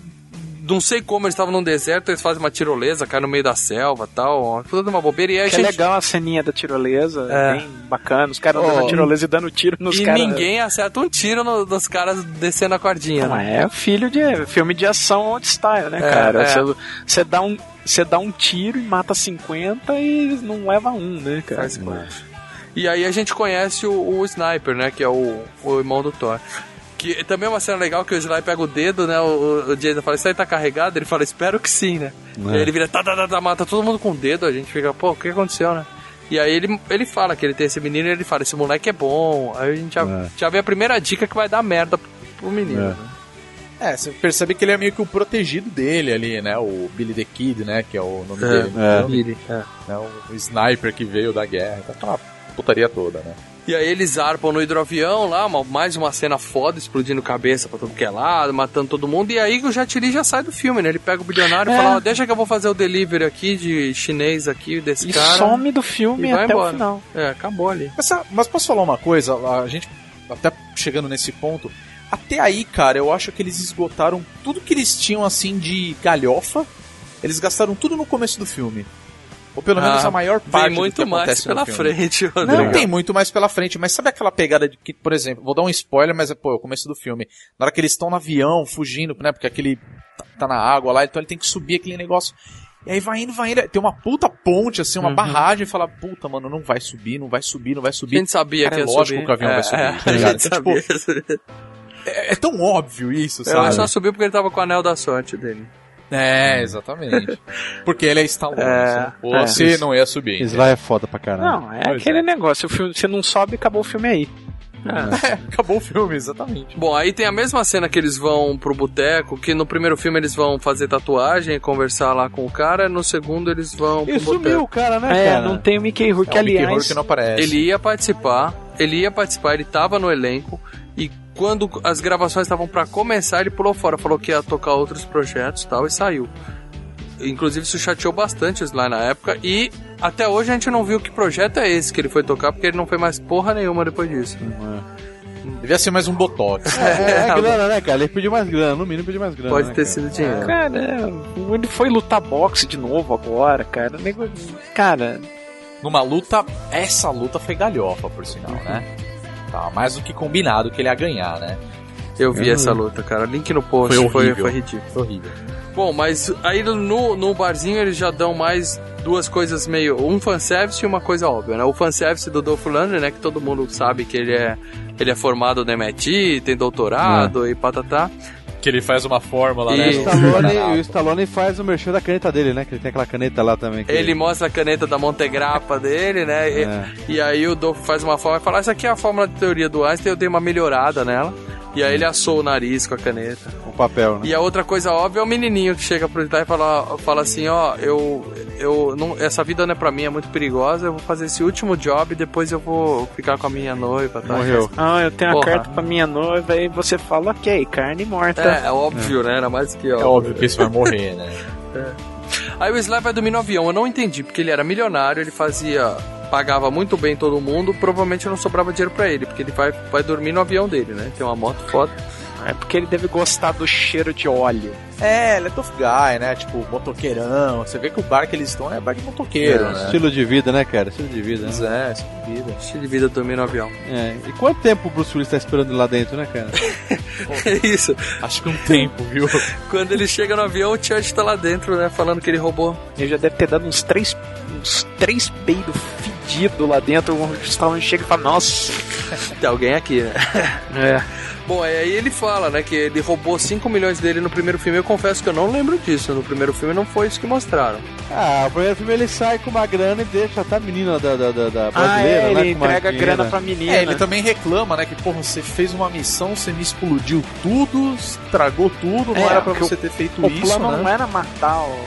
S8: Não sei como, eles estavam num deserto, eles fazem uma tirolesa, caem no meio da selva tal. Tudo uma bobeira. E aí a
S5: Que é
S8: gente...
S5: legal a ceninha da tirolesa,
S8: É.
S5: bem bacana, os caras andando
S4: Ó,
S5: na tirolesa e dando tiro nos
S8: e
S5: caras.
S8: ninguém acerta um tiro no- nos caras descendo a cordinha.
S5: Não,
S8: né?
S5: é filho de filme de ação old style, né,
S8: É,
S5: cara?
S8: é.
S5: Você você dá um você dá um tiro e mata 50 e não leva um, né, cara?
S8: Faz parte. E aí a gente conhece o, o Sniper, né? Que é o, o irmão do Thor. Que também é uma cena legal que o Sniper pega o dedo, né? O, o Jason fala, isso aí tá carregado? Ele fala, espero que sim, né? E
S4: É.
S8: aí ele vira, tá, tá, tá, tá, mata todo mundo com o dedo. A gente fica, pô, o que aconteceu, né? E aí ele, ele fala que ele tem esse menino e ele fala, esse moleque é bom. Aí a gente já,
S4: É.
S8: já vê a primeira dica que vai dar merda pro, pro menino.
S4: É.
S8: né?
S6: É, você percebe que ele é meio que o protegido dele ali, né? O Billy the Kid, né? Que é o nome
S8: É,
S6: dele.
S4: é.
S6: Então, né, O, o sniper que veio da guerra. Então, aquela putaria toda, né?
S8: E aí eles arpam no hidroavião lá, uma- mais uma cena foda, explodindo cabeça pra tudo que é lado, matando todo mundo. E aí o Jet Li já sai do filme, né? Ele pega o bilionário e
S5: É.
S8: fala, ó, deixa que eu vou fazer o delivery aqui de chinês aqui, desse
S5: E
S8: cara.
S5: some do filme
S8: e vai
S5: até
S8: embora.
S5: o final.
S8: É, acabou ali.
S6: Mas, sa- mas posso falar uma coisa? A gente, até chegando nesse ponto, até aí, cara, eu acho que eles esgotaram tudo que eles tinham, assim, de galhofa. Eles gastaram tudo no começo do filme. Ou pelo menos
S8: Ah,
S6: a maior
S8: Tem
S6: parte do
S8: muito
S6: que
S8: mais
S6: acontece no
S8: pela
S6: filme.
S8: frente,
S6: Não,
S8: Rodrigo.
S6: tem muito mais pela frente, mas sabe aquela pegada de que, por exemplo, vou dar um spoiler, mas é, pô, é o começo do filme. Na hora que eles estão no avião, fugindo, né, porque aquele tá, tá na água lá, então ele tem que subir aquele negócio. E aí vai indo, vai indo, tem uma puta ponte, assim,
S8: Uhum.
S6: uma barragem, e fala, puta, mano, não vai subir, não vai subir, não vai
S8: A
S6: subir.
S8: gente sabia
S6: Cara,
S8: que
S6: é
S8: ia
S6: lógico
S8: subir.
S6: que o avião
S8: É,
S6: vai subir,
S8: é,
S6: tá
S8: a
S6: ligado?
S8: gente sabia.
S6: É, é tão óbvio isso,
S8: Ela
S6: sabe?
S8: é só subiu porque ele tava com o anel da sorte dele.
S6: É, exatamente. Porque ele é Stallone,
S5: É,
S6: se não fosse, não ia subir.
S4: Isso lá é foda pra caralho.
S5: Não, é aquele negócio, o filme, você não sobe, acabou o filme aí. É, acabou o filme, exatamente.
S8: Bom, aí tem a mesma cena que eles vão pro boteco, que no primeiro filme eles vão fazer tatuagem, conversar lá com o cara, no segundo eles vão pro
S5: E sumiu
S8: boteco.
S5: o cara, né, É, cara? não tem o Mickey Rourke, É, o Mickey aliás. Rourke não aparece.
S8: Ele ia participar, ele ia participar, ele tava no elenco, e quando as gravações estavam pra começar, ele pulou fora, falou que ia tocar outros projetos e tal, e saiu. Inclusive isso chateou bastante os lá na época, e até hoje a gente não viu que projeto é esse que ele foi tocar, porque ele não foi mais porra nenhuma depois disso.
S6: Devia ser mais um botox.
S4: É, é grana, né, cara? Ele pediu mais grana, no mínimo pediu mais grana.
S8: Pode
S4: né,
S8: ter
S4: cara?
S8: sido dinheiro.
S5: Cara, é, ele foi lutar boxe de novo agora, cara. O nego- Cara,
S6: Numa luta, essa luta foi galhofa, por sinal, né? Tá mais do que combinado que ele ia ganhar, né?
S8: Eu vi
S5: É.
S8: essa luta, cara. Link no post.
S6: Foi
S8: Foi,
S6: horrível.
S8: foi ridículo.
S6: Foi horrível.
S8: Bom, mas aí no, no barzinho eles já dão mais duas coisas meio. Um fanservice e uma coisa óbvia, né? O fanservice do Dolph Lundgren, né? Que todo mundo sabe que ele é, ele é formado no MIT, tem doutorado e tá, patatá.
S11: Que ele faz uma fórmula,
S4: O
S11: né?
S8: Tá
S4: Stallone, o Stallone faz o merchan da caneta dele, né? Que ele tem aquela caneta lá também. que-
S8: Ele mostra a caneta da Montegrappa dele, né? E,
S4: É.
S8: e aí o Dolph faz uma fórmula e fala: Essa aqui é a fórmula de teoria do Einstein, eu dei uma melhorada nela. E aí ele assou o nariz com a caneta.
S4: O papel, né?
S8: E a outra coisa óbvia é o menininho que chega pro Itai e fala, fala assim, ó, eu, eu não, essa vida não é pra mim, é muito perigosa, eu vou fazer esse último job e depois eu vou ficar com a minha noiva. Tá?
S5: Ah, eu tenho
S8: Porra.
S5: uma carta pra minha noiva e você fala, ok, carne morta.
S8: É, é óbvio, né? Era mais que óbvio.
S6: É óbvio que isso vai morrer, né?
S8: Aí o Sly vai dormir no avião, eu não entendi, porque ele era milionário, ele fazia... Pagava muito bem todo mundo, provavelmente não sobrava dinheiro pra ele, porque ele vai, vai dormir no avião dele, né? Tem uma moto foda.
S5: É porque ele deve gostar do cheiro de óleo.
S6: É, ele é tough guy, né? Tipo, motoqueirão. Você vê que o bar que eles estão é bar de motoqueiro,
S4: É,
S6: né?
S4: Estilo de vida, né, cara? Estilo de vida.
S6: Pois
S4: Né?
S6: é, estilo de vida.
S8: Estilo de vida dormir no avião.
S4: É. E quanto tempo o Bruce Willis tá esperando ele lá dentro, né, cara?
S8: É isso.
S6: Acho que um tempo, viu?
S8: Quando ele chega no avião, o Church tá lá dentro, né? Falando que ele roubou.
S5: Ele já deve ter dado uns três, uns três peidos fedidos lá dentro. O Stallone chega e fala, nossa.
S8: Tem alguém aqui, né?
S5: É.
S8: Bom, aí ele fala, né, que ele roubou 5 milhões dele no primeiro filme. Eu confesso que eu não lembro disso. No primeiro filme não foi isso que mostraram.
S4: Ah, o primeiro filme ele sai com uma grana e deixa até a menina da, da, da, da
S5: Ah,
S4: brasileira,
S5: é,
S4: né?
S5: ele
S4: com uma
S5: entrega
S4: dinheiro.
S5: grana pra menina.
S6: É, ele também reclama, né? Que, porra, você fez uma missão, você me explodiu tudo, estragou tudo, não
S5: É,
S6: era pra
S5: porque
S6: você ter feito
S5: O
S6: isso,
S5: plano
S6: né?
S5: não é- era matar o...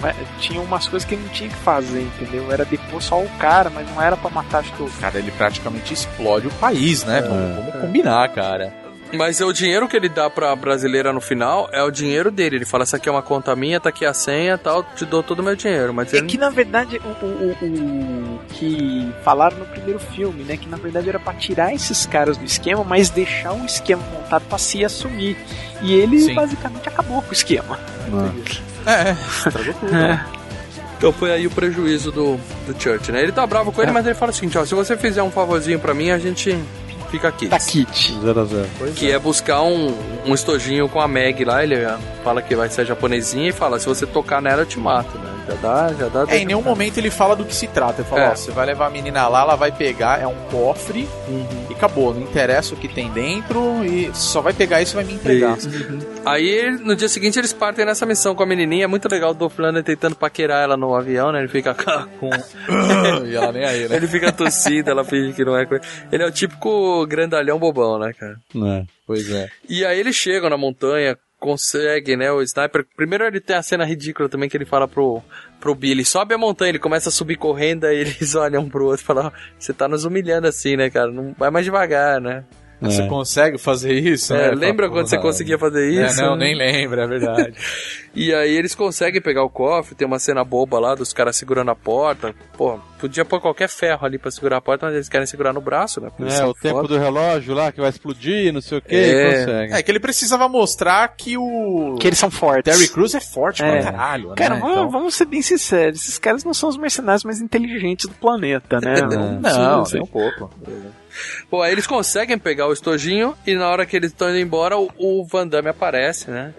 S5: mas Tinha umas coisas que ele não tinha que fazer, entendeu? Era depor só o cara, mas não era pra matar acho que o
S6: Cara, ele praticamente explode o país, né? Vamos, vamos combinar, cara.
S8: Mas é o dinheiro que ele dá pra brasileira no final é o dinheiro dele. Ele fala, essa aqui é uma conta minha, tá aqui a senha tal, te dou todo o meu dinheiro. Mas
S5: É
S8: ele...
S5: que na verdade o, o- o- o que falaram no primeiro filme, né? Que na verdade era pra tirar esses caras do esquema, mas deixar o esquema montado pra se assumir. E ele
S6: Sim.
S5: basicamente acabou com o esquema.
S6: É, estragou tudo. né?
S8: Então foi aí o prejuízo do, do Church, né? Ele tá bravo
S4: É.
S8: com ele, mas ele fala o seguinte, ó, se você fizer um favorzinho pra mim, a gente fica aqui.
S6: tá
S4: Tá
S5: Da Kit.
S4: Zero a zero.
S8: Que é buscar um, um estojinho com a Meg lá, ele fala que vai ser a japonesinha e fala, se você tocar nela eu te mato, né? Já dá, já dá.
S6: É, em nenhum momento ele fala do que se trata. Ele fala,
S8: É.
S6: ó, você vai levar a menina lá, ela vai pegar, é um cofre e acabou. Não interessa o que tem dentro e só vai pegar isso e vai me entregar.
S8: Aí, no dia seguinte, eles partem nessa missão com a menininha. É muito legal o Dolph Lundgren tentando paquerar ela no avião, né? Ele fica com...
S6: e ela nem aí, né?
S8: ele fica tossindo, ela finge que não é coisa. Ele é o típico grandalhão bobão, né, cara?
S4: Né?
S6: Pois é.
S8: E aí eles chegam na montanha, consegue, né, o sniper. Primeiro ele tem a cena ridícula também que ele fala pro, pro Billy, sobe a montanha, ele começa a subir correndo, aí eles olham um pro outro e falam, "Ó, você tá nos humilhando assim, né, cara? Não vai mais devagar, né?
S6: Você consegue fazer isso?
S8: É,
S6: né?
S8: lembra
S6: Fala,
S8: quando você
S6: porra.
S8: conseguia fazer isso?
S6: É,
S8: né?
S6: não, nem lembro, é verdade.
S8: E aí eles conseguem pegar o cofre, tem uma cena boba lá dos caras segurando a porta. Pô, podia pôr qualquer ferro ali pra segurar a porta, mas eles querem segurar no braço, né? Porque eles
S4: É,
S8: são
S4: o tempo
S8: foda.
S4: do relógio lá que vai explodir, não sei o que,
S8: É.
S4: consegue.
S6: é que ele precisava mostrar que o
S5: Que eles são fortes.
S6: Terry Crews é forte
S5: É.
S6: pra caralho, né?
S5: Cara, vamos,
S6: Então-
S5: vamos ser bem sinceros, esses caras não são os mercenários mais inteligentes do planeta, né?
S6: Não,
S5: não
S6: não,
S5: sei.
S6: nem um pouco.
S8: Pô, aí eles conseguem pegar o estojinho e na hora que eles estão indo embora, o, o Van Damme aparece, né?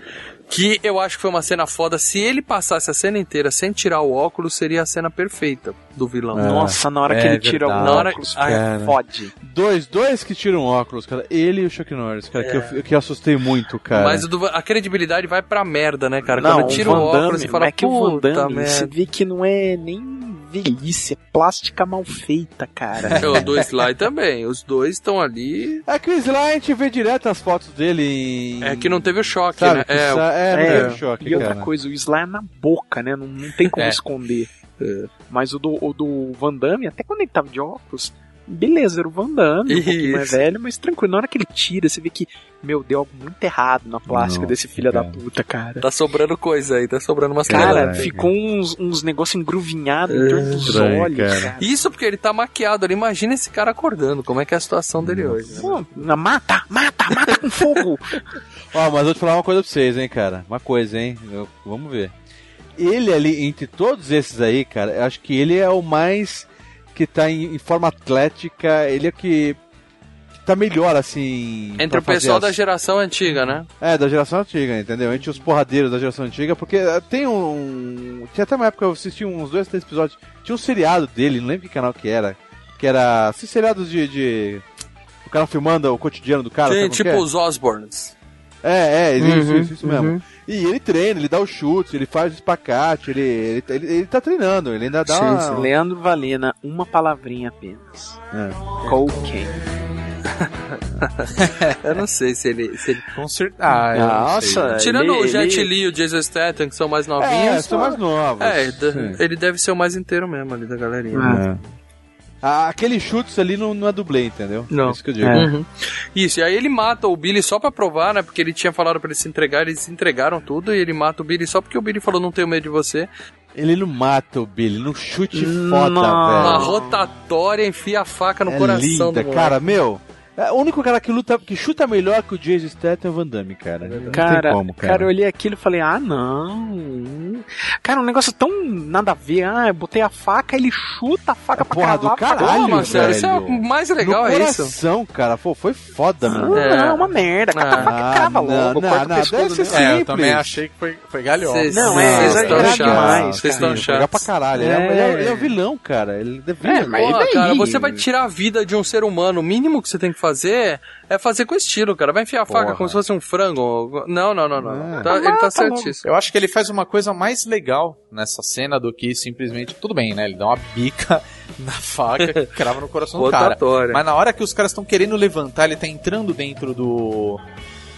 S8: Que eu acho que foi uma cena foda. Se ele passasse a cena inteira sem tirar o óculos, seria a cena perfeita do vilão.
S5: Nossa, na hora
S6: É
S5: que ele tira o
S6: verdade.
S8: Na hora-
S5: óculos,
S8: Ai,
S5: cara, fode.
S4: Dois, dois que tiram óculos, cara. Ele e o Chuck Norris, cara, que,
S8: É.
S4: eu, que eu assustei muito, cara.
S8: Mas o do Van- a credibilidade vai pra merda, né, cara?
S5: Não,
S8: Quando tira o
S5: Van Damme,
S8: óculos e fala,
S5: é que o Van
S8: puta
S5: Damme, você
S8: merda.
S5: vê que não é nem velhice, é plástica mal feita, cara.
S8: Eu do Sly também. Os dois estão ali.
S4: É que o Sly a gente vê direto as fotos dele em...
S8: É que não teve o choque,
S4: Sabe,
S8: né?
S4: que sa- é, não teve o choque,
S5: E outra
S4: cara.
S5: coisa, o Sly é na boca, né? Não, não tem como
S8: É.
S5: esconder. Mas o do, o do Van Damme, até quando ele tava de óculos, beleza, era o Van Damme, um pouquinho mais
S8: Isso.
S5: velho, mas tranquilo. Na hora que ele tira, você vê que, meu, deu algo muito errado na plástica
S8: Nossa,
S5: desse filho
S8: cara.
S5: da puta, cara.
S8: Tá sobrando coisa aí, tá sobrando umas
S5: Cara,
S8: coisas.
S5: ficou uns, uns negócios engruvinhados
S8: É.
S5: em torno dos
S8: Estranho,
S5: olhos,
S8: cara.
S5: cara.
S8: Isso porque ele tá maquiado ali. Imagina esse cara acordando. Como é que é a situação dele hoje?
S5: Pô, mata, mata, mata com fogo.
S4: Ó, mas eu vou te falar uma coisa pra vocês, hein, cara. Uma coisa, hein. Eu- vamos ver. Ele ali, entre todos esses aí, cara, eu acho que ele é o mais que tá em, em forma atlética. Ele é o que, que tá melhor, assim.
S8: Entre
S4: pra
S8: o
S4: fazer
S8: pessoal
S4: as-
S8: da geração antiga, né?
S4: É, da geração antiga, entendeu? Entre os porradeiros da geração antiga, porque eh, tem um. Tinha até uma época que eu assisti uns dois, três episódios. Tinha um seriado dele, não lembro que canal que era. Que era. Esses seriados de. de- O cara filmando o cotidiano do cara.
S8: Tem
S4: sabe
S8: tipo
S4: como que é?
S8: os Osborns.
S4: É, é, isso,
S8: Uhum,
S4: isso, isso mesmo.
S8: uhum.
S4: E ele treina, ele dá os chutes, ele faz o espacate, ele, ele, ele, ele tá treinando, ele ainda dá uma-
S5: Leandro Valena, uma palavrinha apenas.
S4: É.
S5: Cocaine.
S8: eu não sei se ele. Se ele... tá
S6: Com certeza. Ah, eu não
S5: Nossa,
S6: sei.
S8: Tirando
S5: ele-
S8: o Jet
S5: ele-
S8: Li e o Jason Statham, que são mais novinhos.
S4: É, são mais novos.
S8: É, de-
S4: Sim.
S8: ele deve ser o mais inteiro mesmo ali da galerinha.
S4: É. Ah, aquele chutes ali não, não é dublê, entendeu?
S8: Não.
S4: É isso que eu digo.
S8: É. Uhum. Isso, e aí ele mata o Billy só pra provar, né? Porque ele tinha falado pra ele se entregar, eles se entregaram tudo e ele mata o Billy só porque o Billy falou: não tenho medo de você.
S4: Ele não mata o Billy, não chute foda,
S8: Uma
S4: velho.
S8: rotatória enfia a faca no
S4: Ah. é
S8: coração
S4: linda,
S8: do moleque.
S4: cara, meu. É o único cara que luta, que chuta melhor que o Jason Statham é o Van Damme, cara. Não
S5: Cara,
S4: tem como,
S5: cara.
S4: cara.
S5: eu olhei aquilo e falei, ah, não. Cara, um negócio tão nada a ver. Ah, eu botei a faca, ele chuta a faca pra
S4: Porra do
S5: cavar a faca.
S4: caralho,
S8: Pô, Marcelo, isso é
S4: velho.
S8: o mais legal,
S4: no
S8: é isso.
S4: coração, cara. Pô, foi foda, mano.
S5: Ah, não, é uma merda. Cata a faca e cava
S4: não,
S5: logo.
S4: Ah, não,
S5: corta o
S4: não,
S5: pescoço
S4: deve ser
S5: dele.
S4: simples.
S6: É, eu também achei que foi, foi galhofa.
S8: Vocês-
S5: Não, é,
S8: vocês
S5: exagerado
S8: estão
S5: demais,
S8: chatos. Vocês estão
S4: Ele joga pra
S8: chatos.
S4: caralho. Ele, é,
S5: É.
S4: ele é- ele é o vilão, cara. Ele deveria.
S5: É, mas
S8: Pô,
S5: e daí?
S8: cara, você vai tirar a vida de um ser humano. O mínimo que você tem que fazer é fazer com estilo, cara. Vai enfiar a faca
S6: Porra.
S8: como se fosse um frango. Não, não, não,
S4: É.
S8: não. Tá-
S5: Ah,
S8: ele tá certíssimo.
S6: Eu acho que ele faz uma coisa mais legal nessa cena do que simplesmente. Tudo bem, né? Ele dá uma bica na faca que crava no coração do cara.
S8: Rotatória.
S6: Mas na hora que os caras estão querendo levantar, ele tá entrando dentro do.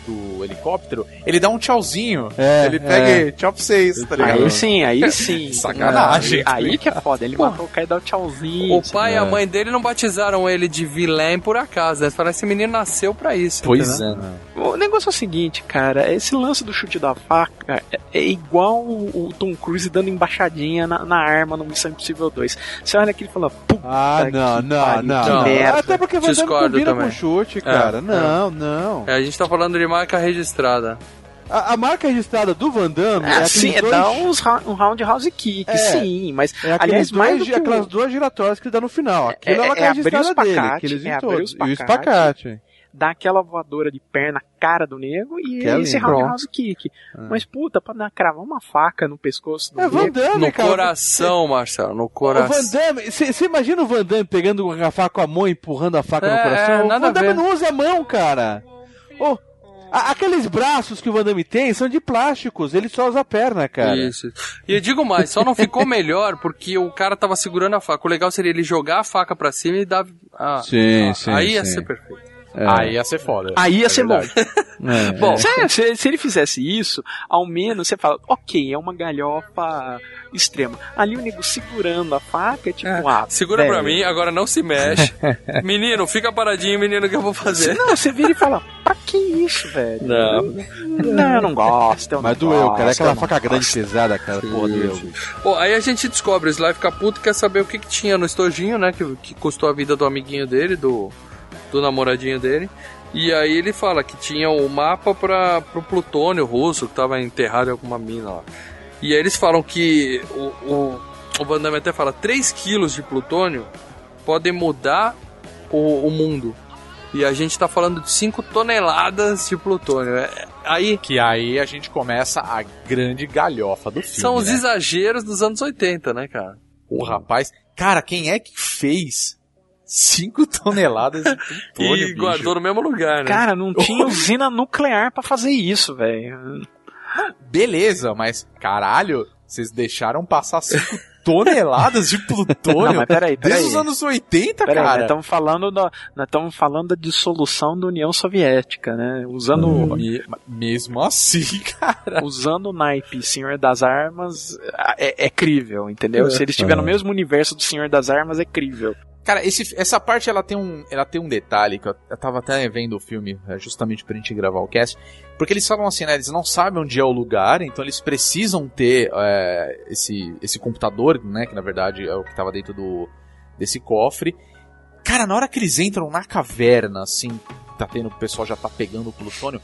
S6: do helicóptero, ele dá um tchauzinho.
S4: É,
S6: ele pega
S4: é.
S6: e tchau pra vocês, tá ligado?
S5: Aí sim, aí sim.
S6: Sacanagem.
S5: Aí, aí que é foda. Ele matou o cara e dá o tchauzinho.
S8: O pai é e
S4: né?
S8: a mãe dele não batizaram ele de vilém por acaso, né? Eles falaram, esse menino nasceu pra isso.
S6: Pois
S8: entendeu?
S6: é. né?
S5: O negócio é o seguinte, cara, esse lance do chute da faca é- é igual o o Tom Cruise dando embaixadinha na, na arma no Missão Impossível 2. Você olha aqui e fala, puta
S4: Ah,
S5: que
S4: não, não,
S5: pariu,
S4: não.
S5: que
S4: não.
S5: merda.
S4: Até porque Van Damme
S8: Discordo
S4: combina
S8: também.
S4: com chute, cara.
S8: É,
S4: não, não.
S8: É, a gente tá falando de marca registrada.
S4: A, a marca registrada do Van Damme é,
S5: Ah, sim, é
S4: aqueles dois...
S5: dar uns, ra- um roundhouse kick,
S4: É.
S5: sim, mas
S4: É aqueles
S5: aliás, mais
S4: dois,
S5: do que um o-
S4: aquelas duas giratórias que ele dá no final. Aquilo é,
S5: é-
S4: a marca
S5: é abrir
S4: registrada
S5: os pacates,
S4: dele. Que eles
S5: é
S4: em
S5: abrir
S4: todos.
S5: os
S4: E o
S5: pacates.
S4: espacate.
S5: dá aquela voadora de perna na cara do nego e
S4: Que é
S5: esse
S4: lindo.
S5: roundhouse kick. Mas puta, pra dar, cravar uma faca no pescoço do
S4: É Van
S5: nego,
S4: Damme,
S8: No
S4: cara.
S8: coração, Marcelo, no
S4: O Van
S8: coração.
S4: Damme, você imagina o Van Damme pegando a faca com a mão e empurrando a faca no
S8: É,
S4: coração?
S8: é, nada
S4: o Van
S8: a
S4: Damme
S8: ver.
S4: não usa a mão, cara. Ô, a- aqueles braços que o Van Damme tem são de plásticos, ele só usa a perna, cara.
S8: Isso. E eu digo mais, só não ficou melhor porque o cara tava segurando a faca. O legal seria ele jogar a faca pra cima e dar. Ah,
S4: Sim, sim,
S8: Aí ia
S4: sim.
S8: ser perfeito.
S6: Aí ia ser foda.
S5: Aí ia ser bom.
S4: É,
S8: Bom,
S5: Sério, se, se ele fizesse isso, ao menos você fala, ok, é uma galhofa extrema. Ali o nego segurando a faca, é tipo, ah,
S8: segura
S5: velho.
S8: pra mim, agora não se mexe. menino, fica paradinho, menino, que eu vou fazer.
S5: Não, você vira e fala, pra que isso, velho?
S8: Não.
S5: Não, eu não gosto. Eu
S4: Mas
S5: não
S4: doeu, cara. É
S5: gosto,
S4: aquela
S5: eu não
S4: faca grande
S5: gosto.
S4: pesada, cara. Porra, doeu.
S8: Bom, aí a gente descobre, o Sly fica puto, quer saber o que, que tinha no estojinho, né? Que, que custou a vida do amiguinho dele, do, do namoradinho dele. E aí ele fala que tinha o mapa para pro plutônio russo que tava enterrado em alguma mina lá. E aí eles falam que o, o, o Van Damme até fala 3 quilos de plutônio podem mudar o, o mundo. E a gente tá falando de 5 toneladas de plutônio. É- aí
S6: Que aí a gente começa a grande galhofa do filme.
S8: são os
S6: né?
S8: exageros dos anos 80, né, cara?
S6: O rapaz. Cara, quem é que fez 5 toneladas de plutônio?
S8: e
S6: bicho?
S8: guardou no mesmo lugar, né?
S5: Cara, não tinha usina nuclear pra fazer isso, velho.
S6: Beleza, mas caralho, vocês deixaram passar 5 toneladas de plutônio
S5: Não, mas peraí, peraí.
S6: desde os anos
S5: Peraí,
S6: 80,
S5: então-
S6: cara.
S5: Nós estamos falando, da- nós estamos falando da dissolução da União Soviética, né? Usando.
S4: Uhum.
S6: Me- mesmo assim,
S5: cara. Usando o naipe Senhor das Armas é, é crível, entendeu?
S6: É,
S5: Se ele estiver
S6: cara.
S5: no mesmo universo do Senhor das Armas, é crível.
S6: Cara, esse- essa parte ela tem, um, ela tem um detalhe que eu, eu tava até vendo o filme é, justamente pra gente gravar o cast. Porque eles falam assim, né? Eles não sabem onde é o lugar, então eles precisam ter é, esse, esse computador, né? Que na verdade é o que tava dentro do, desse cofre. Cara, na hora que eles entram na caverna, assim, tá tendo, o pessoal já tá pegando o plutônio.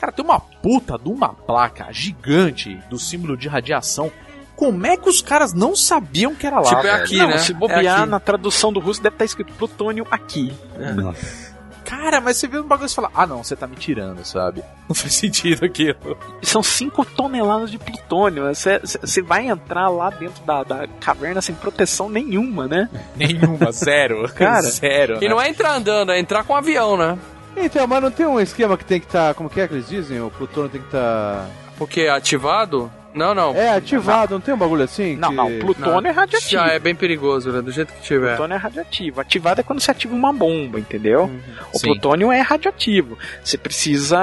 S6: Cara, tem uma puta de uma placa gigante do símbolo de radiação. Como é que os caras não sabiam que era lá?
S5: Tipo, é
S6: velho?
S5: aqui, né? Se bobear, na tradução do russo deve estar escrito plutônio aqui.
S6: Cara, mas você vê um bagulho e você fala, ah não, você tá me tirando, sabe? Não faz sentido aquilo.
S5: São 5 toneladas de plutônio. Você você vai entrar lá dentro da, da caverna sem proteção nenhuma, né?
S6: Nenhuma, zero.
S5: Cara,
S6: zero. né?
S8: E não é entrar andando, é entrar com um avião, né?
S12: Então, mas não tem um esquema que tem que
S4: tá,
S12: estar. como que é que eles dizem? O plutônio tem que estar.
S8: Porque é ativado? Não, não.
S12: É, ativado, não tem um bagulho assim?
S8: Não,
S12: que-
S8: não,
S5: Plutônio é radioativo.
S8: Já é bem perigoso, né? Do jeito que tiver.
S5: Plutônio é radioativo. Ativado é quando você ativa uma bomba, entendeu? O
S8: Sim.
S5: plutônio é radioativo. Você precisa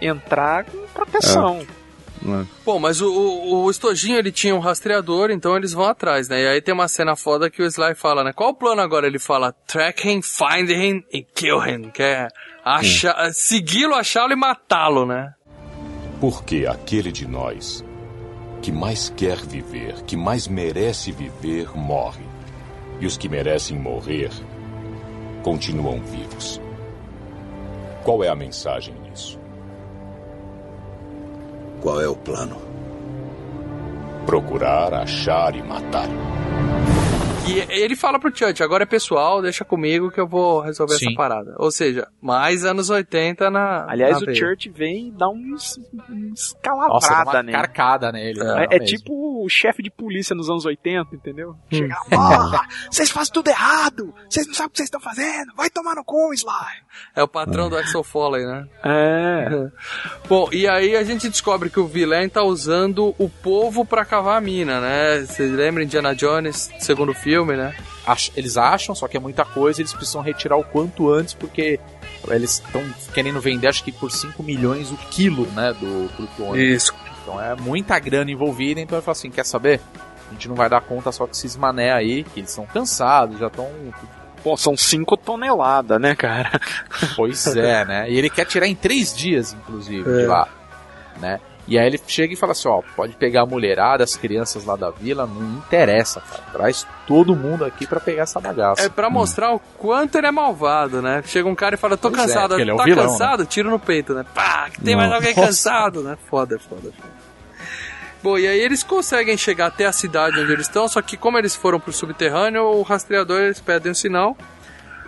S5: entrar com proteção.
S8: Bom, mas o, o, o Estojinho ele tinha um rastreador, então eles vão atrás, né? E aí tem uma cena foda que o Sly fala, né? Qual o plano agora? Ele fala track him, find him e kill him, que é acha- segui-lo, achá-lo e matá-lo, né?
S2: Porque aquele de nós que mais quer viver, que mais merece viver, morre. E os que merecem morrer continuam vivos. Qual é a mensagem nisso? Qual é o plano? Procurar, achar e matar.
S8: E ele fala pro Chuck, agora é pessoal, deixa comigo que eu vou resolver
S2: Sim.
S8: essa parada. Ou seja, mais anos 80 na.
S5: Aliás,
S8: na
S5: o
S8: veia.
S5: Church vem e dá uma es- uma
S6: Nossa, dá
S5: escalabrada
S6: uma
S5: nele.
S6: carcada nele.
S5: É,
S6: né?
S5: é
S6: Mesmo.
S5: tipo o chefe de polícia nos anos 80, entendeu?
S6: Hum.
S5: Chega lá,
S6: Porra,
S5: vocês fazem tudo errado! Vocês não sabem o que vocês estão fazendo! Vai tomar no cu, Sly!
S8: É o patrão do Axel Foley, né?
S5: É.
S8: Bom, e aí a gente descobre que o vilão tá usando o povo pra cavar a mina, né? Vocês lembram Indiana Jones, segundo filme, né?
S6: Ach- eles acham, só que é muita coisa, eles precisam retirar o quanto antes, porque eles estão querendo vender, acho que por 5 milhões o quilo, né, do plutônio.
S8: Isso.
S6: Então é muita grana envolvida, então ele fala assim, quer saber? A gente não vai dar conta só com esses mané aí, que eles são cansados, já estão...
S5: Pô, são 5 toneladas, né, cara?
S6: Pois é, né? E ele quer tirar em 3 dias, inclusive,
S5: É.
S6: de lá, né? E aí ele chega e fala assim, ó, pode pegar a mulherada, as crianças lá da vila, não interessa, cara. Traz todo mundo aqui pra pegar essa bagaça.
S8: É pra mostrar o quanto ele é malvado, né? Chega um cara e fala, tô
S6: Pois é,
S8: cansado,
S6: porque ele é o
S8: tá
S6: vilão,
S8: cansado, tiro no peito, né? Pá, que tem mais
S6: Nossa.
S8: alguém cansado, né? Foda, foda, foda. Bom, e aí eles conseguem chegar até a cidade onde eles estão, só que como eles foram pro subterrâneo, o rastreador, eles pedem um sinal,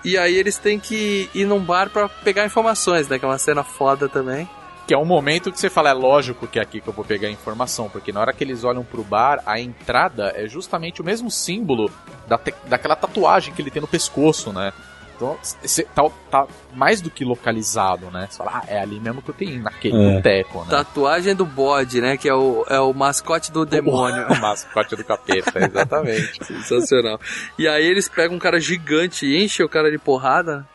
S8: e aí eles têm que ir num bar pra pegar informações, né? Que é uma cena foda também.
S6: Que é um momento que você fala, é lógico que é aqui que eu vou pegar a informação, porque na hora que eles olham pro bar, a entrada é justamente o mesmo símbolo da te- daquela tatuagem que ele tem no pescoço, né? Então, cê- tá, tá mais do que localizado, né? Você fala, ah, é ali mesmo que eu tenho, naquele
S8: É.
S6: boteco, né?
S8: Tatuagem do bode, né? Que é o, é o mascote do demônio.
S6: O mascote do capeta, exatamente.
S8: Sensacional. E aí eles pegam um cara gigante e enchem o cara de porrada.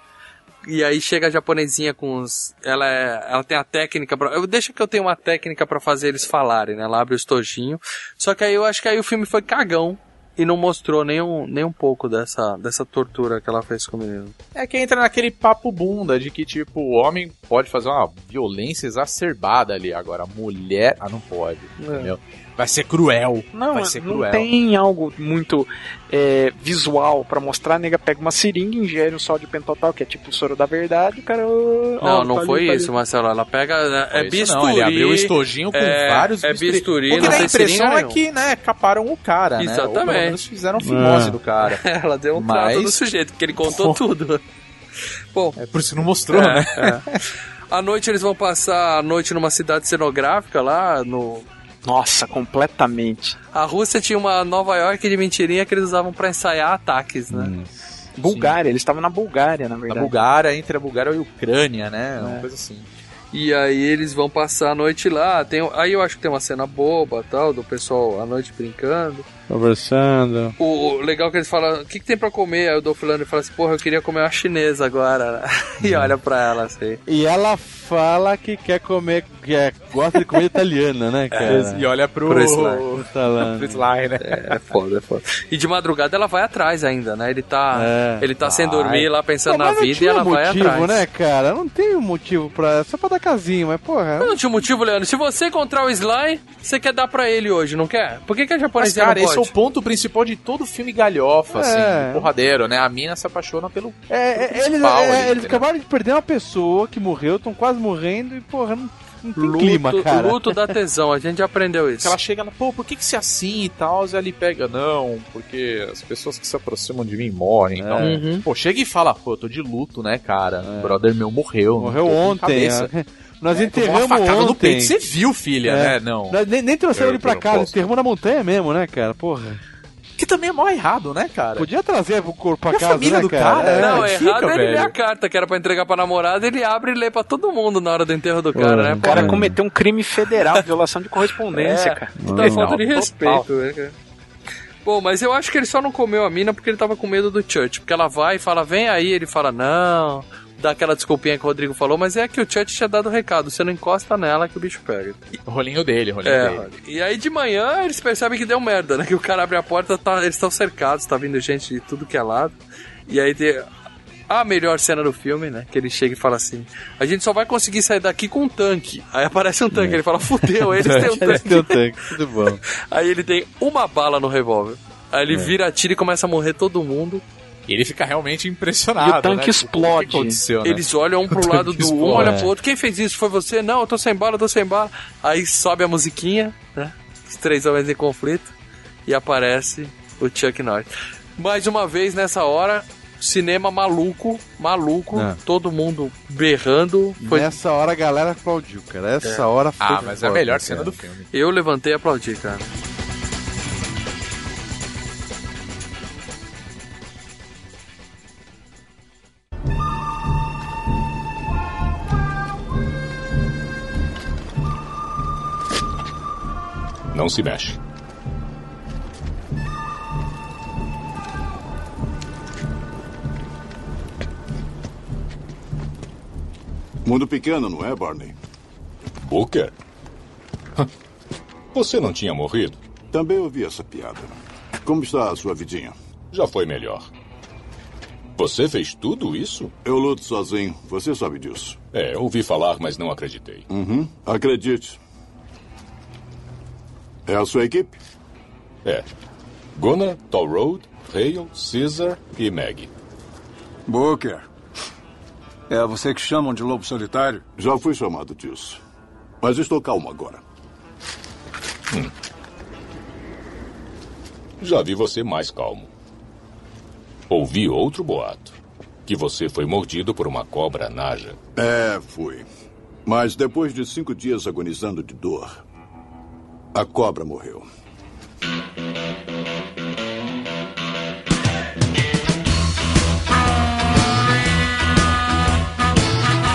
S8: E aí chega a japonesinha com os. Ela, é- ela tem a técnica pra. Eu, deixa que eu tenho uma técnica pra fazer eles falarem, né? Ela abre o estojinho. Só que aí eu acho que aí o filme foi cagão. E não mostrou nem um, nem um pouco dessa, dessa tortura que ela fez com o menino.
S6: É que entra naquele papo bunda de que, tipo, o homem pode fazer uma violência exacerbada ali. Agora, a mulher. Ah, não pode. Entendeu? Vai ser cruel.
S5: Não,
S6: vai ser
S5: não
S6: cruel.
S5: tem algo muito é, visual pra mostrar. A nega pega uma seringa, ingere um sódio pentotal, que é tipo o soro da verdade, o cara... ó,
S8: Não,
S5: ó,
S8: não
S5: tá ali,
S8: foi
S5: tá ali.
S8: isso, Marcelo. Ela pega.
S6: Foi
S8: É
S6: isso
S8: bisturi.
S6: não, ele abriu o estojinho com
S8: é,
S6: vários
S8: É
S6: bisturi.
S8: bisturi,
S6: Porque dá
S8: não
S6: a
S8: tem
S6: impressão
S8: seringa
S6: é
S8: nenhuma.
S6: que, né, caparam o cara, né?
S8: Exatamente.
S6: Ou pelo menos fizeram fimose
S8: É.
S6: do cara.
S8: Ela deu um
S6: Mas-
S8: trato do sujeito, porque ele
S6: Pô.
S8: contou tudo. Bom.
S6: É por isso que não mostrou,
S8: É,
S6: né?
S8: é. À noite eles vão passar a noite numa cidade cenográfica lá no.
S5: Nossa, completamente.
S8: A Rússia tinha uma Nova York de mentirinha que eles usavam pra ensaiar ataques, né?
S6: Hum.
S5: Bulgária, eles estavam na Bulgária, na verdade.
S6: A Bulgária, entre a Bulgária e a Ucrânia, né? Uma
S5: É.
S6: coisa assim.
S8: E aí eles vão passar a noite lá. Tem, um, aí eu acho que tem uma cena boba tal, do pessoal à noite brincando.
S4: Conversando.
S8: O, o legal é que eles falam, o que, que tem pra comer? Aí o Dolph Lundgren fala assim, porra, eu queria comer uma chinesa agora. e olha pra ela assim.
S4: E ela fala que quer comer, que é- gosta de comida italiana, né, cara? Tá
S8: e olha é pro-
S4: pro
S8: Slime.
S4: Stallone.
S8: É, é foda, é foda. E de madrugada ela vai atrás ainda, né? Ele tá,
S4: É.
S8: ele tá sem
S4: Vai.
S8: dormir lá
S6: assim,
S8: pensando
S4: Não,
S8: na
S4: mas não
S8: vida e
S4: tinha
S8: ela vai
S4: motivo,
S8: atrás.
S4: né, cara? Não tem um motivo pra... Só pra dar casinha, mas porra...
S8: Não tinha motivo, Leandro. Se você encontrar o Sly, você quer dar pra ele hoje, não quer? Por que, que a
S6: Mas,
S8: japonesa
S6: cara,
S8: não
S6: esse é o
S8: pode?
S6: ponto principal de todo filme galhofa,
S4: É.
S6: assim, porradeiro, né? A mina se apaixona pelo.
S4: É, é, eles,
S6: principal
S4: é,
S6: ali,
S4: eles
S6: entendeu?
S4: acabaram de perder uma pessoa que morreu, estão quase morrendo e, porra, não, não tem clima,
S6: Luto-
S4: cara.
S8: Luto da tesão, a gente já aprendeu isso.
S6: Ela chega lá, pô, por que que se assim e tal? E ele pega, não, porque as pessoas que se aproximam de mim morrem. Então,
S4: Uhum.
S6: pô, chega e fala, pô, eu tô de luto, né, cara? Um brother meu morreu.
S4: Morreu
S6: tô com
S4: ontem.
S6: cabeça. É,
S4: ó. Nós
S6: tomou
S4: enterramos
S6: uma facada no
S4: ontem.
S6: peito, você viu, filha,
S4: É.
S6: né? Não.
S4: Nós nem, nem trouxeram
S6: Eu-
S4: ele
S6: eu
S4: pra
S6: não
S4: casa,
S6: posso.
S4: enterramos na montanha mesmo, né, cara? Porra.
S6: Que também é mó errado, né, cara?
S4: Podia trazer pro corpo pra
S6: E a
S4: casa,
S6: família
S4: né,
S6: do
S4: cara?
S6: cara?
S4: É.
S8: Não,
S6: é,
S8: errado
S6: fica,
S8: é ele ler
S6: velho.
S8: a carta que era pra entregar pra namorada, ele abre e lê pra todo mundo na hora do enterro do cara, né?
S5: O cara cometeu um crime federal, violação de correspondência,
S8: É,
S5: cara.
S8: puta falta de respeito, né, cara? Bom, mas eu acho que ele só não comeu a mina porque ele tava com medo do Church. Porque ela vai e fala, vem aí, ele fala, não. Dá aquela desculpinha que o Rodrigo falou, mas é que o Church tinha dado o recado, você não encosta nela que o bicho pega.
S6: O rolinho dele, o rolinho
S8: É,
S6: dele.
S8: e aí de manhã eles percebem que deu merda, né? Que o cara abre a porta, tá- eles estão cercados, tá vindo gente de tudo que é lado. E aí tem a melhor cena do filme, né? Que ele chega e fala assim: a gente só vai conseguir sair daqui com um tanque. Aí aparece um tanque, ele fala: fudeu, eles têm um
S4: É. Eles têm um
S8: tanque.
S4: tanque, tudo bom. É.
S8: aí ele tem uma bala no revólver. Aí ele vira a tiro e começa a morrer todo mundo.
S6: E ele fica realmente impressionado.
S8: E o tanque
S6: né? Tipo, pô, O que aconteceu, né?
S8: Eles olham um
S6: O
S8: pro
S6: tanque
S8: lado do um,
S6: explode.
S8: olha pro outro. Quem fez isso? Foi você? Não, eu tô sem bala, eu tô sem bala. Aí sobe a musiquinha, né? Os três homens em conflito. E aparece o Chuck Norris. Mais uma vez nessa hora, cinema maluco, maluco,
S4: É.
S8: todo mundo berrando. Foi...
S4: Nessa hora a galera aplaudiu, cara. Essa
S8: É.
S4: hora foi né?
S8: Ah, mas é a
S4: foda,
S8: melhor cena
S4: cara.
S8: do Eu levantei e aplaudi, cara.
S2: Não se mexe.
S13: Mundo pequeno, não é, Barney?
S2: O quê? Você não tinha morrido?
S13: Também ouvi essa piada. Como está a sua vidinha?
S2: Já foi melhor. Você fez tudo isso?
S13: Eu luto sozinho, você sabe disso.
S2: É, ouvi falar, mas não acreditei.
S13: Uhum, acredite. É a sua equipe?
S2: É. Gunnar, Toll Road, Hale, Caesar e Maggie.
S16: Booker. É você que chamam de lobo solitário?
S13: Já fui chamado disso. Mas estou calmo agora.
S2: Já vi você mais calmo. Ouvi outro boato. Que você foi mordido por uma cobra naja.
S13: É, fui. Mas depois de cinco dias agonizando de dor, a cobra morreu.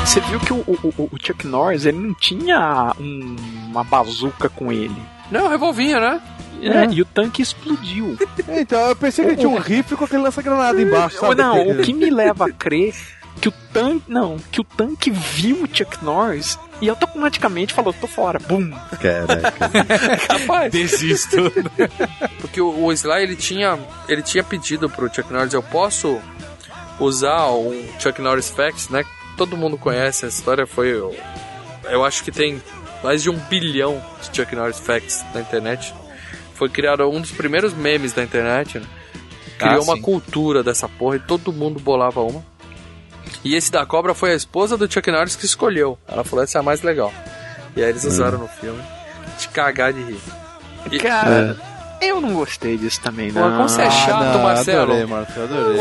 S5: Você viu que o, o- o- o Chuck Norris ele não tinha um- uma bazuca com ele.
S8: Não, revolvinho, né?
S5: É, e o tanque explodiu.
S4: Então, eu pensei que ele tinha um rifle com aquele lança-granada embaixo, sabe?
S5: Não,
S4: Aquele-
S5: o que me leva a crer que o tanque. Não, que o tanque viu o Chuck Norris e automaticamente falou, tô fora. Bum!
S4: Caraca.
S8: Rapaz.
S6: Desisto.
S8: Porque o, o Sly, ele tinha, ele tinha pedido pro Chuck Norris, eu posso usar o Chuck Norris Facts, né? Todo mundo conhece a história, foi... Eu, eu acho que tem mais de um bilhão de Chuck Norris Facts na internet. Foi criado um dos primeiros memes da internet, né? Criou
S6: Ah,
S8: uma
S6: sim.
S8: cultura dessa porra e todo mundo bolava uma. E esse da cobra foi a esposa do Chuck Norris que escolheu. Ela falou, essa é a mais legal. E aí eles
S6: Hum.
S8: usaram no filme. De cagar de rir. E-
S5: Cara, eu não gostei disso também,
S8: Pô,
S6: Ah,
S5: não.
S8: como você é chato, Marcelo. Como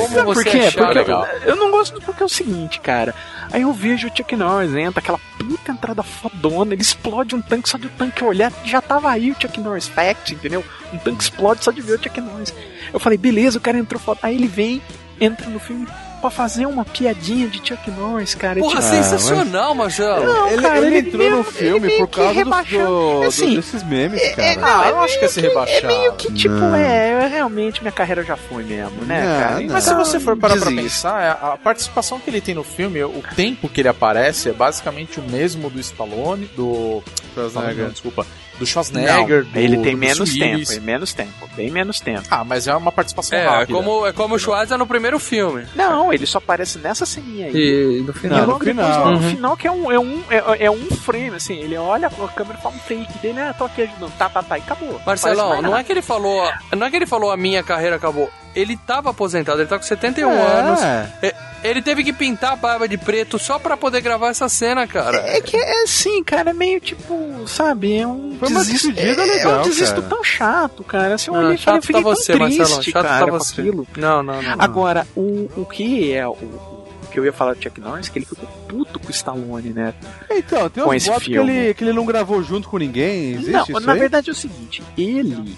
S5: Sabe por
S8: você
S5: quê?
S8: é chato,
S5: porque eu,
S8: legal.
S5: eu não gosto porque é o seguinte, cara. Aí eu vejo o Chuck Norris, né, entra aquela puta entrada fodona, ele explode um tanque só de o tanque olhar, já tava aí o Chuck Norris Fact, entendeu? Um tanque explode só de ver o Chuck Norris. Eu falei, beleza, o cara entrou foda. Aí ele vem, entra no filme, pra fazer uma piadinha de Chuck Norris, cara.
S8: Porra,
S5: É tipo-
S8: sensacional, Marcelo.
S5: Não,
S4: Ele-
S5: cara,
S4: ele entrou no filme
S5: meio
S4: por
S5: que
S4: causa do-
S5: rebaixou-
S4: do- do-
S5: assim,
S4: desses memes,
S5: é-
S4: cara.
S5: é- não,
S4: Ah, eu
S5: é
S4: acho que
S5: meio
S4: é se rebaixar.
S5: É meio que, tipo,
S4: Não.
S5: é, é, realmente minha carreira já foi mesmo, né,
S6: Não,
S5: cara?
S6: Mas se
S5: Então,
S6: você for parar pra
S5: desisto.
S6: pensar, é, a a participação que ele tem no filme, o tempo que ele aparece é basicamente o mesmo do Stallone, do.
S4: Schwarzenegger.
S6: Não, desculpa. Do Schwarzenegger.
S5: Não,
S6: do-
S5: ele tem
S6: do
S5: menos
S6: Bruce
S5: tempo,
S6: Willis.
S5: ele menos tempo, bem menos tempo.
S6: Ah, mas é uma participação
S8: É, é
S6: rápida.
S8: como, é como o Schwarza no primeiro filme.
S5: Não, ele só aparece nessa ceninha aí.
S3: E no final.
S5: E logo
S3: No
S5: depois,
S3: final.
S5: no
S3: Uhum.
S5: final, que é um, é, um, é, é um frame, assim, ele olha a câmera fala um take dele, ah, tô aqui ajudando, tá, tá, tá, e acabou.
S8: Marcelão, não é
S5: que
S8: que ele falou, não é que ele falou a minha carreira acabou. Ele tava aposentado, ele tá com 71
S5: É.
S8: anos. É, Ele teve que pintar a barba de preto só pra poder gravar essa cena, cara.
S5: É que é assim, cara, é meio tipo, sabe, é um
S8: Foi uma
S5: desisto,
S8: despedida
S5: é, é
S8: legal,
S5: um desisto
S8: cara.
S5: tão chato, cara. Assim, eu
S8: Não,
S5: olhei e falei, eu
S8: chato tá
S5: fiquei tão
S8: você, Marcelão,
S5: triste,
S8: chato
S5: cara,
S8: tá
S5: com
S8: você.
S5: aquilo.
S8: Não, não, não.
S5: Agora, o, o que é o, o que eu ia falar do Chuck Norris, que ele ficou puto com o Stallone, né?
S4: Então, tem
S5: Com
S4: uns
S5: esse
S4: boatos que
S5: filme.
S4: ele, que ele não gravou junto com ninguém, existe
S5: não,
S4: isso
S5: na
S4: aí?
S5: verdade é o seguinte, ele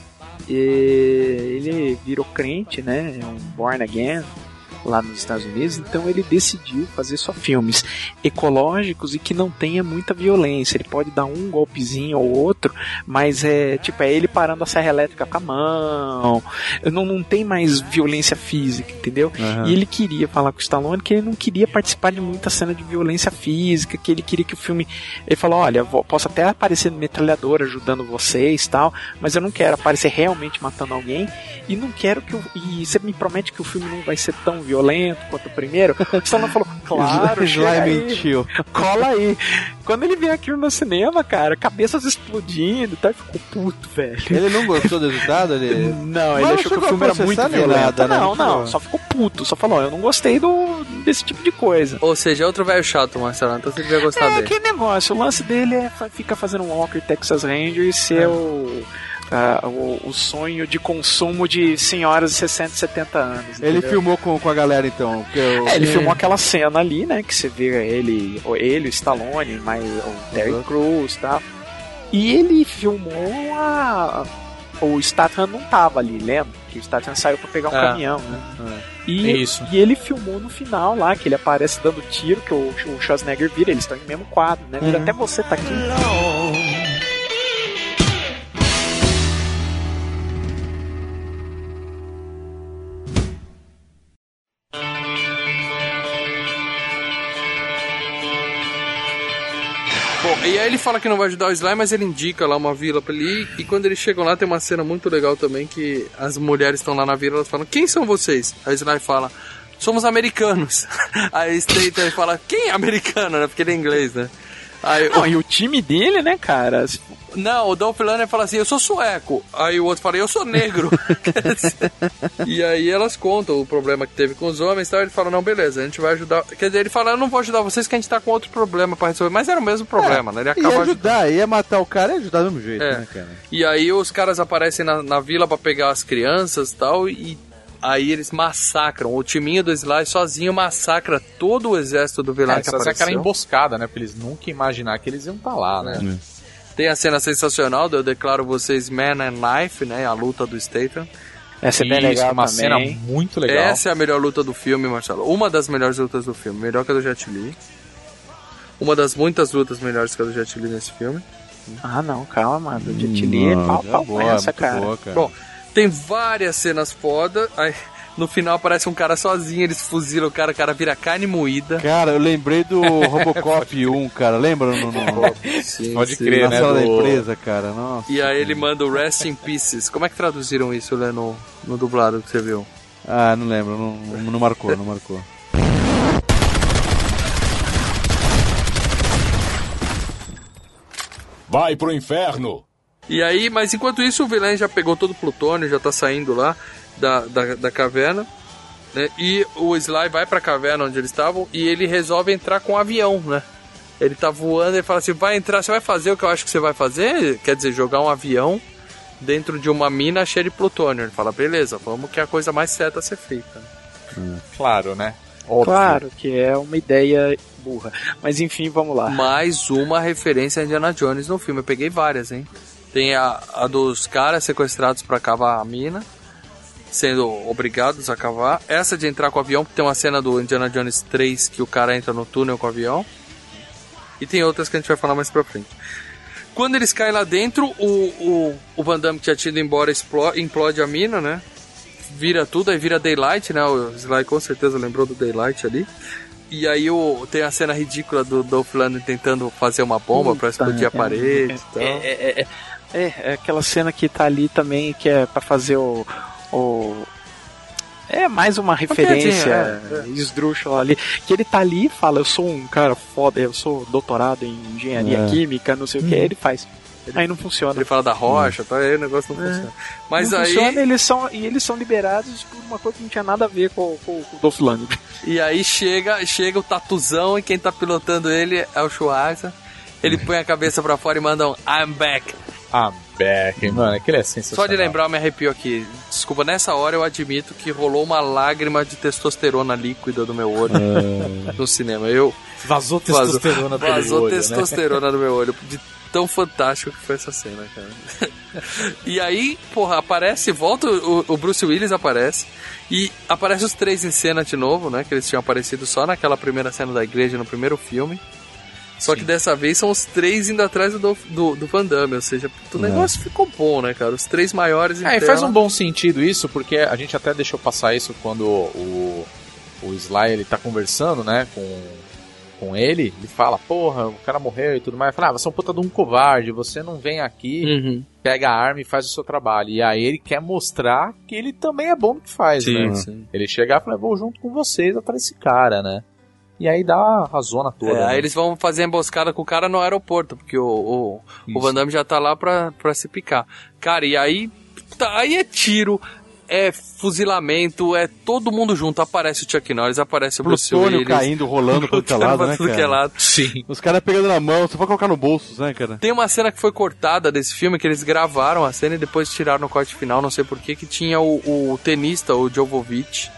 S5: eh, ele virou crente, né? É um born again lá nos Estados Unidos, então ele decidiu fazer só filmes ecológicos e que não tenha muita violência. Ele pode dar um golpezinho ou outro, mas é tipo é ele parando a serra elétrica com a mão. Não, não tem mais violência física, entendeu?
S17: Aham.
S5: E ele queria falar com o Stallone que ele não queria participar de muita cena de violência física, que ele queria que o filme. Ele falou: olha, vou- posso até aparecer no metralhador ajudando vocês tal, mas eu não quero aparecer realmente matando alguém. E não quero que. o- E você me promete que o filme não vai ser tão violento quanto o primeiro? O Stallone falou: claro,
S4: Sly
S5: chega aí,
S4: mentiu.
S5: Cola aí. Quando ele veio aqui no cinema, cara, cabeças explodindo e tal, ele ficou puto, velho.
S4: Ele não gostou do resultado? Ele...
S5: Não, ele achou que o filme era muito violento. né? Tipo, não, não, só ficou puto, só falou, eu não gostei do, desse tipo de coisa.
S8: Ou seja, é outro velho chato, Marcelo. Então você devia gostar
S5: É,
S8: dele.
S5: que negócio, o lance dele é fa- ficar fazendo um Walker Texas Ranger e ser o, ah, o, o sonho de consumo de senhoras de 60, 70 anos.
S4: Ele
S5: entendeu?
S4: filmou com, com a galera, então. porque eu-
S5: É, ele filmou aquela cena ali, né? Que você vê ele, o- ele, o Stallone, mas o Terry
S8: Uhum.
S5: Crews e tal. E ele filmou a. O Statham não tava ali, lembra? Que o Statham saiu pra pegar um
S8: Ah,
S6: É.
S5: caminhão, né? E,
S8: É
S6: Isso.
S5: e ele filmou no final lá, que ele aparece dando tiro, que o, o Schwarzenegger vira, eles estão em mesmo quadro, né? Vira
S6: Uhum.
S5: até você tá aqui.
S8: Bom, e aí ele fala que não vai ajudar o Sly, mas ele indica lá uma vila pra ele ir. E quando eles chegam lá, tem uma cena muito legal também que as mulheres estão lá na vila, elas falam, quem são vocês? Aí o Sly fala, somos americanos. Aí Statham fala, quem é americano? né? Porque ele é inglês, né? Aí,
S5: Não, e o time dele, né, cara?
S8: Não, o Dolph Lundgren fala assim, eu sou sueco. Aí o outro fala, eu sou negro. e aí elas contam o problema que teve com os homens e tal. Ele fala, não, beleza, a gente vai ajudar. Quer dizer, ele fala, eu não vou ajudar vocês que a gente tá com outro problema pra resolver. Mas era o mesmo problema, né? Ele
S4: É, Ia
S8: acaba
S4: ajudar, ia matar o cara e ajudar do mesmo jeito,
S8: É.
S4: né, cara?
S8: E aí os caras aparecem na, na vila pra pegar as crianças e tal, e aí eles massacram. O timinho do Sly sozinho massacra todo o exército do vilão
S6: Cara,
S8: que
S6: essa é
S8: apareceu.
S6: aquela emboscada, né? Porque eles nunca imaginaram que eles iam estar lá, né?
S8: Tem a cena sensacional do Eu Declaro Vocês Man and Knife, né? A luta do Statham.
S5: Essa é bem
S8: Isso,
S5: legal
S8: uma
S5: também.
S8: cena
S6: muito legal.
S8: Essa é a melhor luta do filme, Marcelo. Uma das melhores lutas do filme. Melhor que a do Jet Li. Uma das muitas lutas melhores que a do Jet Li nesse filme.
S5: Ah, não, calma, mano. O Jet Li é
S8: Não,
S5: pau,
S8: é
S5: pau
S8: boa,
S5: nessa,
S8: muito
S5: cara.
S8: boa, Bom, tem várias cenas foda. Aí, no final aparece um cara sozinho, eles fuzilam o cara, o cara vira carne moída.
S4: Cara, eu lembrei do Robocop 1, cara. Lembra? No, no...
S8: Sim,
S4: Pode
S8: sim.
S4: crer, na
S8: né,
S4: sala da
S8: do-
S4: empresa, cara. Nossa.
S8: E aí ele manda o Rest in Pieces. Como é que traduziram isso, Lê, no, no dublado que você viu?
S4: Ah, não lembro. Não, não marcou, não marcou.
S2: Vai pro inferno!
S8: E aí, mas enquanto isso, o vilão já pegou todo o plutônio, já tá saindo lá da, da, da caverna. né? E o Sly vai pra caverna onde eles estavam e ele resolve entrar com o avião, né? Ele tá voando, ele fala assim: vai entrar, você vai fazer o que eu acho que você vai fazer? Quer dizer, jogar um avião dentro de uma mina cheia de plutônio. Ele fala: beleza, vamos que é a coisa mais certa a ser feita.
S6: Claro, né?
S5: Claro que é uma ideia burra. Mas enfim, vamos lá.
S8: Mais uma referência a Indiana Jones no filme. Eu peguei várias, hein? Tem a, a dos caras sequestrados pra cavar a mina. sendo obrigados a cavar. Essa de entrar com o avião, porque tem uma cena do Indiana Jones 3 que o cara entra no túnel com o avião. E tem outras que a gente vai falar mais pra frente. Quando eles caem lá dentro, o, o, o Van Damme que tinha tido embora explode, implode a mina, né? Vira tudo, aí vira Daylight, né? O Sly com certeza lembrou do Daylight ali. E aí o, tem a cena ridícula do Dolph Lundgren tentando fazer uma bomba pra explodir a parede e tal.
S5: É, é, é, é, é aquela cena que tá ali também, que é pra fazer o. o- É mais uma referência
S18: piadinha, é, é.
S5: esdrúxula ali. Que ele tá ali e fala, eu sou um cara foda, eu sou doutorado em engenharia
S8: É.
S5: química, não sei o que,
S8: Hum.
S5: aí ele faz. aí não funciona.
S8: Ele fala da rocha, tá? Aí o negócio não funciona. Mas
S5: É. não
S8: aí.
S5: funciona, eles são, e eles são liberados por uma coisa que não tinha nada a ver com, com, com o Dolph Lundgren.
S8: E aí chega, chega o Tatuzão e quem tá pilotando ele é o Schwarza. Ele põe a cabeça pra fora e manda um I'm back.
S6: Ah, Beck, mano, aquele é
S8: Só
S6: sensacional.
S8: de lembrar, eu me arrepio aqui. Desculpa, nessa hora eu admito que rolou uma lágrima de testosterona líquida do meu olho no cinema. Eu
S6: Vazou
S8: vazou-
S6: testosterona pelo
S8: Vazou
S6: olho, né?
S8: testosterona do meu olho. De tão fantástico que foi essa cena, cara. E aí, porra, aparece, volta o, o Bruce Willis aparece e aparece os três em cena de novo, né? Que eles tinham aparecido só naquela primeira cena da igreja no primeiro filme. Só que dessa vez são os três indo atrás do, Dolph- do, do Van Damme, ou seja, o negócio ficou bom, né, cara? Os três maiores em
S6: É, e
S8: tela.
S6: faz um bom sentido isso, porque a gente até deixou passar isso quando o, o Sly ele tá conversando, né, com, com ele, ele fala, porra, o cara morreu e tudo mais, Ele fala, ah, você é um puta de um covarde, você não vem aqui, pega a arma e faz o seu trabalho. E aí ele quer mostrar que ele também é bom no que faz,
S8: Sim,
S6: né?
S8: sim.
S6: Ele chega e fala, vou junto com vocês atrás desse cara, né? E aí dá a zona toda.
S8: É,
S6: né?
S8: aí eles vão fazer a emboscada com o cara no aeroporto, porque o, o, o Van Damme já tá lá pra, pra se picar. Cara, e aí. tá, aí é tiro, é fuzilamento, é todo mundo junto. Aparece o Chuck Norris, aparece o Bruce
S4: Plutônio
S8: Willis.
S4: caindo, rolando pra tudo que é
S8: Plutônio
S4: lado,
S8: pra
S4: né,
S8: tudo que é
S4: cara?
S8: lado.
S4: Os caras pegando na mão, só pra colocar no bolso, né, cara?
S8: Tem uma cena que foi cortada desse filme, que eles gravaram a cena e depois tiraram no corte final, não sei porquê, que tinha o, o tenista, o Jovovich,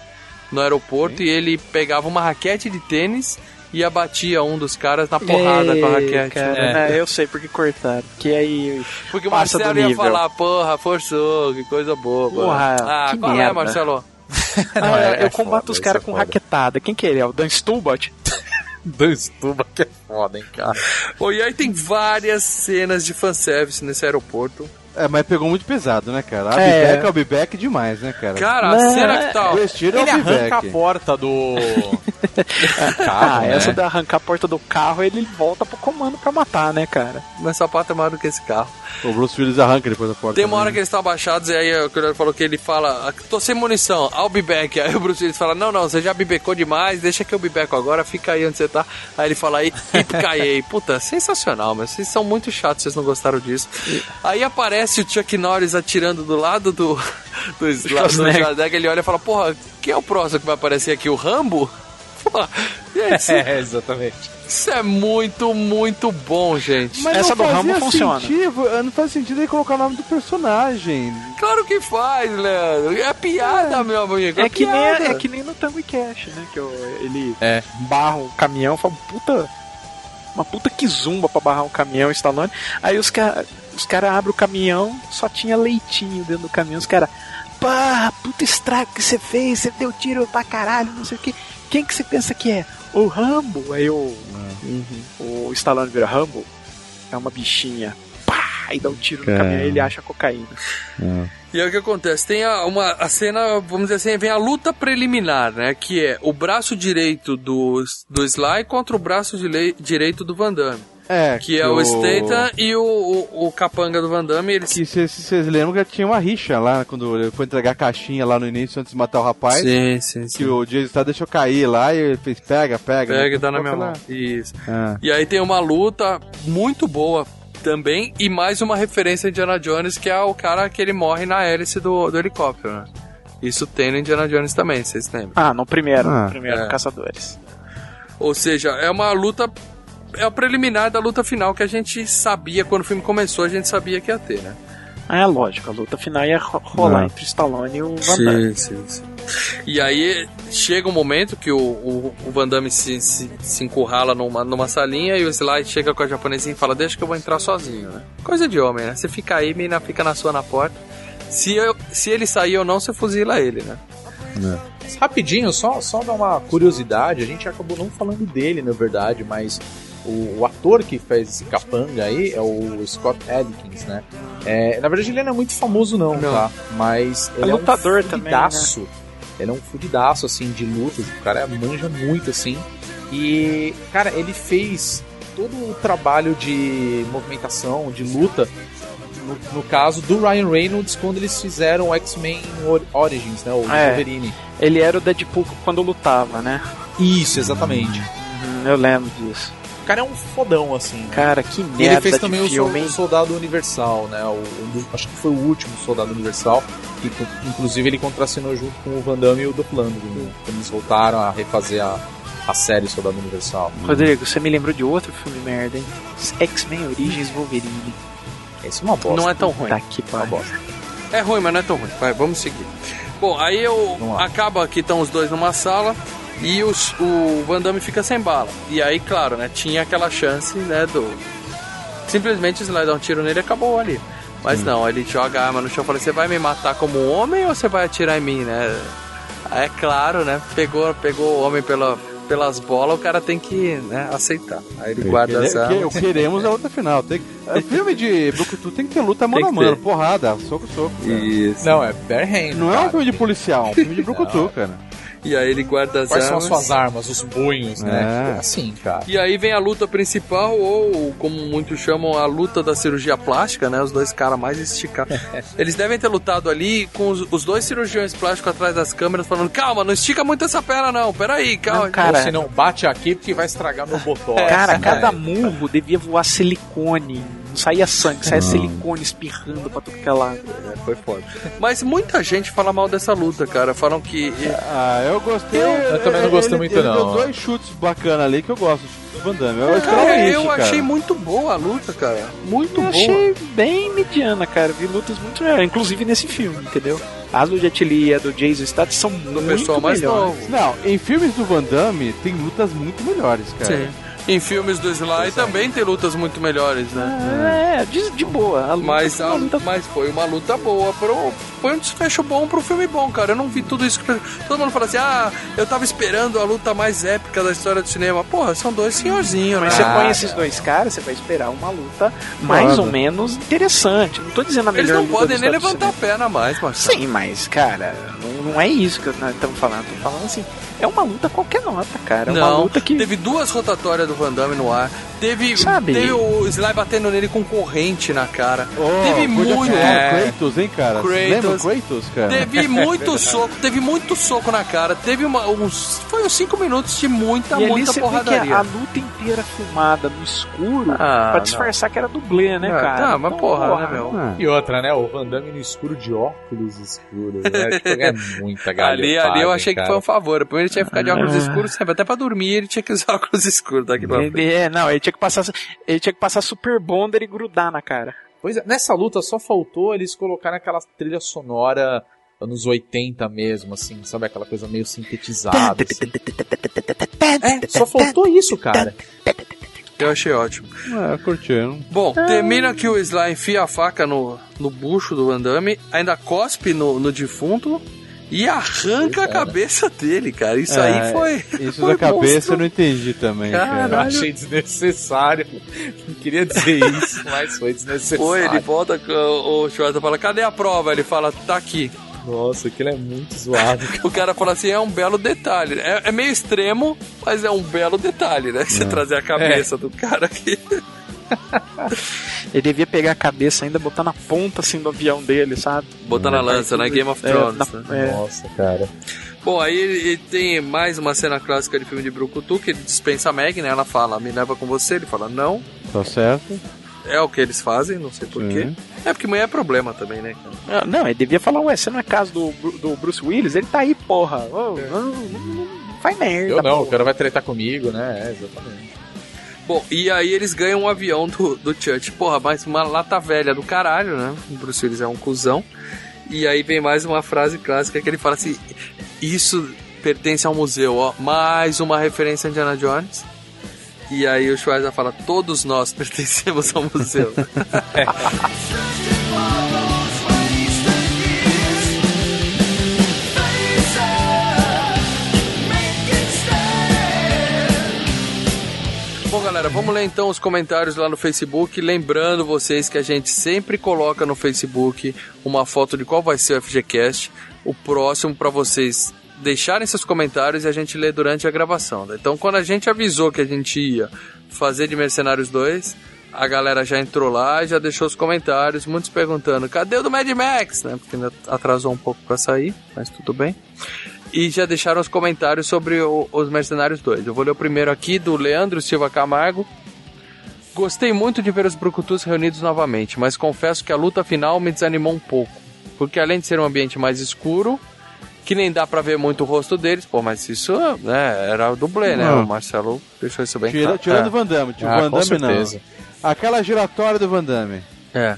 S8: no aeroporto e ele pegava uma raquete de tênis e abatia um dos caras na porrada com a
S5: Ei,
S8: raquete.
S5: cara,
S8: né?
S5: né, eu sei porque cortaram. Porque aí.
S8: Porque o
S5: passa
S8: Marcelo
S5: do
S8: ia
S5: nível.
S8: falar, porra, forçou, que coisa boba.
S5: Porra,
S8: ah,
S5: que
S8: qual é,
S5: merda.
S8: Marcelo?
S5: Ah, eu- eu combato os caras com raquetada. Quem que ele é? O Dan Stubart?
S6: Dan Stubart que é foda, hein, cara.
S8: Pô, e aí tem várias cenas de fanservice nesse aeroporto.
S4: É, mas pegou muito pesado, né, cara? A
S8: É.
S4: Bibeck é o Bibeck demais, né,
S5: É.
S4: cara?
S8: Cara, a cena que tá.
S4: Vestido é o Bibeck.
S6: porta do.
S5: ah,
S4: né?
S5: essa da arrancar a porta do carro, ele volta pro comando pra matar, né, cara?
S8: Mas sapato é maior do que esse carro.
S4: O Bruce Willis arranca depois da porta.
S8: Tem uma
S4: né?
S8: hora que eles estão abaixados e aí o Curio falou que ele fala, "Ah, tô sem munição, I'll be back. Aí o Bruce Willis fala, não, não, você já bibecou demais, deixa que eu bibeco agora, fica aí onde você tá. Aí ele fala, "Ip, ip, caiei. Puta, sensacional, mas vocês são muito chatos, vocês não gostaram disso. Aí aparece o Chuck Norris atirando do lado do, do, Sly- do
S5: Schwarzenegger.
S8: Schwarzenegger, ele olha e fala, porra, quem é o próximo que vai aparecer aqui, o Rambo? Porra, gente,
S6: É, exatamente.
S8: isso é muito, muito bom, gente.
S4: Mas não fazia Sentido, eh, não faz sentido ele colocar o nome do personagem.
S8: Claro que faz, Leandro. É piada, meu amigo. É,
S5: É que, nem,
S8: piada.
S5: é que nem no Tango e Cash, né? Que eu- ele
S6: É.
S5: barra um caminhão, fala, puta. Uma puta que zumba pra barrar um caminhão, Stallone. Aí os caras os cara abrem o caminhão, só tinha leitinho dentro do caminhão. Os caras, pá, puta estrago que você fez, você deu tiro pra caralho, não sei o que. Quem que você pensa que é? O Rambo. Aí o, o Stallone vira Rambo, é uma bichinha. Pá, e dá um tiro no
S8: Cara.
S5: caminhão e ele acha cocaína.
S8: E aí o que acontece? Tem a, uma, a cena, vamos dizer assim, vem a luta preliminar, né? Que é o braço direito do, do Sly contra o braço dilei- direito do Van Damme.
S4: É,
S8: Que é o Statham e o, o, o capanga do Van Damme. Eles...
S4: Que vocês vocês lembram que tinha uma rixa lá, quando ele foi entregar a caixinha lá no início, antes de matar o rapaz.
S8: Sim, sim,
S4: né? Que o Jason tá deixou cair lá e ele fez pega, pega.
S8: Pega
S4: né?
S8: e dá na minha
S4: Coloca
S8: mão. Isso.
S4: lá. Ah.
S8: E aí tem uma luta muito boa também e mais uma referência a Indiana Jones, que é o cara que ele morre na hélice do, do helicóptero, né? Isso tem no Indiana Jones também, vocês lembram?
S5: Ah, no primeiro, no primeiro,
S8: É.
S5: Caçadores.
S8: Ou seja, é uma luta. É a preliminar da luta final que a gente sabia quando o filme começou, a gente sabia que ia ter, né?
S5: Ah, é lógico, a luta final ia ro- rolar
S8: É.
S5: entre o Stallone e o Van Damme.
S8: sim, sim. E aí chega um momento que o, o, o Van Damme se, se, se encurrala numa, numa salinha e o Sly chega com a japonesinha e fala: Deixa que eu vou entrar sozinho, né? Coisa de homem, né? Você fica aí, menina fica na sua na porta. Se, eu, se ele sair ou não, você fuzila ele, né?
S6: Mas Rapidinho, só, só dar uma curiosidade, a gente acabou não falando dele, na verdade, mas o, o ator que fez esse capanga aí é o Scott Adkins, né? É, na verdade, ele não é muito famoso não, tá? Mas
S5: É
S6: ele é,
S5: lutador
S6: um
S5: também,
S6: fudidaço.
S5: né?
S6: Ele é um fudidaço, assim, de lutas. O cara manja muito, assim. E, cara, ele fez todo o trabalho de movimentação, de luta, no, no caso do Ryan Reynolds, quando eles fizeram o X-Men Or- Origins, né? O
S5: É.
S6: Wolverine.
S5: Ele era o Deadpool quando lutava, né? Hum,
S6: Isso, exatamente.
S5: eu lembro disso.
S6: O cara é um fodão, assim. né?
S5: Cara, que
S6: E
S5: merda
S6: ele fez também
S5: de
S6: o Sol-
S5: filme, hein?
S6: Soldado Universal, né? O, o- acho que foi o último Soldado Universal. Que, co- inclusive ele contracenou junto com o Van Damme e o Duplango, né? Quando eles voltaram a refazer a, a série Soldado Universal.
S5: Rodrigo, você me lembrou de outro filme merda, hein? X-Men Origins Wolverine.
S6: Esse é uma bosta.
S8: Não é tão ruim.
S5: Tá aqui, pariu.
S8: É ruim, mas não é tão ruim. Vai, vamos seguir. Bom, aí eu acaba que estão os dois numa sala e os- o Van Damme fica sem bala. E aí, claro, né? Tinha aquela chance, né, do. Simplesmente se lá dar um tiro nele e acabou ali. Mas não, ele joga a arma no chão e fala, você vai me matar como um homem ou você vai atirar em mim, né? É claro, né? Pegou, pegou o homem pela, pelas bolas, o cara tem que né, aceitar. Aí ele guarda as
S4: que, o
S8: armas.
S4: queremos é outra final. Tem, que- é, filme de Brucutu tem que ter luta mano a
S8: Tem que
S4: mano,
S8: ter.
S4: porrada, soco soco. cara.
S8: Isso.
S6: Não, é Bare
S4: Não é um filme de policial, é um filme de Brucutu,
S8: Não.
S4: cara.
S8: E aí ele guarda as
S6: Quais são
S8: armas.
S6: as
S5: né?
S6: suas armas? Os punhos, né?
S4: É.
S6: Assim, cara.
S8: E aí vem a luta principal, ou como muitos chamam, a luta da cirurgia plástica, né? Os dois caras mais esticados. Eles devem ter lutado ali com os, os dois cirurgiões plásticos atrás das câmeras, falando: calma, não estica muito essa perna, não. Peraí, calma.
S5: Não, cara.
S8: Ou se
S6: não, bate aqui porque vai estragar meu botox.
S5: Cara,
S8: né?
S5: cada murro devia voar silicone. Não saía sangue, saía silicone espirrando pra tudo que é lado.
S8: foi foda. Mas muita gente fala mal dessa luta, cara. Falam que.
S4: Ah, eu gostei. Eu,
S8: também não gostei muito,
S4: ele
S8: não.
S4: Deu dois chutes bacanas ali que eu gosto. o chute do Van Damme. É, Eu,
S8: Cara,
S4: esperava isso,
S8: é, eu
S4: cara.
S8: achei muito boa a luta, cara. Muito
S5: Eu
S8: boa.
S5: achei bem mediana, cara. Vi lutas muito melhores, inclusive nesse filme, entendeu? As do Jet Li e a do Jason Statham são do muito
S8: pessoal mais
S5: melhores.
S8: novo.
S4: Não, em filmes do Van Damme tem lutas muito melhores, cara.
S8: Sim. Em filmes do Sly também tem lutas muito melhores, né?
S5: É, de, de boa. tá
S8: mas, a- mas foi uma luta boa. Pro, foi um desfecho bom pro filme bom, cara. Eu não vi tudo isso que. Todo mundo fala assim: ah, eu tava esperando a luta mais épica da história do cinema. Porra, são dois senhorzinhos,
S5: Mas
S8: né?
S5: você põe esses dois caras, você vai esperar uma luta mais
S8: Claro.
S5: ou menos interessante. Não tô dizendo a
S8: Eles
S5: melhor
S8: não
S5: luta
S8: podem
S5: dos
S8: nem
S5: Estados
S8: levantar a perna mais, Marcelo.
S5: Sim, mas, cara, não, não é isso que nós estamos falando. Estamos falando assim, é uma luta qualquer nota, cara. É uma
S8: não,
S5: luta que.
S8: teve duas rotatórias do Van Damme no ar. Teve,
S5: Sabe?
S8: teve o Sly batendo nele com corrente na cara.
S4: Oh,
S8: teve
S4: podia
S8: muito.
S4: ser
S8: É.
S4: Kratos, hein, cara?
S8: Kratos.
S4: Lembra o Kratos,
S6: É.
S4: cara?
S8: Teve muito soco, teve muito soco na cara, teve uma, uns, foi uns 5 minutos de muita,
S5: e ali
S8: muita
S5: você vê que
S8: porradaria.
S5: a luta inteira filmada no escuro
S8: Ah,
S5: pra
S8: não.
S5: disfarçar que era dublê, né,
S8: Ah,
S5: cara?
S8: tá, mas porra, né, meu?
S6: E outra, né? O Van Damme no escuro de óculos escuros, né? Tipo, é muita galera.
S8: Ali, ali eu achei que foi um favor. Primeiro ele tinha que ficar de
S5: É.
S8: óculos escuros, sempre. Até pra dormir ele tinha que usar óculos escuros tá daqui pra frente.
S5: Ele, é, não, ele tinha que passar, ele tinha que passar super bonder e grudar na cara.
S6: Pois é, nessa luta só faltou eles colocarem aquela trilha sonora anos 80 mesmo, assim, sabe? Aquela coisa meio sintetizada. assim. É, só faltou isso, cara.
S8: Eu achei ótimo.
S4: É, curtindo.
S8: Bom, termina que o Sly enfia a faca no, no bucho do Van Damme, ainda cospe no, no defunto e arranca a cabeça dele, cara. Isso aí
S4: É,
S8: foi.
S4: Isso
S8: foi
S4: da cabeça eu
S8: monstro.
S4: não entendi também, cara.
S6: ah, Eu achei desnecessário. Não queria dizer isso, mas foi desnecessário.
S8: Ou ele volta com o o Schwarzer e fala, cadê a prova? Ele fala, tá aqui.
S6: Nossa, aquilo é muito zoado.
S8: O cara fala assim, é um belo detalhe. É, é meio extremo, mas é um belo detalhe, né? Você trazer a cabeça do cara aqui.
S5: Ele devia pegar a cabeça ainda, botar na ponta assim do avião dele, sabe?
S8: Botar na lança, né? Game of
S5: É,
S8: Thrones,
S5: na-
S8: né?
S5: é.
S6: Nossa, cara.
S8: Bom, aí ele ele tem mais uma cena clássica de filme de Brucutu, que ele dispensa a Meg, né? Ela fala, me leva com você. Ele fala, não.
S4: Tá certo?
S8: É o que eles fazem, não sei porquê. É porque mulher é problema também, né? cara?
S5: Não, Ah, Não, ele devia falar, ué, você não é caso do, Bru- do Bruce Willis? Ele tá aí, porra. Ô, não, não- não faz merda.
S6: Eu não, o
S5: porra.
S6: cara vai tretar comigo, né? É, exatamente.
S8: Bom, e aí eles ganham um avião do, do Church. Porra, mais uma lata velha do caralho, né? O Bruce Willis é um cuzão. E aí vem mais uma frase clássica que ele fala assim: Isso pertence ao museu, ó. Mais uma referência a Indiana Jones. E aí o Schweizer fala: Todos nós pertencemos ao museu. galera, vamos ler então os comentários lá no Facebook. Lembrando vocês que a gente sempre coloca no Facebook uma foto de qual vai ser o FGCast, o próximo, para vocês deixarem seus comentários e a gente lê durante a gravação. né? Então, quando a gente avisou que a gente ia fazer de Mercenários 2, a galera já entrou lá e já deixou os comentários, muitos perguntando: cadê o do Mad Max? né? Porque ainda atrasou um pouco para sair, mas tudo bem e já deixaram os comentários sobre o- os Mercenários 2. Eu vou ler o primeiro aqui do Leandro Silva Camargo. Gostei muito de ver os Brucutus reunidos novamente, mas confesso que a luta final me desanimou um pouco, porque além de ser um ambiente mais escuro, que nem dá pra ver muito o rosto deles, pô, mas isso né, era o dublê, né?
S4: Não.
S8: O Marcelo deixou isso bem
S4: Tira-
S8: claro.
S4: tirando
S8: É.
S4: o Van Damme. Tipo,
S8: Ah,
S4: Van
S8: com
S4: Damme
S8: certeza.
S4: não. Aquela giratória do Van Damme.
S8: É.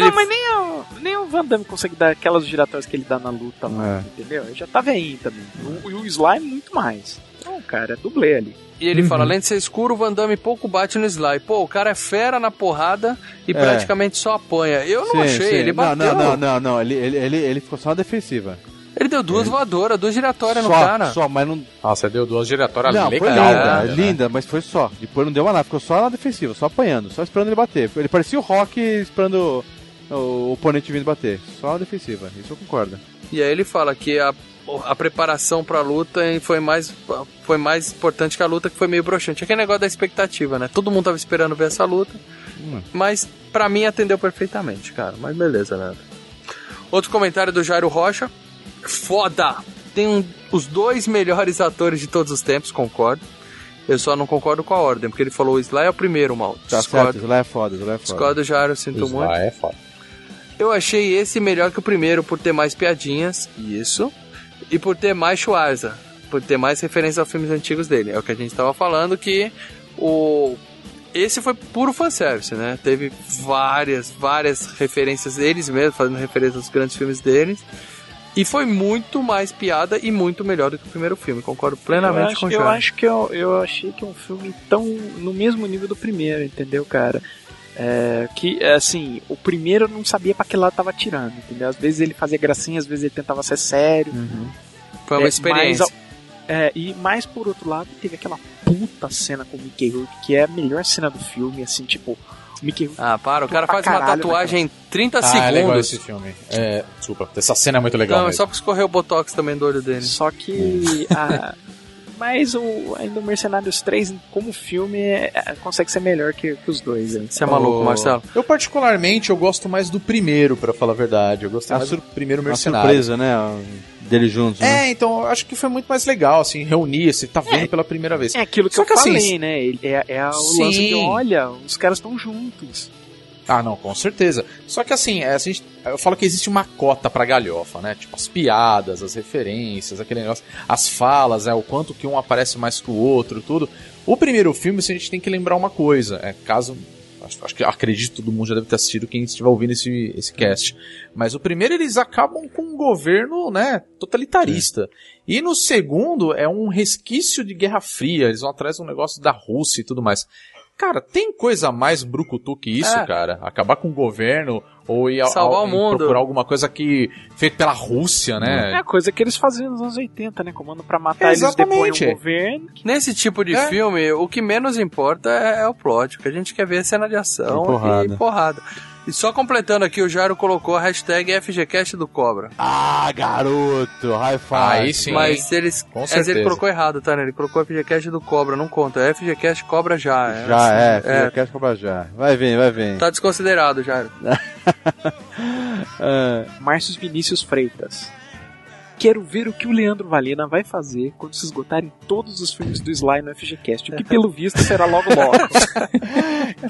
S5: Não, mas nem o, nem o Van Damme consegue dar aquelas giratórias que ele dá na luta,
S4: É.
S5: lá, entendeu? Ele já tá veinho também. O, e o Slime muito mais. Então, cara, é dublê ali.
S8: E ele
S4: Uhum.
S8: fala, além de ser escuro, o Van Damme pouco bate no Sly. Pô, o cara é fera na porrada e
S4: É.
S8: praticamente só apanha. Eu não
S4: Sim,
S8: achei,
S4: sim.
S8: ele
S4: Não,
S8: bateu.
S4: não, não, não, não. Ele, ele, ele, ele ficou só na defensiva.
S8: Ele deu duas voadoras, duas giratórias
S4: só,
S8: no cara.
S4: só, mas não.
S6: Nossa, deu duas giratórias
S4: Não, foi
S6: Tá legal.
S4: linda,
S6: cara, né?
S4: linda, mas foi só. Depois não deu uma nada, ficou só na defensiva, só apanhando, só esperando ele bater. Ele parecia o Rock esperando o, o oponente vindo bater. Só na defensiva, isso eu concordo.
S8: E aí ele fala que a, a preparação pra luta hein, foi mais, foi mais importante que a luta, que foi meio broxante. Aquele negócio da expectativa, né? Todo mundo tava esperando ver essa luta,
S4: Hum.
S8: mas pra mim atendeu perfeitamente, cara. Mas beleza, né? Outro comentário do Jairo Rocha. Foda! Tem um- os dois melhores atores de todos os tempos, concordo. Eu só não concordo com a ordem, porque ele falou o Sly é o primeiro, mal.
S4: Tá certo, Sly é foda, Sly é foda.
S8: Discordo, Jairo, sinto muito.
S6: Ah, é foda.
S8: Eu achei esse melhor que o primeiro por ter mais piadinhas, isso, e por ter mais Schwarza, por ter mais referência aos filmes antigos dele. É o que a gente tava falando que o esse foi puro fanservice, né? Teve várias, várias referências deles mesmos, fazendo referência aos grandes filmes deles. E foi muito mais piada e muito melhor do que o primeiro filme, concordo plenamente
S5: eu acho,
S8: com o
S5: eu
S8: Jairo.
S5: acho que eu, eu achei que é um filme tão no mesmo nível do primeiro, entendeu, cara? É, que assim, o primeiro eu não sabia pra que lado tava tirando, entendeu? Às vezes ele fazia gracinha, às vezes ele tentava ser sério. É,
S8: Foi uma experiência.
S5: mas ao- é, e mais por outro lado, teve aquela puta cena com o Mickey Rourke, que é a melhor cena do filme, assim, tipo, o Mickey Rourke.
S8: Ah, para, o cara faz uma
S5: né,
S8: tatuagem em 30
S6: Ah, é legal
S8: segundos.
S6: esse filme. É, desculpa, essa cena é muito legal.
S8: Não, é
S6: mesmo.
S8: só porque escorreu o Botox também do olho dele.
S5: Só que. a- mas o, ainda o Mercenários 3, como filme, é- é- consegue ser melhor que, que os dois. Né?
S8: Você é maluco,
S6: O-
S8: Marcelo?
S6: Eu particularmente eu gosto mais do primeiro, pra falar a verdade. Eu gostei mais do primeiro
S4: Uma
S6: Mercenário.
S4: surpresa, né? a- Dele juntos, né?
S6: É, então eu acho que foi muito mais legal, assim, reunir, você tá vendo pela primeira vez.
S5: É aquilo que
S6: Só
S5: eu falei,
S6: assim,
S5: né? Ele- É, é o
S6: Sim.
S5: lance de olha, os caras estão juntos.
S6: Ah, não, com certeza. Só que assim, é, a gente, eu falo que existe uma cota pra galhofa, né? Tipo, as piadas, as referências, aquele negócio, as falas, né? O quanto que um aparece mais que o outro, tudo. O primeiro filme, assim, a gente tem que lembrar uma coisa, é caso. Acho, acho que acredito que todo mundo já deve ter assistido quem estiver ouvindo esse, esse cast. Mas o primeiro eles acabam com um governo, né, totalitarista. E no segundo é um resquício de Guerra Fria. Eles vão atrás de um negócio da Rússia e tudo mais. Cara, tem coisa mais brucutu que isso,
S8: É.
S6: cara? Acabar com o governo ou ir ao-
S8: Salvar
S6: ao-
S8: o mundo.
S6: procurar alguma coisa que feita pela Rússia, né?
S5: É a coisa que eles faziam nos anos 80, né? Comando pra matar, eles
S6: Exatamente.
S5: depõem o governo.
S8: Nesse tipo de
S5: É.
S8: filme, o que menos importa é, é o plot. O que a gente quer ver é cena de ação
S4: E porrada.
S8: e porrada. E só completando aqui, o Jairo colocou a hashtag FGCast do Cobra.
S4: Ah, garoto, high five.
S6: Aí sim.
S8: Mas eles,
S6: Com
S8: mas
S6: certeza.
S8: ele colocou errado, tá? Né? Ele colocou FGCast do Cobra, não conta. É FGCast Cobra já. É,
S4: Já é,
S8: assim, é.
S4: filho, quer comprar já. Vai vir, vai vir.
S8: Tá desconsiderado, Jairo.
S5: Márcio Vinícius Freitas. Quero ver o que o Leandro Valena vai fazer quando se esgotarem todos os filmes do Sly no FGCast, o que pelo visto será logo logo.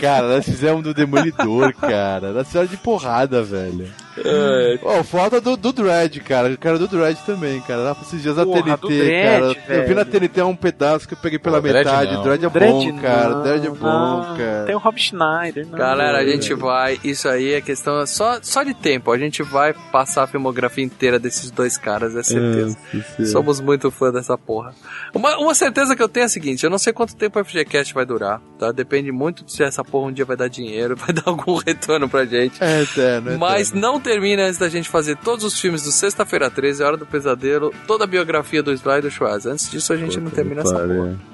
S4: Cara, nós fizemos do Demolidor, cara. Nós fizemos de porrada, velho. Ó, falta do, do Dread, cara. Eu quero do Dread também, cara. Lá esses dias na
S5: Porra,
S4: TNT,
S5: do Dredd,
S4: cara. Eu vi
S5: velho.
S4: na TNT um pedaço que eu peguei pela
S6: Pô, Dredd
S4: metade.
S6: não.
S4: Dread é
S5: Dredd
S4: bom, cara.
S5: não, Ah.
S4: Dread é bom,
S5: não.
S4: cara.
S5: Tem o Rob Schneider. não.
S8: Galera, a gente vai. Isso aí é questão só, só de tempo. A gente vai passar a filmografia inteira desses dois caras, é certeza. Somos muito fã dessa porra. Uma, uma certeza que eu tenho é a seguinte: eu não sei quanto tempo o FGCast vai durar, tá? Depende muito de se essa porra um dia vai dar dinheiro, vai dar algum retorno pra gente.
S4: É eterno, é
S8: Mas
S4: eterno.
S8: não termina antes da gente fazer todos os filmes do Sexta-feira 13, Hora do Pesadelo, toda a biografia do Sly e do Schwarz. Antes disso, a gente não termina essa porra.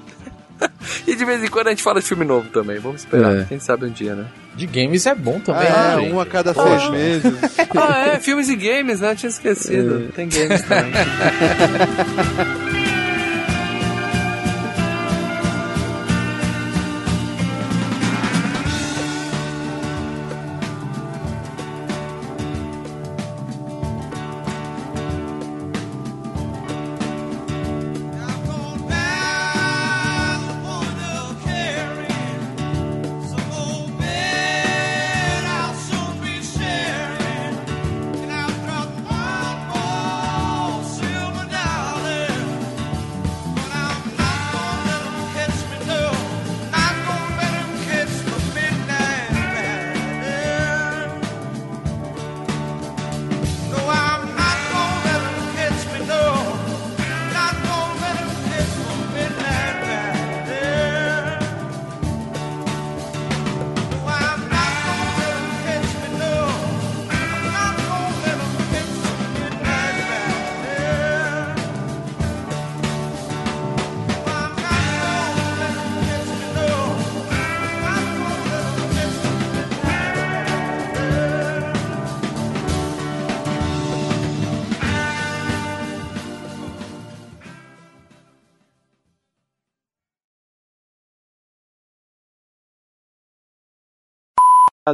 S8: E de vez em quando a gente fala de filme novo também. Vamos esperar.
S6: É.
S8: Quem sabe um dia, né?
S6: De games é bom também,
S8: Ah,
S6: né? gente?
S8: uma a cada
S6: Poxa.
S8: seis meses. Ah, é, filmes e games, né? Eu tinha esquecido. Tem games também. oh,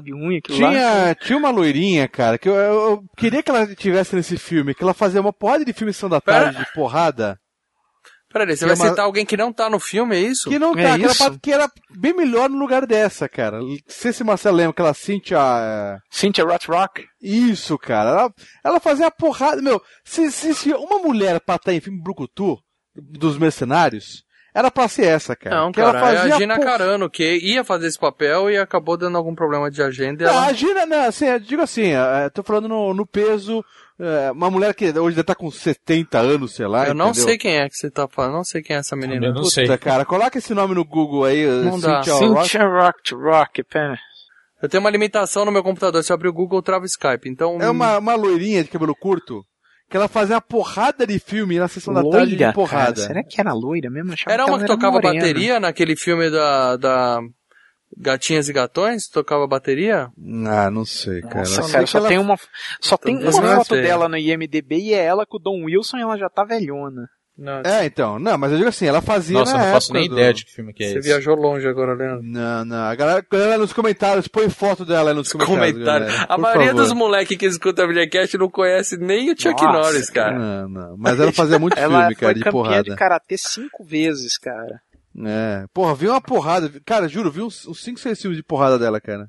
S5: de unha, aquilo lá.
S4: Tinha, tinha uma loirinha, cara, que eu, eu- eu queria que ela estivesse nesse filme, que ela fazia uma porrada de filme Sessão da Tarde, de porrada.
S8: Peraí, você
S4: Que
S8: vai
S4: é uma-
S8: citar alguém que não tá no filme, é isso?
S4: Que não tá, que, era, pra- que era bem melhor no lugar dessa, cara. Não sei se o Marcelo lembra aquela Cynthia.
S5: Cynthia Rothrock?
S4: Isso, cara. Ela, ela fazia a porrada. Meu, se, se, se uma mulher pra estar em filme Brucutu, dos mercenários, era pra ser essa, cara.
S8: Não,
S4: que
S8: cara,
S4: ela fazia
S8: é a Gina
S4: por-
S8: Carano, que ia fazer esse papel e acabou dando algum problema de agenda. e
S4: Não,
S8: ela-
S4: a Gina, não, assim, eu digo assim, eh, tô falando no, no peso, eh, uma mulher que hoje deve estar com 70 anos, sei lá.
S8: eu não
S4: entendeu?
S8: sei quem é que você tá falando, não sei quem é essa menina.
S4: Puta, cara, coloca esse nome no Google aí. uh,
S8: Não dá.
S4: Cynthia é Rock.
S5: Rock, pera.
S8: Eu tenho uma limitação no meu computador, se eu abrir o Google, trava o Skype, então...
S4: É uma, uma loirinha de cabelo curto, que ela fazia uma porrada de filme na sessão da tarde
S5: Loira,
S4: de porrada.
S5: cara, será que era loira mesmo? Eu achava
S8: Era uma que
S5: ela
S8: tocava
S5: morena.
S8: bateria naquele filme da, da Gatinhas e Gatões? Tocava bateria?
S4: Ah, não sei, cara.
S5: Nossa,
S4: Eu sei
S5: cara,
S4: que
S5: só
S4: ela-
S5: tem uma, só tem
S8: Talvez
S5: uma
S8: não
S5: foto
S8: seja.
S5: dela no IMDB e é ela com o Don Wilson e ela já tá velhona.
S4: É, então, não, mas eu digo assim, ela fazia
S6: Nossa,
S4: na
S6: eu não faço
S4: época
S6: nem
S4: do-
S6: ideia de que filme que é
S8: Você
S6: esse.
S8: viajou longe agora, Leandro.
S4: Não, não, a galera, galera nos comentários, põe foto dela aí nos comentários.
S8: Comentário.
S4: galera,
S8: A
S4: por
S8: maioria
S4: favor.
S8: dos moleques que escuta a Videocast não conhece nem o Chuck
S5: Nossa,
S8: Norris, cara.
S4: Não, não, mas ela fazia muito
S5: ela
S4: filme,
S5: foi
S4: cara, de
S5: campeã
S4: porrada.
S5: de karatê cinco vezes, cara.
S4: É, porra, vi uma porrada. Cara, juro, vi uns 5, 6 filmes de porrada dela, cara.